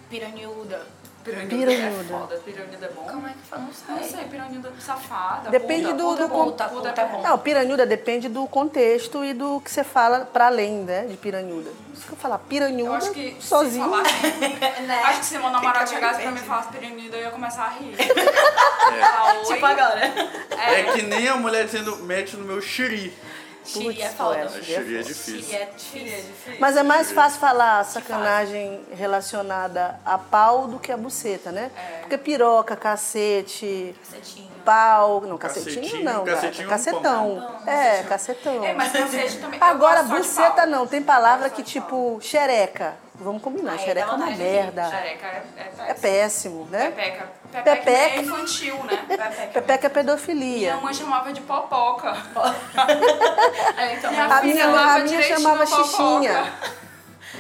Speaker 4: Piraniuda.
Speaker 3: Piranhuda. É
Speaker 2: Piranhuda.
Speaker 3: foda, piranhuda é bom.
Speaker 4: Como é que fala? Não sei.
Speaker 3: Não sei, piranhuda safada.
Speaker 2: Depende
Speaker 3: puta,
Speaker 2: do-
Speaker 3: puta é
Speaker 2: do
Speaker 3: bom,
Speaker 2: com-
Speaker 3: puta, puta é bom.
Speaker 2: Não, piranhuda depende do contexto e do que você fala pra além, né? De piranhuda. Isso que eu falar piranhuda
Speaker 3: Eu acho que
Speaker 2: sozinho. (laughs)
Speaker 3: Se falasse,
Speaker 4: Né?
Speaker 3: acho que se meu namorado
Speaker 4: Fica meio
Speaker 3: chegasse pra mim e
Speaker 4: perdido.
Speaker 3: falasse piranida, eu ia começar a
Speaker 2: (laughs)
Speaker 3: rir. Falar, "Oi?"
Speaker 4: Tipo agora.
Speaker 5: É que nem a mulher dizendo, mete no meu xiri. (laughs)
Speaker 4: Xiri é
Speaker 2: Putz,
Speaker 4: foda.
Speaker 2: é,
Speaker 5: Ah,
Speaker 2: Xiri
Speaker 5: Xiri é
Speaker 2: foda.
Speaker 5: difícil.
Speaker 4: Xiri é difícil.
Speaker 2: Mas é mais fácil falar sacanagem relacionada a pau do que a buceta, né? Porque piroca, cacete,
Speaker 4: Cacetinho.
Speaker 2: pau. Não, cacetinho,
Speaker 5: Cacetinho,
Speaker 2: não. gata.
Speaker 5: cacetinho é um
Speaker 2: cacetão. É, cacetão.
Speaker 3: É, mas cacete também. eu
Speaker 2: Agora,
Speaker 3: gosto só de
Speaker 2: buceta
Speaker 3: pau.
Speaker 2: não. Tem palavra que tipo xereca. Vamos combinar,
Speaker 4: Aí,
Speaker 2: xereca é
Speaker 4: dá
Speaker 2: uma
Speaker 4: vontade de
Speaker 2: merda.
Speaker 3: Xereca é, é péssimo.
Speaker 2: É péssimo, né?
Speaker 3: Pepeca. Pepeca
Speaker 2: Pepeca.
Speaker 3: é infantil, né? Pepeca.
Speaker 2: Pepeca (laughs) é
Speaker 3: Minha
Speaker 2: pedofilia.
Speaker 3: mãe chamava de
Speaker 2: (laughs)
Speaker 3: popoca.
Speaker 4: É, então,
Speaker 3: Minha
Speaker 2: A
Speaker 3: filha
Speaker 2: minha,
Speaker 3: amava
Speaker 2: a minha
Speaker 3: direitinho
Speaker 2: chamava
Speaker 3: a popoca.
Speaker 2: xixinha.
Speaker 4: Minha mãe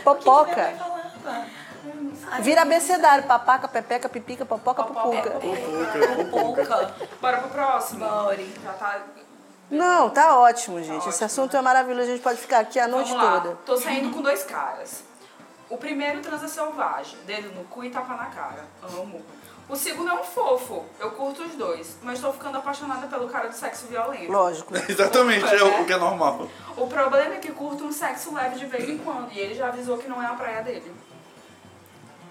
Speaker 2: Popoca.
Speaker 4: falava.
Speaker 2: Vira abecedário. Papaca, pepeca, pipica, popoca, pupuca.
Speaker 4: Pouca.
Speaker 3: Bora pro próximo.
Speaker 4: Bora.
Speaker 3: Já tá.
Speaker 2: Não, tá ótimo, gente. Esse
Speaker 3: ótimo,
Speaker 2: assunto é maravilhoso. A gente pode ficar aqui a noite
Speaker 3: Vamos lá.
Speaker 2: toda.
Speaker 3: Tô saindo com dois caras. O primeiro transa selvagem, dedo no cu e tapa na cara. Amo. O segundo é um fofo. Eu curto os dois, mas tô ficando apaixonada pelo cara do sexo violento.
Speaker 5: (laughs)
Speaker 2: Lógico.
Speaker 5: Exatamente, é o que é normal.
Speaker 3: O problema é que curto um sexo leve de vez em quando e ele já avisou que não é a praia dele.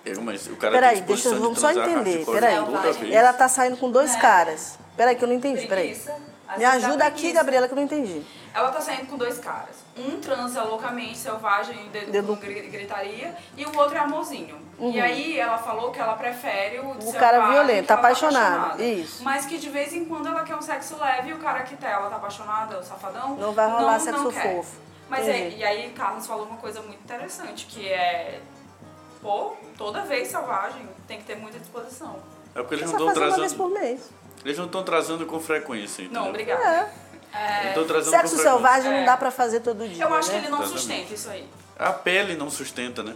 Speaker 5: É, mas o cara
Speaker 2: Peraí,
Speaker 5: tem
Speaker 2: deixa
Speaker 5: disposição
Speaker 2: eu
Speaker 5: de
Speaker 2: vamos só
Speaker 5: transar
Speaker 2: entender.
Speaker 5: hardcore
Speaker 2: Peraí.
Speaker 5: toda vez.
Speaker 2: Ela tá saindo com dois caras. Peraí, que eu não entendi. Peraí.
Speaker 3: É. Preguiça. Às
Speaker 2: Me
Speaker 3: vezes dá
Speaker 2: ajuda aqui,
Speaker 3: preguiça.
Speaker 2: Gabriela, que eu não entendi.
Speaker 3: Ela tá saindo com dois caras. Um transa loucamente, selvagem, dedo
Speaker 2: Dedo- Uhum.
Speaker 3: com gri- gritaria, e o outro é amorzinho. E aí ela falou que ela prefere o,
Speaker 2: O cara violento,
Speaker 3: que ela tá
Speaker 2: apaixonado, isso.
Speaker 3: Mas que de vez em quando ela quer um sexo leve e o cara que tá, ela tá apaixonada, o safadão.
Speaker 2: Não vai rolar sexo
Speaker 3: não quer.
Speaker 2: fofo.
Speaker 3: Mas
Speaker 2: Entendi.
Speaker 3: aí, e aí Carlos falou uma coisa muito interessante, que é. Pô, toda vez selvagem tem que ter muita disposição.
Speaker 5: É porque eles
Speaker 2: Só
Speaker 5: não
Speaker 2: fazer
Speaker 5: estão
Speaker 2: uma vez por
Speaker 5: trazendo.
Speaker 2: mês.
Speaker 5: Eles não estão trazendo com frequência, entendeu?
Speaker 3: Não, obrigada.
Speaker 2: É.
Speaker 5: Não tão trazendo com
Speaker 2: Sexo
Speaker 5: frequência.
Speaker 2: selvagem não dá pra fazer todo dia.
Speaker 3: É. Eu acho que
Speaker 2: né?
Speaker 3: ele não
Speaker 5: Exatamente.
Speaker 3: sustenta isso aí.
Speaker 5: A pele não sustenta, né?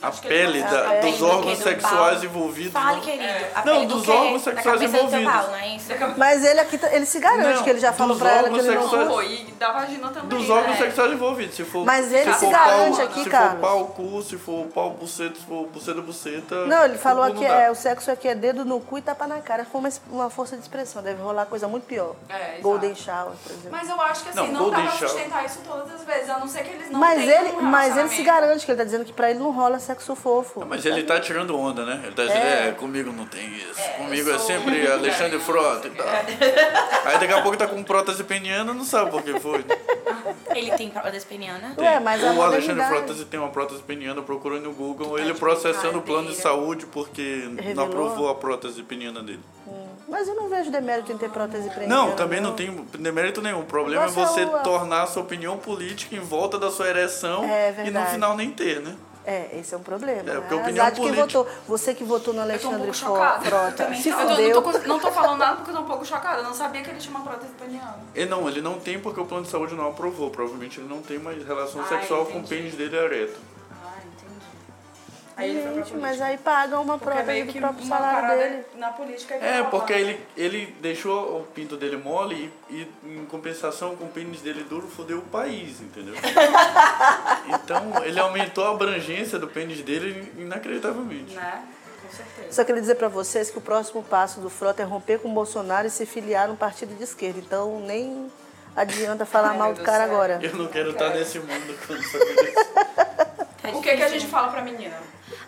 Speaker 5: A
Speaker 3: Acho que ele
Speaker 5: pele
Speaker 3: não-
Speaker 5: da-
Speaker 2: Ah, é.
Speaker 5: dos órgãos
Speaker 4: Quem do
Speaker 5: sexuais
Speaker 4: pau.
Speaker 5: envolvidos.
Speaker 4: Fale, querido. A
Speaker 5: Não,
Speaker 4: pele do
Speaker 5: dos
Speaker 4: quê?
Speaker 5: órgãos
Speaker 4: Da
Speaker 5: sexuais
Speaker 4: cabeça do
Speaker 5: envolvidos.
Speaker 4: cavalo, não é isso?
Speaker 2: Mas ele aqui, tá- ele se garante
Speaker 5: Não,
Speaker 2: que ele já falou
Speaker 5: dos
Speaker 2: pra ela que
Speaker 5: órgãos
Speaker 2: ele não...
Speaker 5: sexuais-
Speaker 3: Pô, e da vagina também.
Speaker 5: Dos órgãos
Speaker 3: né?
Speaker 5: sexuais envolvidos. Se for,
Speaker 2: Mas ele
Speaker 5: se
Speaker 2: se
Speaker 5: for
Speaker 2: garante
Speaker 5: pau,
Speaker 2: aqui,
Speaker 5: se
Speaker 2: Carlos.
Speaker 5: for pau, cu, se for pau, buceta, se for buceta, buceta.
Speaker 2: Não, ele
Speaker 5: cu,
Speaker 2: falou
Speaker 5: cu
Speaker 2: aqui,
Speaker 5: não dá.
Speaker 2: é, o sexo aqui é dedo no cu e tapa na cara. Foi uma, uma força de expressão, deve rolar coisa muito pior.
Speaker 3: É, exato.
Speaker 2: Golden Shower, por exemplo.
Speaker 3: Mas eu acho que assim,
Speaker 5: Não,
Speaker 3: não, dá
Speaker 5: Golden
Speaker 3: pra
Speaker 5: Shower.
Speaker 3: sustentar isso todas as vezes, a não ser que eles não
Speaker 2: Mas,
Speaker 3: tenham
Speaker 2: ele,
Speaker 3: um
Speaker 2: mas ele se
Speaker 3: relacionamento.
Speaker 2: garante, que ele tá dizendo que pra ele não rola sexo fofo.
Speaker 5: Mas ele tá tirando onda, né? Ele tá dizendo, é, comigo não tem isso. comigo é
Speaker 3: sou-
Speaker 2: (laughs)
Speaker 5: sempre Alexandre Frota e tal.
Speaker 2: É.
Speaker 5: Aí daqui a pouco tá com prótese peniana, não sabe por que foi.
Speaker 2: (laughs)
Speaker 4: Ele tem prótese peniana?
Speaker 2: Ué, É, mas a
Speaker 5: o Alexandre
Speaker 2: modernidade-
Speaker 5: Frota tem uma prótese peniana, procura no Google, ele processando o plano de saúde porque não
Speaker 2: Tá Revelou?
Speaker 5: aprovou a prótese peniana dele.
Speaker 2: Mas eu não vejo demérito em ter prótese prendida.
Speaker 5: é- Não, também não tem demérito nenhum. O problema é
Speaker 2: Nossa,
Speaker 5: você
Speaker 2: o-
Speaker 5: tornar a sua opinião política em volta da sua ereção
Speaker 2: É
Speaker 5: e no
Speaker 2: verdade.
Speaker 5: final nem ter, né?
Speaker 2: É, esse é um problema.
Speaker 5: É,
Speaker 2: né?
Speaker 5: porque a opinião
Speaker 2: Azar de quem
Speaker 5: política-
Speaker 2: votou. Você que votou no
Speaker 3: Eu tô um
Speaker 2: Alexandre
Speaker 3: pouco
Speaker 2: Fo-
Speaker 3: chocada.
Speaker 2: Frota.
Speaker 3: também.
Speaker 2: Se
Speaker 3: eu tô- não, tô,
Speaker 2: fudeu.
Speaker 3: cons- não tô falando nada porque eu tô um pouco chocada. Eu não sabia que ele tinha uma prótese peniana.
Speaker 5: E não, ele não tem porque o plano de saúde não aprovou. Provavelmente ele não tem mais relação
Speaker 3: Ah,
Speaker 5: sexual com o
Speaker 3: entendi.
Speaker 5: pênis dele ereto.
Speaker 3: Ah, entendi.
Speaker 2: Gente, mas aí paga uma
Speaker 3: Porque é
Speaker 2: prótese
Speaker 3: meio
Speaker 2: do
Speaker 3: que
Speaker 2: próprio
Speaker 3: uma
Speaker 2: salário
Speaker 3: parada
Speaker 2: dele.
Speaker 3: na política. que
Speaker 2: Ah.
Speaker 5: É,
Speaker 3: rola,
Speaker 5: porque
Speaker 3: né?
Speaker 5: ele, ele deixou o pinto dele mole e, e, em compensação com o pênis dele duro fudeu o
Speaker 2: (laughs)
Speaker 5: país, entendeu? então ele aumentou a abrangência do pênis dele inacreditavelmente.
Speaker 3: Né? Com certeza.
Speaker 2: Só queria dizer pra vocês que o próximo passo do Frota é romper com o Bolsonaro e se filiar num partido de esquerda. Então nem adianta falar
Speaker 3: Ai,
Speaker 2: mal
Speaker 3: meu
Speaker 2: do
Speaker 3: Deus
Speaker 2: cara
Speaker 3: do céu.
Speaker 2: agora.
Speaker 5: Eu não quero estar nesse mundo quando isso acontecer.
Speaker 4: Tá
Speaker 3: O que, que a
Speaker 4: difícil.
Speaker 3: gente fala pra menina?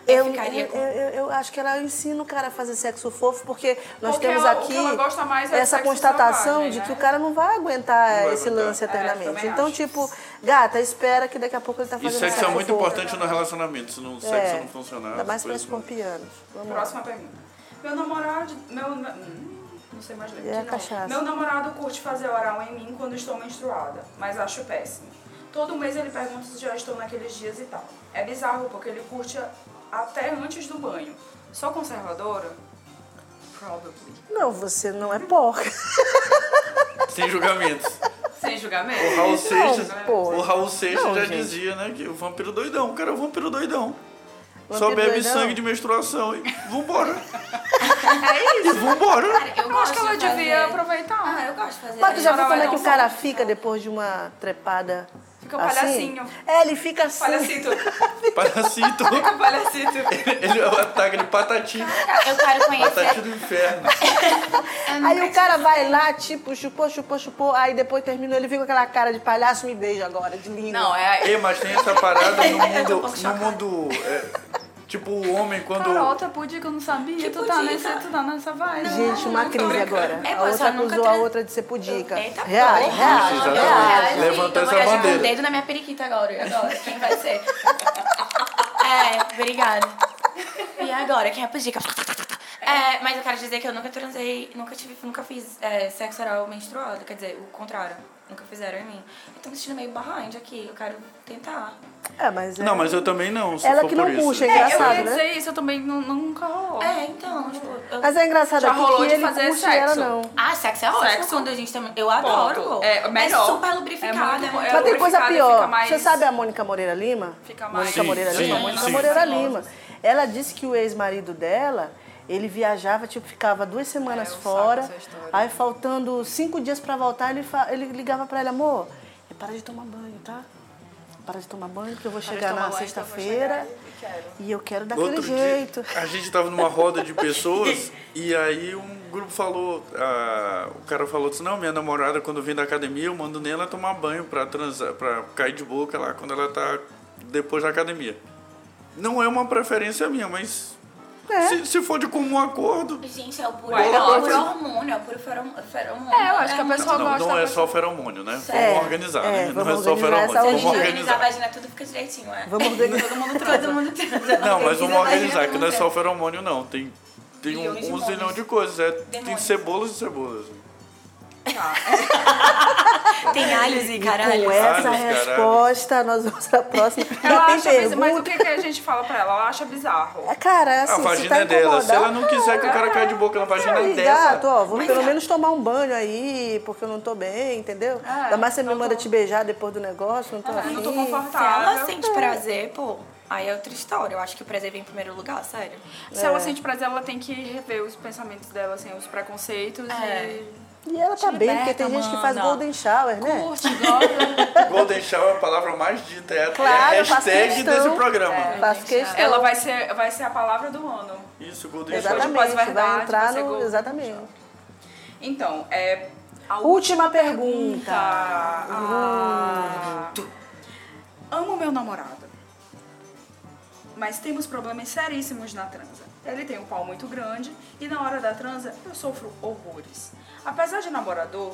Speaker 2: Eu,
Speaker 4: Eu ficaria com-
Speaker 2: eu, eu- eu acho que ela ensina o cara a fazer sexo fofo, porque nós
Speaker 3: Porque
Speaker 2: temos
Speaker 3: ela- o
Speaker 2: aqui
Speaker 3: que ela gosta mais é
Speaker 2: essa
Speaker 3: sexo
Speaker 2: constatação
Speaker 3: selvagem,
Speaker 2: de que
Speaker 3: né?
Speaker 2: o cara não vai aguentar
Speaker 5: vai
Speaker 2: esse
Speaker 5: aguentar.
Speaker 2: lance
Speaker 5: É,
Speaker 2: eternamente.
Speaker 3: também
Speaker 2: então,
Speaker 3: acho.
Speaker 2: tipo, gata, espera que daqui a pouco ele tá
Speaker 5: E
Speaker 2: fazendo
Speaker 5: sexo é muito
Speaker 2: fofo.
Speaker 5: importante no relacionamento, se não, o
Speaker 2: É,
Speaker 5: sexo não funcionar.
Speaker 2: Ainda mais pra
Speaker 5: coisas não-
Speaker 2: escorpianos. Vamos lá.
Speaker 3: Próxima pergunta. Meu namorado. Meu. hum, Não sei mais ler.
Speaker 2: É a
Speaker 3: que não.
Speaker 2: cachaça.
Speaker 3: Meu namorado curte fazer oral em mim quando estou menstruada, mas acho péssimo. Todo mês ele pergunta se já estou naqueles dias e tal. É bizarro porque ele curte a- até antes do banho. Sou conservadora? Probably.
Speaker 2: Não, você não é porca.
Speaker 5: Sem julgamentos.
Speaker 3: Sem julgamento?
Speaker 5: O Raul Seixas,
Speaker 2: pô.
Speaker 5: o Raul Seixas
Speaker 2: Não,
Speaker 5: já
Speaker 2: gente.
Speaker 5: dizia, né, que o vampiro doidão, o cara é um vampiro doidão. Só
Speaker 2: Vampiro
Speaker 5: bebe
Speaker 2: doidão?
Speaker 5: sangue de menstruação e
Speaker 2: (laughs)
Speaker 5: vambora. É isso. E vambora.
Speaker 4: Eu
Speaker 3: Eu acho que ela
Speaker 4: de fazer-
Speaker 3: devia aproveitar.
Speaker 2: é.
Speaker 4: Ah, eu gosto de fazer.
Speaker 2: Mas tu já viu
Speaker 3: Agora
Speaker 2: como
Speaker 3: vai
Speaker 2: é que
Speaker 3: dar
Speaker 2: o
Speaker 3: um
Speaker 2: cara fica depois de uma trepada?
Speaker 3: Fica um
Speaker 2: assim?
Speaker 3: palhacinho.
Speaker 2: É, ele fica assim.
Speaker 3: Palhacito. (laughs)
Speaker 5: Parasito.
Speaker 3: Palhacito.
Speaker 5: Ele é o ataque de patati.
Speaker 9: Eu quero
Speaker 5: Patati
Speaker 9: conhecer.
Speaker 5: do inferno.
Speaker 2: Aí o cara vai lá, tipo, chupou, chupou, chupou. Aí depois terminou, ele fica com aquela cara de palhaço, me beija agora, de lindo.
Speaker 3: Não, é.
Speaker 5: Ei, mas tem essa parada no mundo. No mundo. é, tipo, o homem quando.
Speaker 3: Carol, tu é pudica, eu não sabia. tu, tá
Speaker 4: pudica?
Speaker 3: nessa, tu tá nessa vibe.
Speaker 2: Gente, uma crise agora.
Speaker 4: É,
Speaker 2: a
Speaker 4: pô, só
Speaker 2: outra
Speaker 4: nunca
Speaker 2: acusou a
Speaker 4: tra-
Speaker 2: outra de ser pudica.
Speaker 4: Eita
Speaker 2: reage,
Speaker 4: porra.
Speaker 2: reage,
Speaker 5: Exatamente.
Speaker 2: reage.
Speaker 4: Ai,
Speaker 5: Levantou
Speaker 4: eu vou
Speaker 5: essa
Speaker 4: viajar então, com
Speaker 5: bandeira.
Speaker 4: o dedo na minha periquita agora. E agora? Quem vai ser? (laughs) é, obrigada. E agora? Quem é a pudica? É, mas eu quero dizer que eu nunca transei, nunca tive, nunca fiz é, sexo oral menstruado. Quer dizer, o contrário. Nunca fizeram em mim. Eu tô me sentindo meio behind aqui. Eu quero tentar.
Speaker 2: É, mas é.
Speaker 5: Não, mas eu também não. se
Speaker 2: Ela
Speaker 5: for
Speaker 2: que
Speaker 5: por
Speaker 2: não
Speaker 5: isso.
Speaker 2: puxa, é
Speaker 3: eu
Speaker 2: engraçado,
Speaker 3: ia
Speaker 2: né?
Speaker 3: dizer isso, eu também nu- nunca rolou.
Speaker 4: É, então, tipo... eu-
Speaker 2: Mas é engraçado
Speaker 3: Já
Speaker 2: aqui
Speaker 3: rolou
Speaker 2: que
Speaker 3: de
Speaker 2: ele
Speaker 3: fazer
Speaker 2: curte
Speaker 3: sexo.
Speaker 2: ela, não.
Speaker 4: Ah, sexo é ótimo
Speaker 3: Sexo.
Speaker 4: quando a gente também... Eu adoro.
Speaker 3: Ponto.
Speaker 4: pô.
Speaker 3: É, melhor.
Speaker 4: É super
Speaker 3: É
Speaker 4: lubrificado.
Speaker 3: muito
Speaker 4: é
Speaker 3: bom.
Speaker 4: muito
Speaker 2: Mas tem coisa
Speaker 3: lubrificada,
Speaker 2: pior.
Speaker 3: fica mais-
Speaker 2: Você sabe a Mônica Moreira Lima?
Speaker 3: Fica mais-
Speaker 2: Mônica
Speaker 5: Sim,
Speaker 2: Moreira
Speaker 5: sim,
Speaker 2: Lima? Mônica
Speaker 5: sim.
Speaker 2: Moreira
Speaker 3: Famosa.
Speaker 2: Lima. Ela disse que o ex-marido dela, ele viajava, tipo, ficava duas semanas
Speaker 3: É, eu
Speaker 2: fora.
Speaker 3: saco essa história.
Speaker 2: Aí, faltando cinco dias pra voltar, ele, fa- ele ligava pra ela, amor, é, para de tomar banho, tá? Para de tomar banho, que eu vou chegar
Speaker 3: tomar
Speaker 2: na
Speaker 3: banho, que eu vou
Speaker 2: sexta-feira.
Speaker 3: chegar e quero."
Speaker 2: E eu quero
Speaker 5: No
Speaker 2: daquele
Speaker 5: outro
Speaker 2: jeito.
Speaker 5: dia, a gente tava numa roda de pessoas e aí um grupo falou, ah, o cara falou assim, não, minha namorada quando vem da academia eu mando nela tomar banho pra, transar, pra cair de boca lá quando ela tá depois da academia. Não é uma preferência minha, mas
Speaker 2: É.
Speaker 5: se, se for de comum acordo...
Speaker 4: Gente, é o puro,
Speaker 3: Ué,
Speaker 4: é o
Speaker 3: não,
Speaker 4: puro
Speaker 3: assim-
Speaker 4: hormônio, é o puro feromônio. feromônio.
Speaker 3: É, eu acho que a
Speaker 4: muito-
Speaker 3: pessoa
Speaker 5: Não,
Speaker 3: gosta.
Speaker 5: não é
Speaker 3: da
Speaker 5: só feromônio, né? Vamos
Speaker 2: É,
Speaker 5: organizar,
Speaker 2: é,
Speaker 5: né? Não é
Speaker 2: vamos
Speaker 5: só
Speaker 2: organizar essa
Speaker 5: feromônio,
Speaker 4: Se a
Speaker 5: vamos
Speaker 4: gente
Speaker 2: lista.
Speaker 4: organizar a
Speaker 5: organizar.
Speaker 4: vagina, tudo fica direitinho, é.
Speaker 2: Vamos organizar.
Speaker 4: Todo mundo transa. Todo mundo transa.
Speaker 5: Não, mas
Speaker 4: Organiza
Speaker 5: vamos
Speaker 4: a vagina,
Speaker 5: organizar,
Speaker 4: todo
Speaker 5: que não é
Speaker 4: mundo
Speaker 5: só feromônio não, tem... Tem um,
Speaker 4: Milhões de
Speaker 5: um
Speaker 4: demônios.
Speaker 5: zilhão de coisas, é, tem
Speaker 4: Demônios.
Speaker 5: cebolas e cebolas.
Speaker 4: transa. Tem alhos e caralho.
Speaker 2: Com essa
Speaker 5: Vários, caralho.
Speaker 2: resposta, nós vamos pra próxima.
Speaker 3: Ela
Speaker 2: Não tem
Speaker 3: acha, mas,
Speaker 2: pergunta.
Speaker 3: mas o que, que a gente fala pra ela? Ela acha bizarro.
Speaker 2: É, Cara, assim,
Speaker 5: a
Speaker 2: se
Speaker 5: vagina
Speaker 2: tá
Speaker 5: é dela. Se ela não
Speaker 2: incomodando,
Speaker 5: quiser que o cara caia de boca na vagina é
Speaker 2: Aí,
Speaker 5: dela.
Speaker 2: gato, ó, vou pelo menos tomar um banho aí, porque eu não tô bem, entendeu? tá Ainda mais você me manda te beijar depois do negócio, Ah, não tô
Speaker 3: Eu
Speaker 2: afim.
Speaker 3: não tô
Speaker 4: Se ela
Speaker 3: confortável.
Speaker 4: sente prazer, pô. Aí é outra história. Eu acho que o prazer vem em primeiro lugar, sério.
Speaker 3: Se ela sente prazer, ela tem que rever os pensamentos dela, assim, os preconceitos
Speaker 4: É.
Speaker 3: e.
Speaker 2: E ela tá
Speaker 3: Te
Speaker 2: bem, porque
Speaker 3: liberta,
Speaker 2: tem gente que faz
Speaker 3: mana.
Speaker 2: golden shower, né?
Speaker 3: Curte, gosta.
Speaker 5: Golden Shower é a palavra mais dita, é a
Speaker 2: Claro,
Speaker 5: é a
Speaker 2: eu faço
Speaker 5: hashtag
Speaker 2: questão. É.
Speaker 5: desse programa.
Speaker 2: Faço
Speaker 3: (laughs)
Speaker 2: questão.
Speaker 3: ela vai ser, vai ser a palavra do ano.
Speaker 5: Isso, Golden Shower.
Speaker 2: Exatamente, vai
Speaker 3: pós-verdade,
Speaker 2: entrar
Speaker 3: você
Speaker 2: no...
Speaker 3: go-
Speaker 2: Exatamente.
Speaker 3: Então, é. A
Speaker 2: Última pergunta.
Speaker 3: Ah. Amo meu namorado. Mas temos problemas seríssimos na transa. Ele tem um pau muito grande e na hora da transa eu sofro horrores. Apesar de namorador,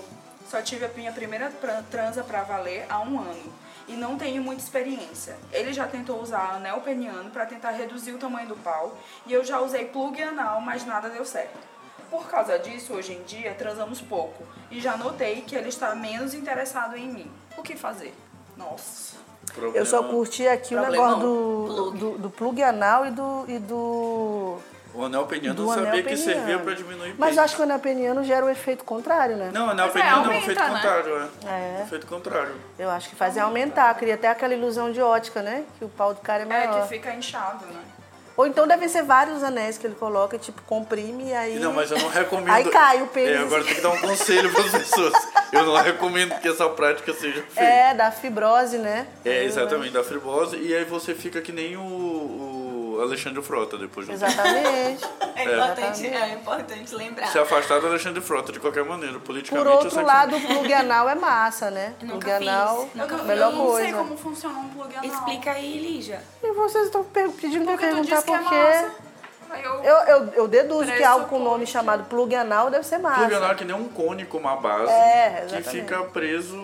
Speaker 3: só tive a minha primeira tran- transa pra valer há um ano e não tenho muita experiência. Ele já tentou usar anel peniano pra tentar reduzir o tamanho do pau e eu já usei plug anal, mas nada deu certo. Por causa disso, hoje em dia, transamos pouco. E já notei que ele está menos interessado em mim. O que fazer? Nossa.
Speaker 2: Eu só
Speaker 5: Problema-
Speaker 2: curti aqui o
Speaker 3: Problemão.
Speaker 2: negócio do, do, do plug anal e do. E do
Speaker 5: O anel peniano
Speaker 2: do
Speaker 5: eu sabia
Speaker 2: anel
Speaker 5: que
Speaker 2: peniano.
Speaker 5: servia pra diminuir
Speaker 2: Mas
Speaker 5: peso.
Speaker 2: eu acho que o anel peniano gera o efeito contrário, né?
Speaker 5: Não, o anel
Speaker 3: Mas é,
Speaker 5: peniano é um
Speaker 3: aumenta,
Speaker 5: efeito
Speaker 3: né?
Speaker 5: contrário, é.
Speaker 2: É.
Speaker 5: Um efeito contrário.
Speaker 2: Eu acho que fazia aumentar, cria até aquela ilusão de ótica, né? Que o pau do cara
Speaker 3: É
Speaker 2: é maior.
Speaker 3: que fica inchado, né?
Speaker 2: Ou então devem ser vários anéis que ele coloca, tipo, comprime e aí.
Speaker 5: Não, mas é eu não recomendo.
Speaker 2: Aí cai o pênis.
Speaker 5: É, agora tem que dar um conselho para as pessoas. Eu não recomendo que essa prática seja feita.
Speaker 2: É, da fibrose, né?
Speaker 5: um É, exatamente, da fribose. E aí você fica que nem o, o Alexandre Frota depois. um do- (laughs)
Speaker 2: Exatamente.
Speaker 4: É, importante, é importante lembrar.
Speaker 5: Se afastar do Alexandre Frota, de qualquer maneira,
Speaker 2: Tá.
Speaker 5: politicamente
Speaker 2: Por
Speaker 5: ou
Speaker 2: outro
Speaker 5: sexualmente.
Speaker 2: lado, o plug anal é massa, né?
Speaker 4: Eu nunca
Speaker 2: Plug anal,
Speaker 4: fiz, nunca fiz.
Speaker 2: melhor
Speaker 3: eu não sei
Speaker 2: coisa.
Speaker 3: como funciona um plug anal.
Speaker 4: Explica aí, Lígia.
Speaker 2: E vocês estão per- pedindo pra eu
Speaker 3: Porque tu
Speaker 2: perguntar
Speaker 3: disse que
Speaker 2: por
Speaker 3: é
Speaker 2: quê?
Speaker 3: massa. Aí eu...
Speaker 2: Eu, eu, eu deduzo que
Speaker 3: Pressupõe
Speaker 2: algo com nome chamado plug anal deve ser massa.
Speaker 5: Plug anal é que nem um cone com uma base
Speaker 2: É,
Speaker 5: que
Speaker 2: exatamente.
Speaker 5: fica preso.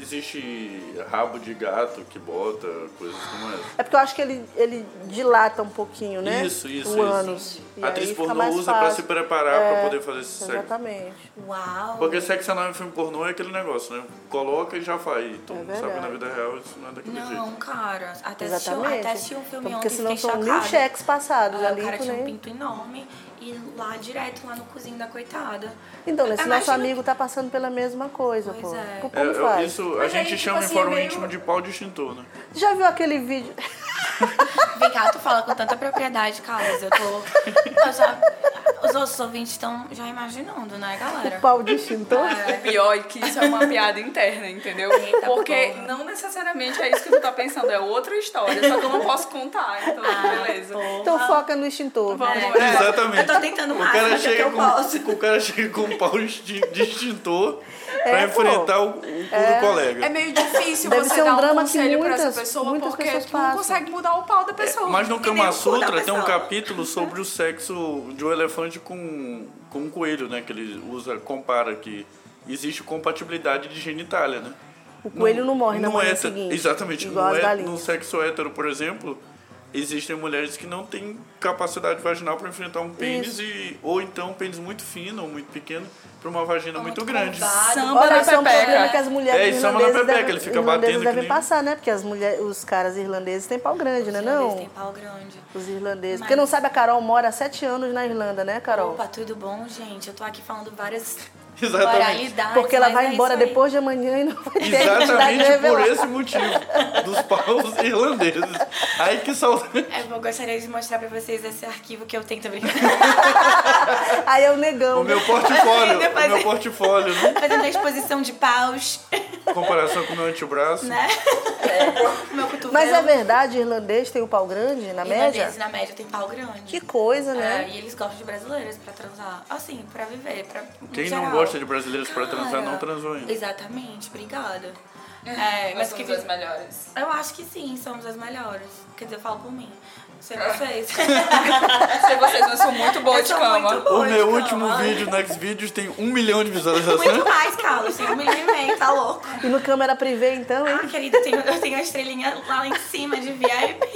Speaker 5: Existe rabo de gato que bota, coisas como essa.
Speaker 2: É porque eu acho que ele, ele dilata um pouquinho, né?
Speaker 5: Isso, isso,
Speaker 2: o
Speaker 5: isso.
Speaker 2: ânus. E
Speaker 5: A
Speaker 2: aí
Speaker 5: atriz
Speaker 2: fica
Speaker 5: pornô
Speaker 2: mais
Speaker 5: usa pra se
Speaker 2: fácil. É,
Speaker 5: preparar pra poder fazer esse sexo.
Speaker 2: Exatamente.
Speaker 4: Uau!
Speaker 5: Porque sexo anal em filme pornô é aquele negócio, né? Coloca e já faz. Então,
Speaker 2: É
Speaker 5: sabe que na
Speaker 2: verdade.
Speaker 5: vida real isso não é daquele jeito.
Speaker 4: Não, cara. Até assisti,
Speaker 2: Exatamente.
Speaker 4: até assisti um filme
Speaker 2: Então,
Speaker 4: ontem
Speaker 2: porque
Speaker 4: e
Speaker 2: senão
Speaker 4: fiquei
Speaker 2: são
Speaker 4: chocada.
Speaker 2: mil cheques passados
Speaker 4: Ah,
Speaker 2: ali,
Speaker 4: o cara tinha um
Speaker 2: né?
Speaker 4: pinto enorme e lá direto, lá no cozinho da coitada.
Speaker 2: Então, né, se nosso
Speaker 4: É, Imagina-
Speaker 2: amigo tá passando pela mesma coisa,
Speaker 4: Pois
Speaker 2: pô. Tipo,
Speaker 4: é.
Speaker 2: Como
Speaker 5: É, eu-
Speaker 2: faz?
Speaker 5: isso a
Speaker 3: Mas aí,
Speaker 5: gente
Speaker 3: tipo
Speaker 5: chama
Speaker 3: assim,
Speaker 5: em fórum
Speaker 3: é meio-
Speaker 5: íntimo de pau de extintor, né?
Speaker 2: Já viu aquele
Speaker 4: (laughs)
Speaker 2: vídeo?
Speaker 4: Vem cá, tu fala com tanta propriedade, Carlos.
Speaker 2: (laughs)
Speaker 4: Eu tô. Eu já... Os outros ouvintes estão já imaginando, né, galera?
Speaker 2: Pau de extintor?
Speaker 3: É pior é que isso é uma piada interna, entendeu?
Speaker 4: Eita,
Speaker 3: Porque
Speaker 4: porra.
Speaker 3: não necessariamente é isso que tu tá pensando, é outra história, só que eu não posso contar, então beleza.
Speaker 2: Então foca no extintor.
Speaker 4: Tá
Speaker 3: Vamos, é.
Speaker 5: (laughs) Exatamente.
Speaker 4: Eu tô tentando
Speaker 5: o
Speaker 4: mais,
Speaker 5: cara
Speaker 4: mas é que
Speaker 5: chega
Speaker 4: eu posso.
Speaker 5: com, um- O cara chega com um pau de de extintor pra
Speaker 2: É, pô.
Speaker 5: enfrentar o, o cu do colega.
Speaker 3: É meio difícil
Speaker 2: Deve
Speaker 3: você
Speaker 2: ser um
Speaker 3: dar
Speaker 2: drama que
Speaker 3: conselho pra
Speaker 2: muitas-
Speaker 3: essa pessoa
Speaker 2: muitas
Speaker 3: porque
Speaker 2: pessoas
Speaker 3: tu não
Speaker 2: passam.
Speaker 3: consegue mudar o pau da pessoa.
Speaker 5: Mas no
Speaker 4: que nem
Speaker 5: Kama
Speaker 4: o cu da
Speaker 5: Sutra tem um
Speaker 4: pessoa.
Speaker 5: capítulo sobre o sexo de um elefante com, com um coelho, né? Que ele usa, compara que existe compatibilidade de genitália, né?
Speaker 2: O coelho não morre na
Speaker 5: no
Speaker 2: manhã
Speaker 5: hétero-
Speaker 2: seguinte,
Speaker 5: é Exatamente. é-
Speaker 2: igual
Speaker 5: no,
Speaker 2: as
Speaker 5: hé-
Speaker 2: galinhas.
Speaker 5: no sexo hétero, por exemplo, existem mulheres que não têm capacidade vaginal para enfrentar um pênis, e, ou então um pênis muito fino ou muito pequeno para uma vagina muito, grande.
Speaker 3: Samba
Speaker 2: Olha,
Speaker 3: na
Speaker 2: isso é um problema que
Speaker 3: pepeca.
Speaker 2: as mulheres
Speaker 5: É, isso é uma na
Speaker 2: irlandesas
Speaker 5: pepeca,
Speaker 2: devem,
Speaker 5: ele fica
Speaker 2: irlandeses
Speaker 5: batendo que
Speaker 2: devem
Speaker 5: nem-
Speaker 2: passar, né? Porque as mulher, os caras irlandeses têm pau grande, né?
Speaker 4: Eles
Speaker 2: Não?
Speaker 4: têm pau grande.
Speaker 2: Os irlandeses.
Speaker 4: Mas-
Speaker 2: Porque não sabe, a Carol mora há sete anos na Irlanda, né, Carol?
Speaker 4: Opa, tudo bom, gente? Eu tô aqui falando várias
Speaker 5: Exatamente.
Speaker 4: moralidades.
Speaker 2: Porque ela
Speaker 4: mas é
Speaker 2: vai
Speaker 4: isso
Speaker 2: embora
Speaker 4: aí.
Speaker 2: depois de amanhã e não vai ter (laughs) identidade
Speaker 5: Exatamente por
Speaker 2: revelada.
Speaker 5: esse motivo dos paus irlandeses. Ai que (laughs) saudade.
Speaker 4: É, Eu gostaria de mostrar pra vocês esse arquivo que eu tenho também. (laughs)
Speaker 2: Aí é o negão.
Speaker 5: O meu portfólio,
Speaker 4: Ainda
Speaker 5: o meu
Speaker 4: fazer-
Speaker 5: portfólio, né?
Speaker 4: Fazendo a exposição de paus,
Speaker 5: Em comparação com o meu antebraço.
Speaker 4: né? (laughs) meu cotovelo.
Speaker 2: Mas é verdade, irlandês tem o pau grande na média?
Speaker 4: Irlandeses, na média, tem pau grande.
Speaker 2: Que coisa, né?
Speaker 4: É, e eles gostam de brasileiras pra transar. Assim, pra viver. Pra, no
Speaker 5: Quem
Speaker 4: geral.
Speaker 5: não gosta de brasileiros pra transar
Speaker 4: Cara,
Speaker 5: não transou ainda.
Speaker 4: Exatamente, obrigada. É, mas que
Speaker 3: as melhores.
Speaker 4: Eu acho que sim, somos as melhores. Quer dizer, eu falo por mim. Não sei
Speaker 2: É. (laughs)
Speaker 4: vocês.
Speaker 3: É, Sei vocês, mas sou muito boa
Speaker 4: Eu
Speaker 3: de
Speaker 4: sou
Speaker 3: cama.
Speaker 4: muito
Speaker 5: O
Speaker 4: boa de
Speaker 5: meu
Speaker 4: cama.
Speaker 5: último vídeo, Next Videos, tem um milhão
Speaker 4: (laughs)
Speaker 5: de
Speaker 4: Muito
Speaker 5: visualizações.
Speaker 4: mais, Carlos. Tem um milhão e meio, tá louco.
Speaker 3: É.
Speaker 2: E no câmera privê, então, hein?
Speaker 4: Ah, querida, eu tenho, eu tenho a estrelinha lá em cima
Speaker 2: (laughs)
Speaker 4: de VIP.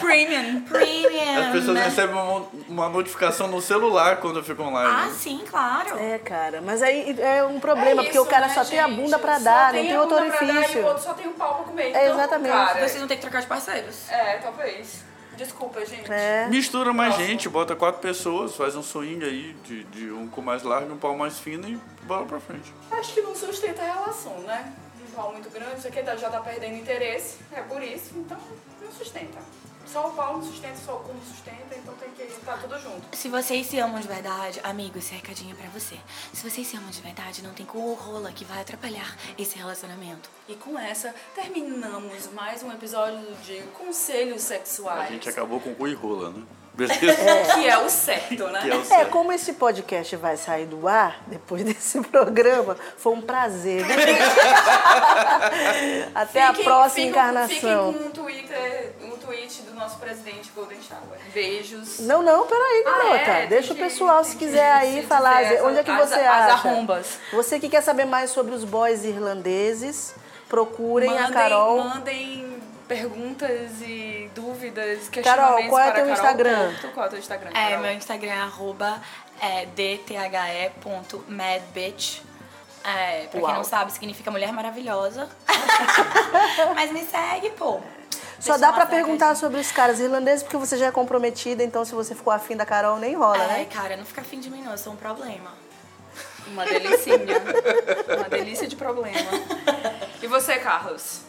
Speaker 3: Premium.
Speaker 4: Premium.
Speaker 5: As pessoas recebem uma, uma notificação no celular quando ficam
Speaker 4: Ah,
Speaker 5: online.
Speaker 4: sim, claro.
Speaker 2: É, cara, mas aí é um problema,
Speaker 3: É
Speaker 2: porque o
Speaker 3: isso,
Speaker 2: cara
Speaker 3: né,
Speaker 2: só tem a
Speaker 3: gente?
Speaker 2: bunda pra
Speaker 3: Só
Speaker 2: dar, não
Speaker 3: tem
Speaker 2: tem
Speaker 3: a
Speaker 2: outro
Speaker 3: bunda pra dar E o
Speaker 2: orifício.
Speaker 3: outro só tem um pau pra comer.
Speaker 2: É,
Speaker 3: Então,
Speaker 2: exatamente.
Speaker 3: Cara,
Speaker 4: Vocês não têm que trocar de parceiros.
Speaker 3: É, talvez. Desculpa, gente.
Speaker 2: É.
Speaker 5: Mistura mais gente, bota quatro pessoas, faz um swing aí de, de um cu mais largo, um pau mais fino e bola pra frente.
Speaker 3: Acho que não sustenta a relação, né? sexual muito grande, não sei o que, já tá perdendo interesse. É por isso, então não sustenta. Só o pau não sustenta, só o cu não sustenta, então tem que estar tudo junto.
Speaker 4: Se vocês se amam de verdade, amigo, esse recadinho é pra você. Se vocês se amam de verdade, não tem cu ou rola que vai atrapalhar esse relacionamento.
Speaker 3: E com essa, terminamos mais um episódio de Conselhos
Speaker 5: A
Speaker 3: Sexuais.
Speaker 5: gente acabou com o cu e rola, né? Beleza?
Speaker 3: Que é o certo, né?
Speaker 5: Que é o
Speaker 2: É,
Speaker 5: certo.
Speaker 2: como esse podcast vai sair do ar depois (laughs) desse programa, foi um prazer.
Speaker 3: (laughs)
Speaker 2: Até a
Speaker 3: Fiquem-
Speaker 2: próxima
Speaker 3: fiquem-
Speaker 2: encarnação.
Speaker 3: Fiquem com um Twitter, um tweet do nosso presidente Golden Shower. Beijos.
Speaker 2: Não, não, peraí,
Speaker 3: Ah,
Speaker 2: garota.
Speaker 3: é?
Speaker 2: Deixa o
Speaker 3: Tem que-
Speaker 2: pessoal, se
Speaker 3: tem que
Speaker 2: quiser aí,
Speaker 3: se
Speaker 2: falar.
Speaker 3: quiser,
Speaker 2: onde é que
Speaker 3: as-
Speaker 2: você
Speaker 3: as
Speaker 2: acha?
Speaker 3: arrombas.
Speaker 2: Você que quer saber mais sobre os boys irlandeses, procurem a
Speaker 3: mandem,
Speaker 2: Carol.
Speaker 3: Mandem perguntas e dúvidas, questionamentos
Speaker 2: Carol, qual é
Speaker 3: para
Speaker 2: teu
Speaker 3: Carol
Speaker 2: Instagram?
Speaker 3: Porto. Qual é teu Instagram,
Speaker 4: É,
Speaker 3: Carol?
Speaker 4: meu Instagram é arroba é, dthe.madbitch. É, pra
Speaker 2: Uau.
Speaker 4: quem não sabe, significa mulher (laughs) maravilhosa. Mas me segue, pô.
Speaker 2: Só
Speaker 4: Deixa
Speaker 2: dá
Speaker 4: eu
Speaker 2: pra
Speaker 4: mostrar
Speaker 2: perguntar
Speaker 4: aqui.
Speaker 2: sobre os caras irlandeses, porque você já é comprometida, então se você ficou afim da Carol, nem rola,
Speaker 3: É.
Speaker 4: Ai,
Speaker 2: né?
Speaker 4: É, cara, não fica afim de mim não, eu sou um problema.
Speaker 3: Uma delicinha. Uma delícia de problema. E você, Carlos?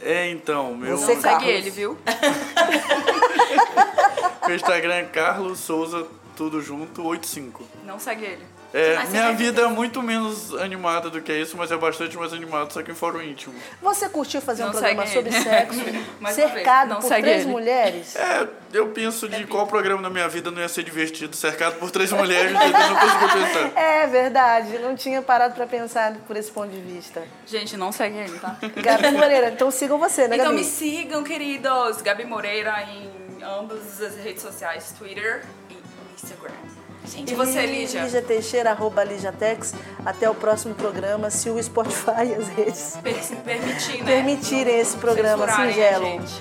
Speaker 5: É, então, meu,
Speaker 2: Você
Speaker 3: Segue
Speaker 2: Carlos.
Speaker 3: ele, viu?
Speaker 5: meu Instagram é Carlos Souza, tudo junto, 85.
Speaker 3: Não segue ele.
Speaker 5: É,
Speaker 4: Mas você
Speaker 5: minha
Speaker 4: quer-
Speaker 5: vida é muito menos animada do que isso, mas é bastante mais animado, só que em fórum íntimo.
Speaker 2: Você curtiu fazer um
Speaker 3: Não
Speaker 2: programa
Speaker 3: segue
Speaker 2: sobre
Speaker 3: ele.
Speaker 2: sexo,
Speaker 3: (laughs) Mais uma vez,
Speaker 2: cercado
Speaker 3: não
Speaker 2: por
Speaker 3: segue
Speaker 2: três
Speaker 3: ele. (laughs)
Speaker 2: mulheres?
Speaker 5: É, eu penso de qual programa da minha vida não ia ser divertido, cercado por três mulheres, (laughs) entendeu? Eu não consigo pensar.
Speaker 2: É verdade, não tinha parado pra pensar por esse ponto de vista.
Speaker 3: Gente, não segue ele, tá?
Speaker 2: Gabi Moreira, então sigam você, né,
Speaker 3: Então
Speaker 2: Gabi?
Speaker 3: me sigam, queridos. Gabi Moreira em ambas as redes sociais, Twitter e Instagram.
Speaker 4: Gente,
Speaker 3: E você,
Speaker 2: Lígia.
Speaker 3: Lígia?
Speaker 2: Teixeira, arroba Lígia Tex. Até o próximo programa, se o Spotify (laughs) e as redes
Speaker 3: Per se permitir, né?
Speaker 2: permitirem esse programa
Speaker 3: Censurarem a
Speaker 2: singelo.
Speaker 3: gente.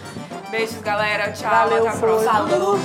Speaker 3: Beijos, galera. Tchau.
Speaker 2: Valeu,
Speaker 3: até a
Speaker 2: foi.
Speaker 3: próxima.
Speaker 2: Falou.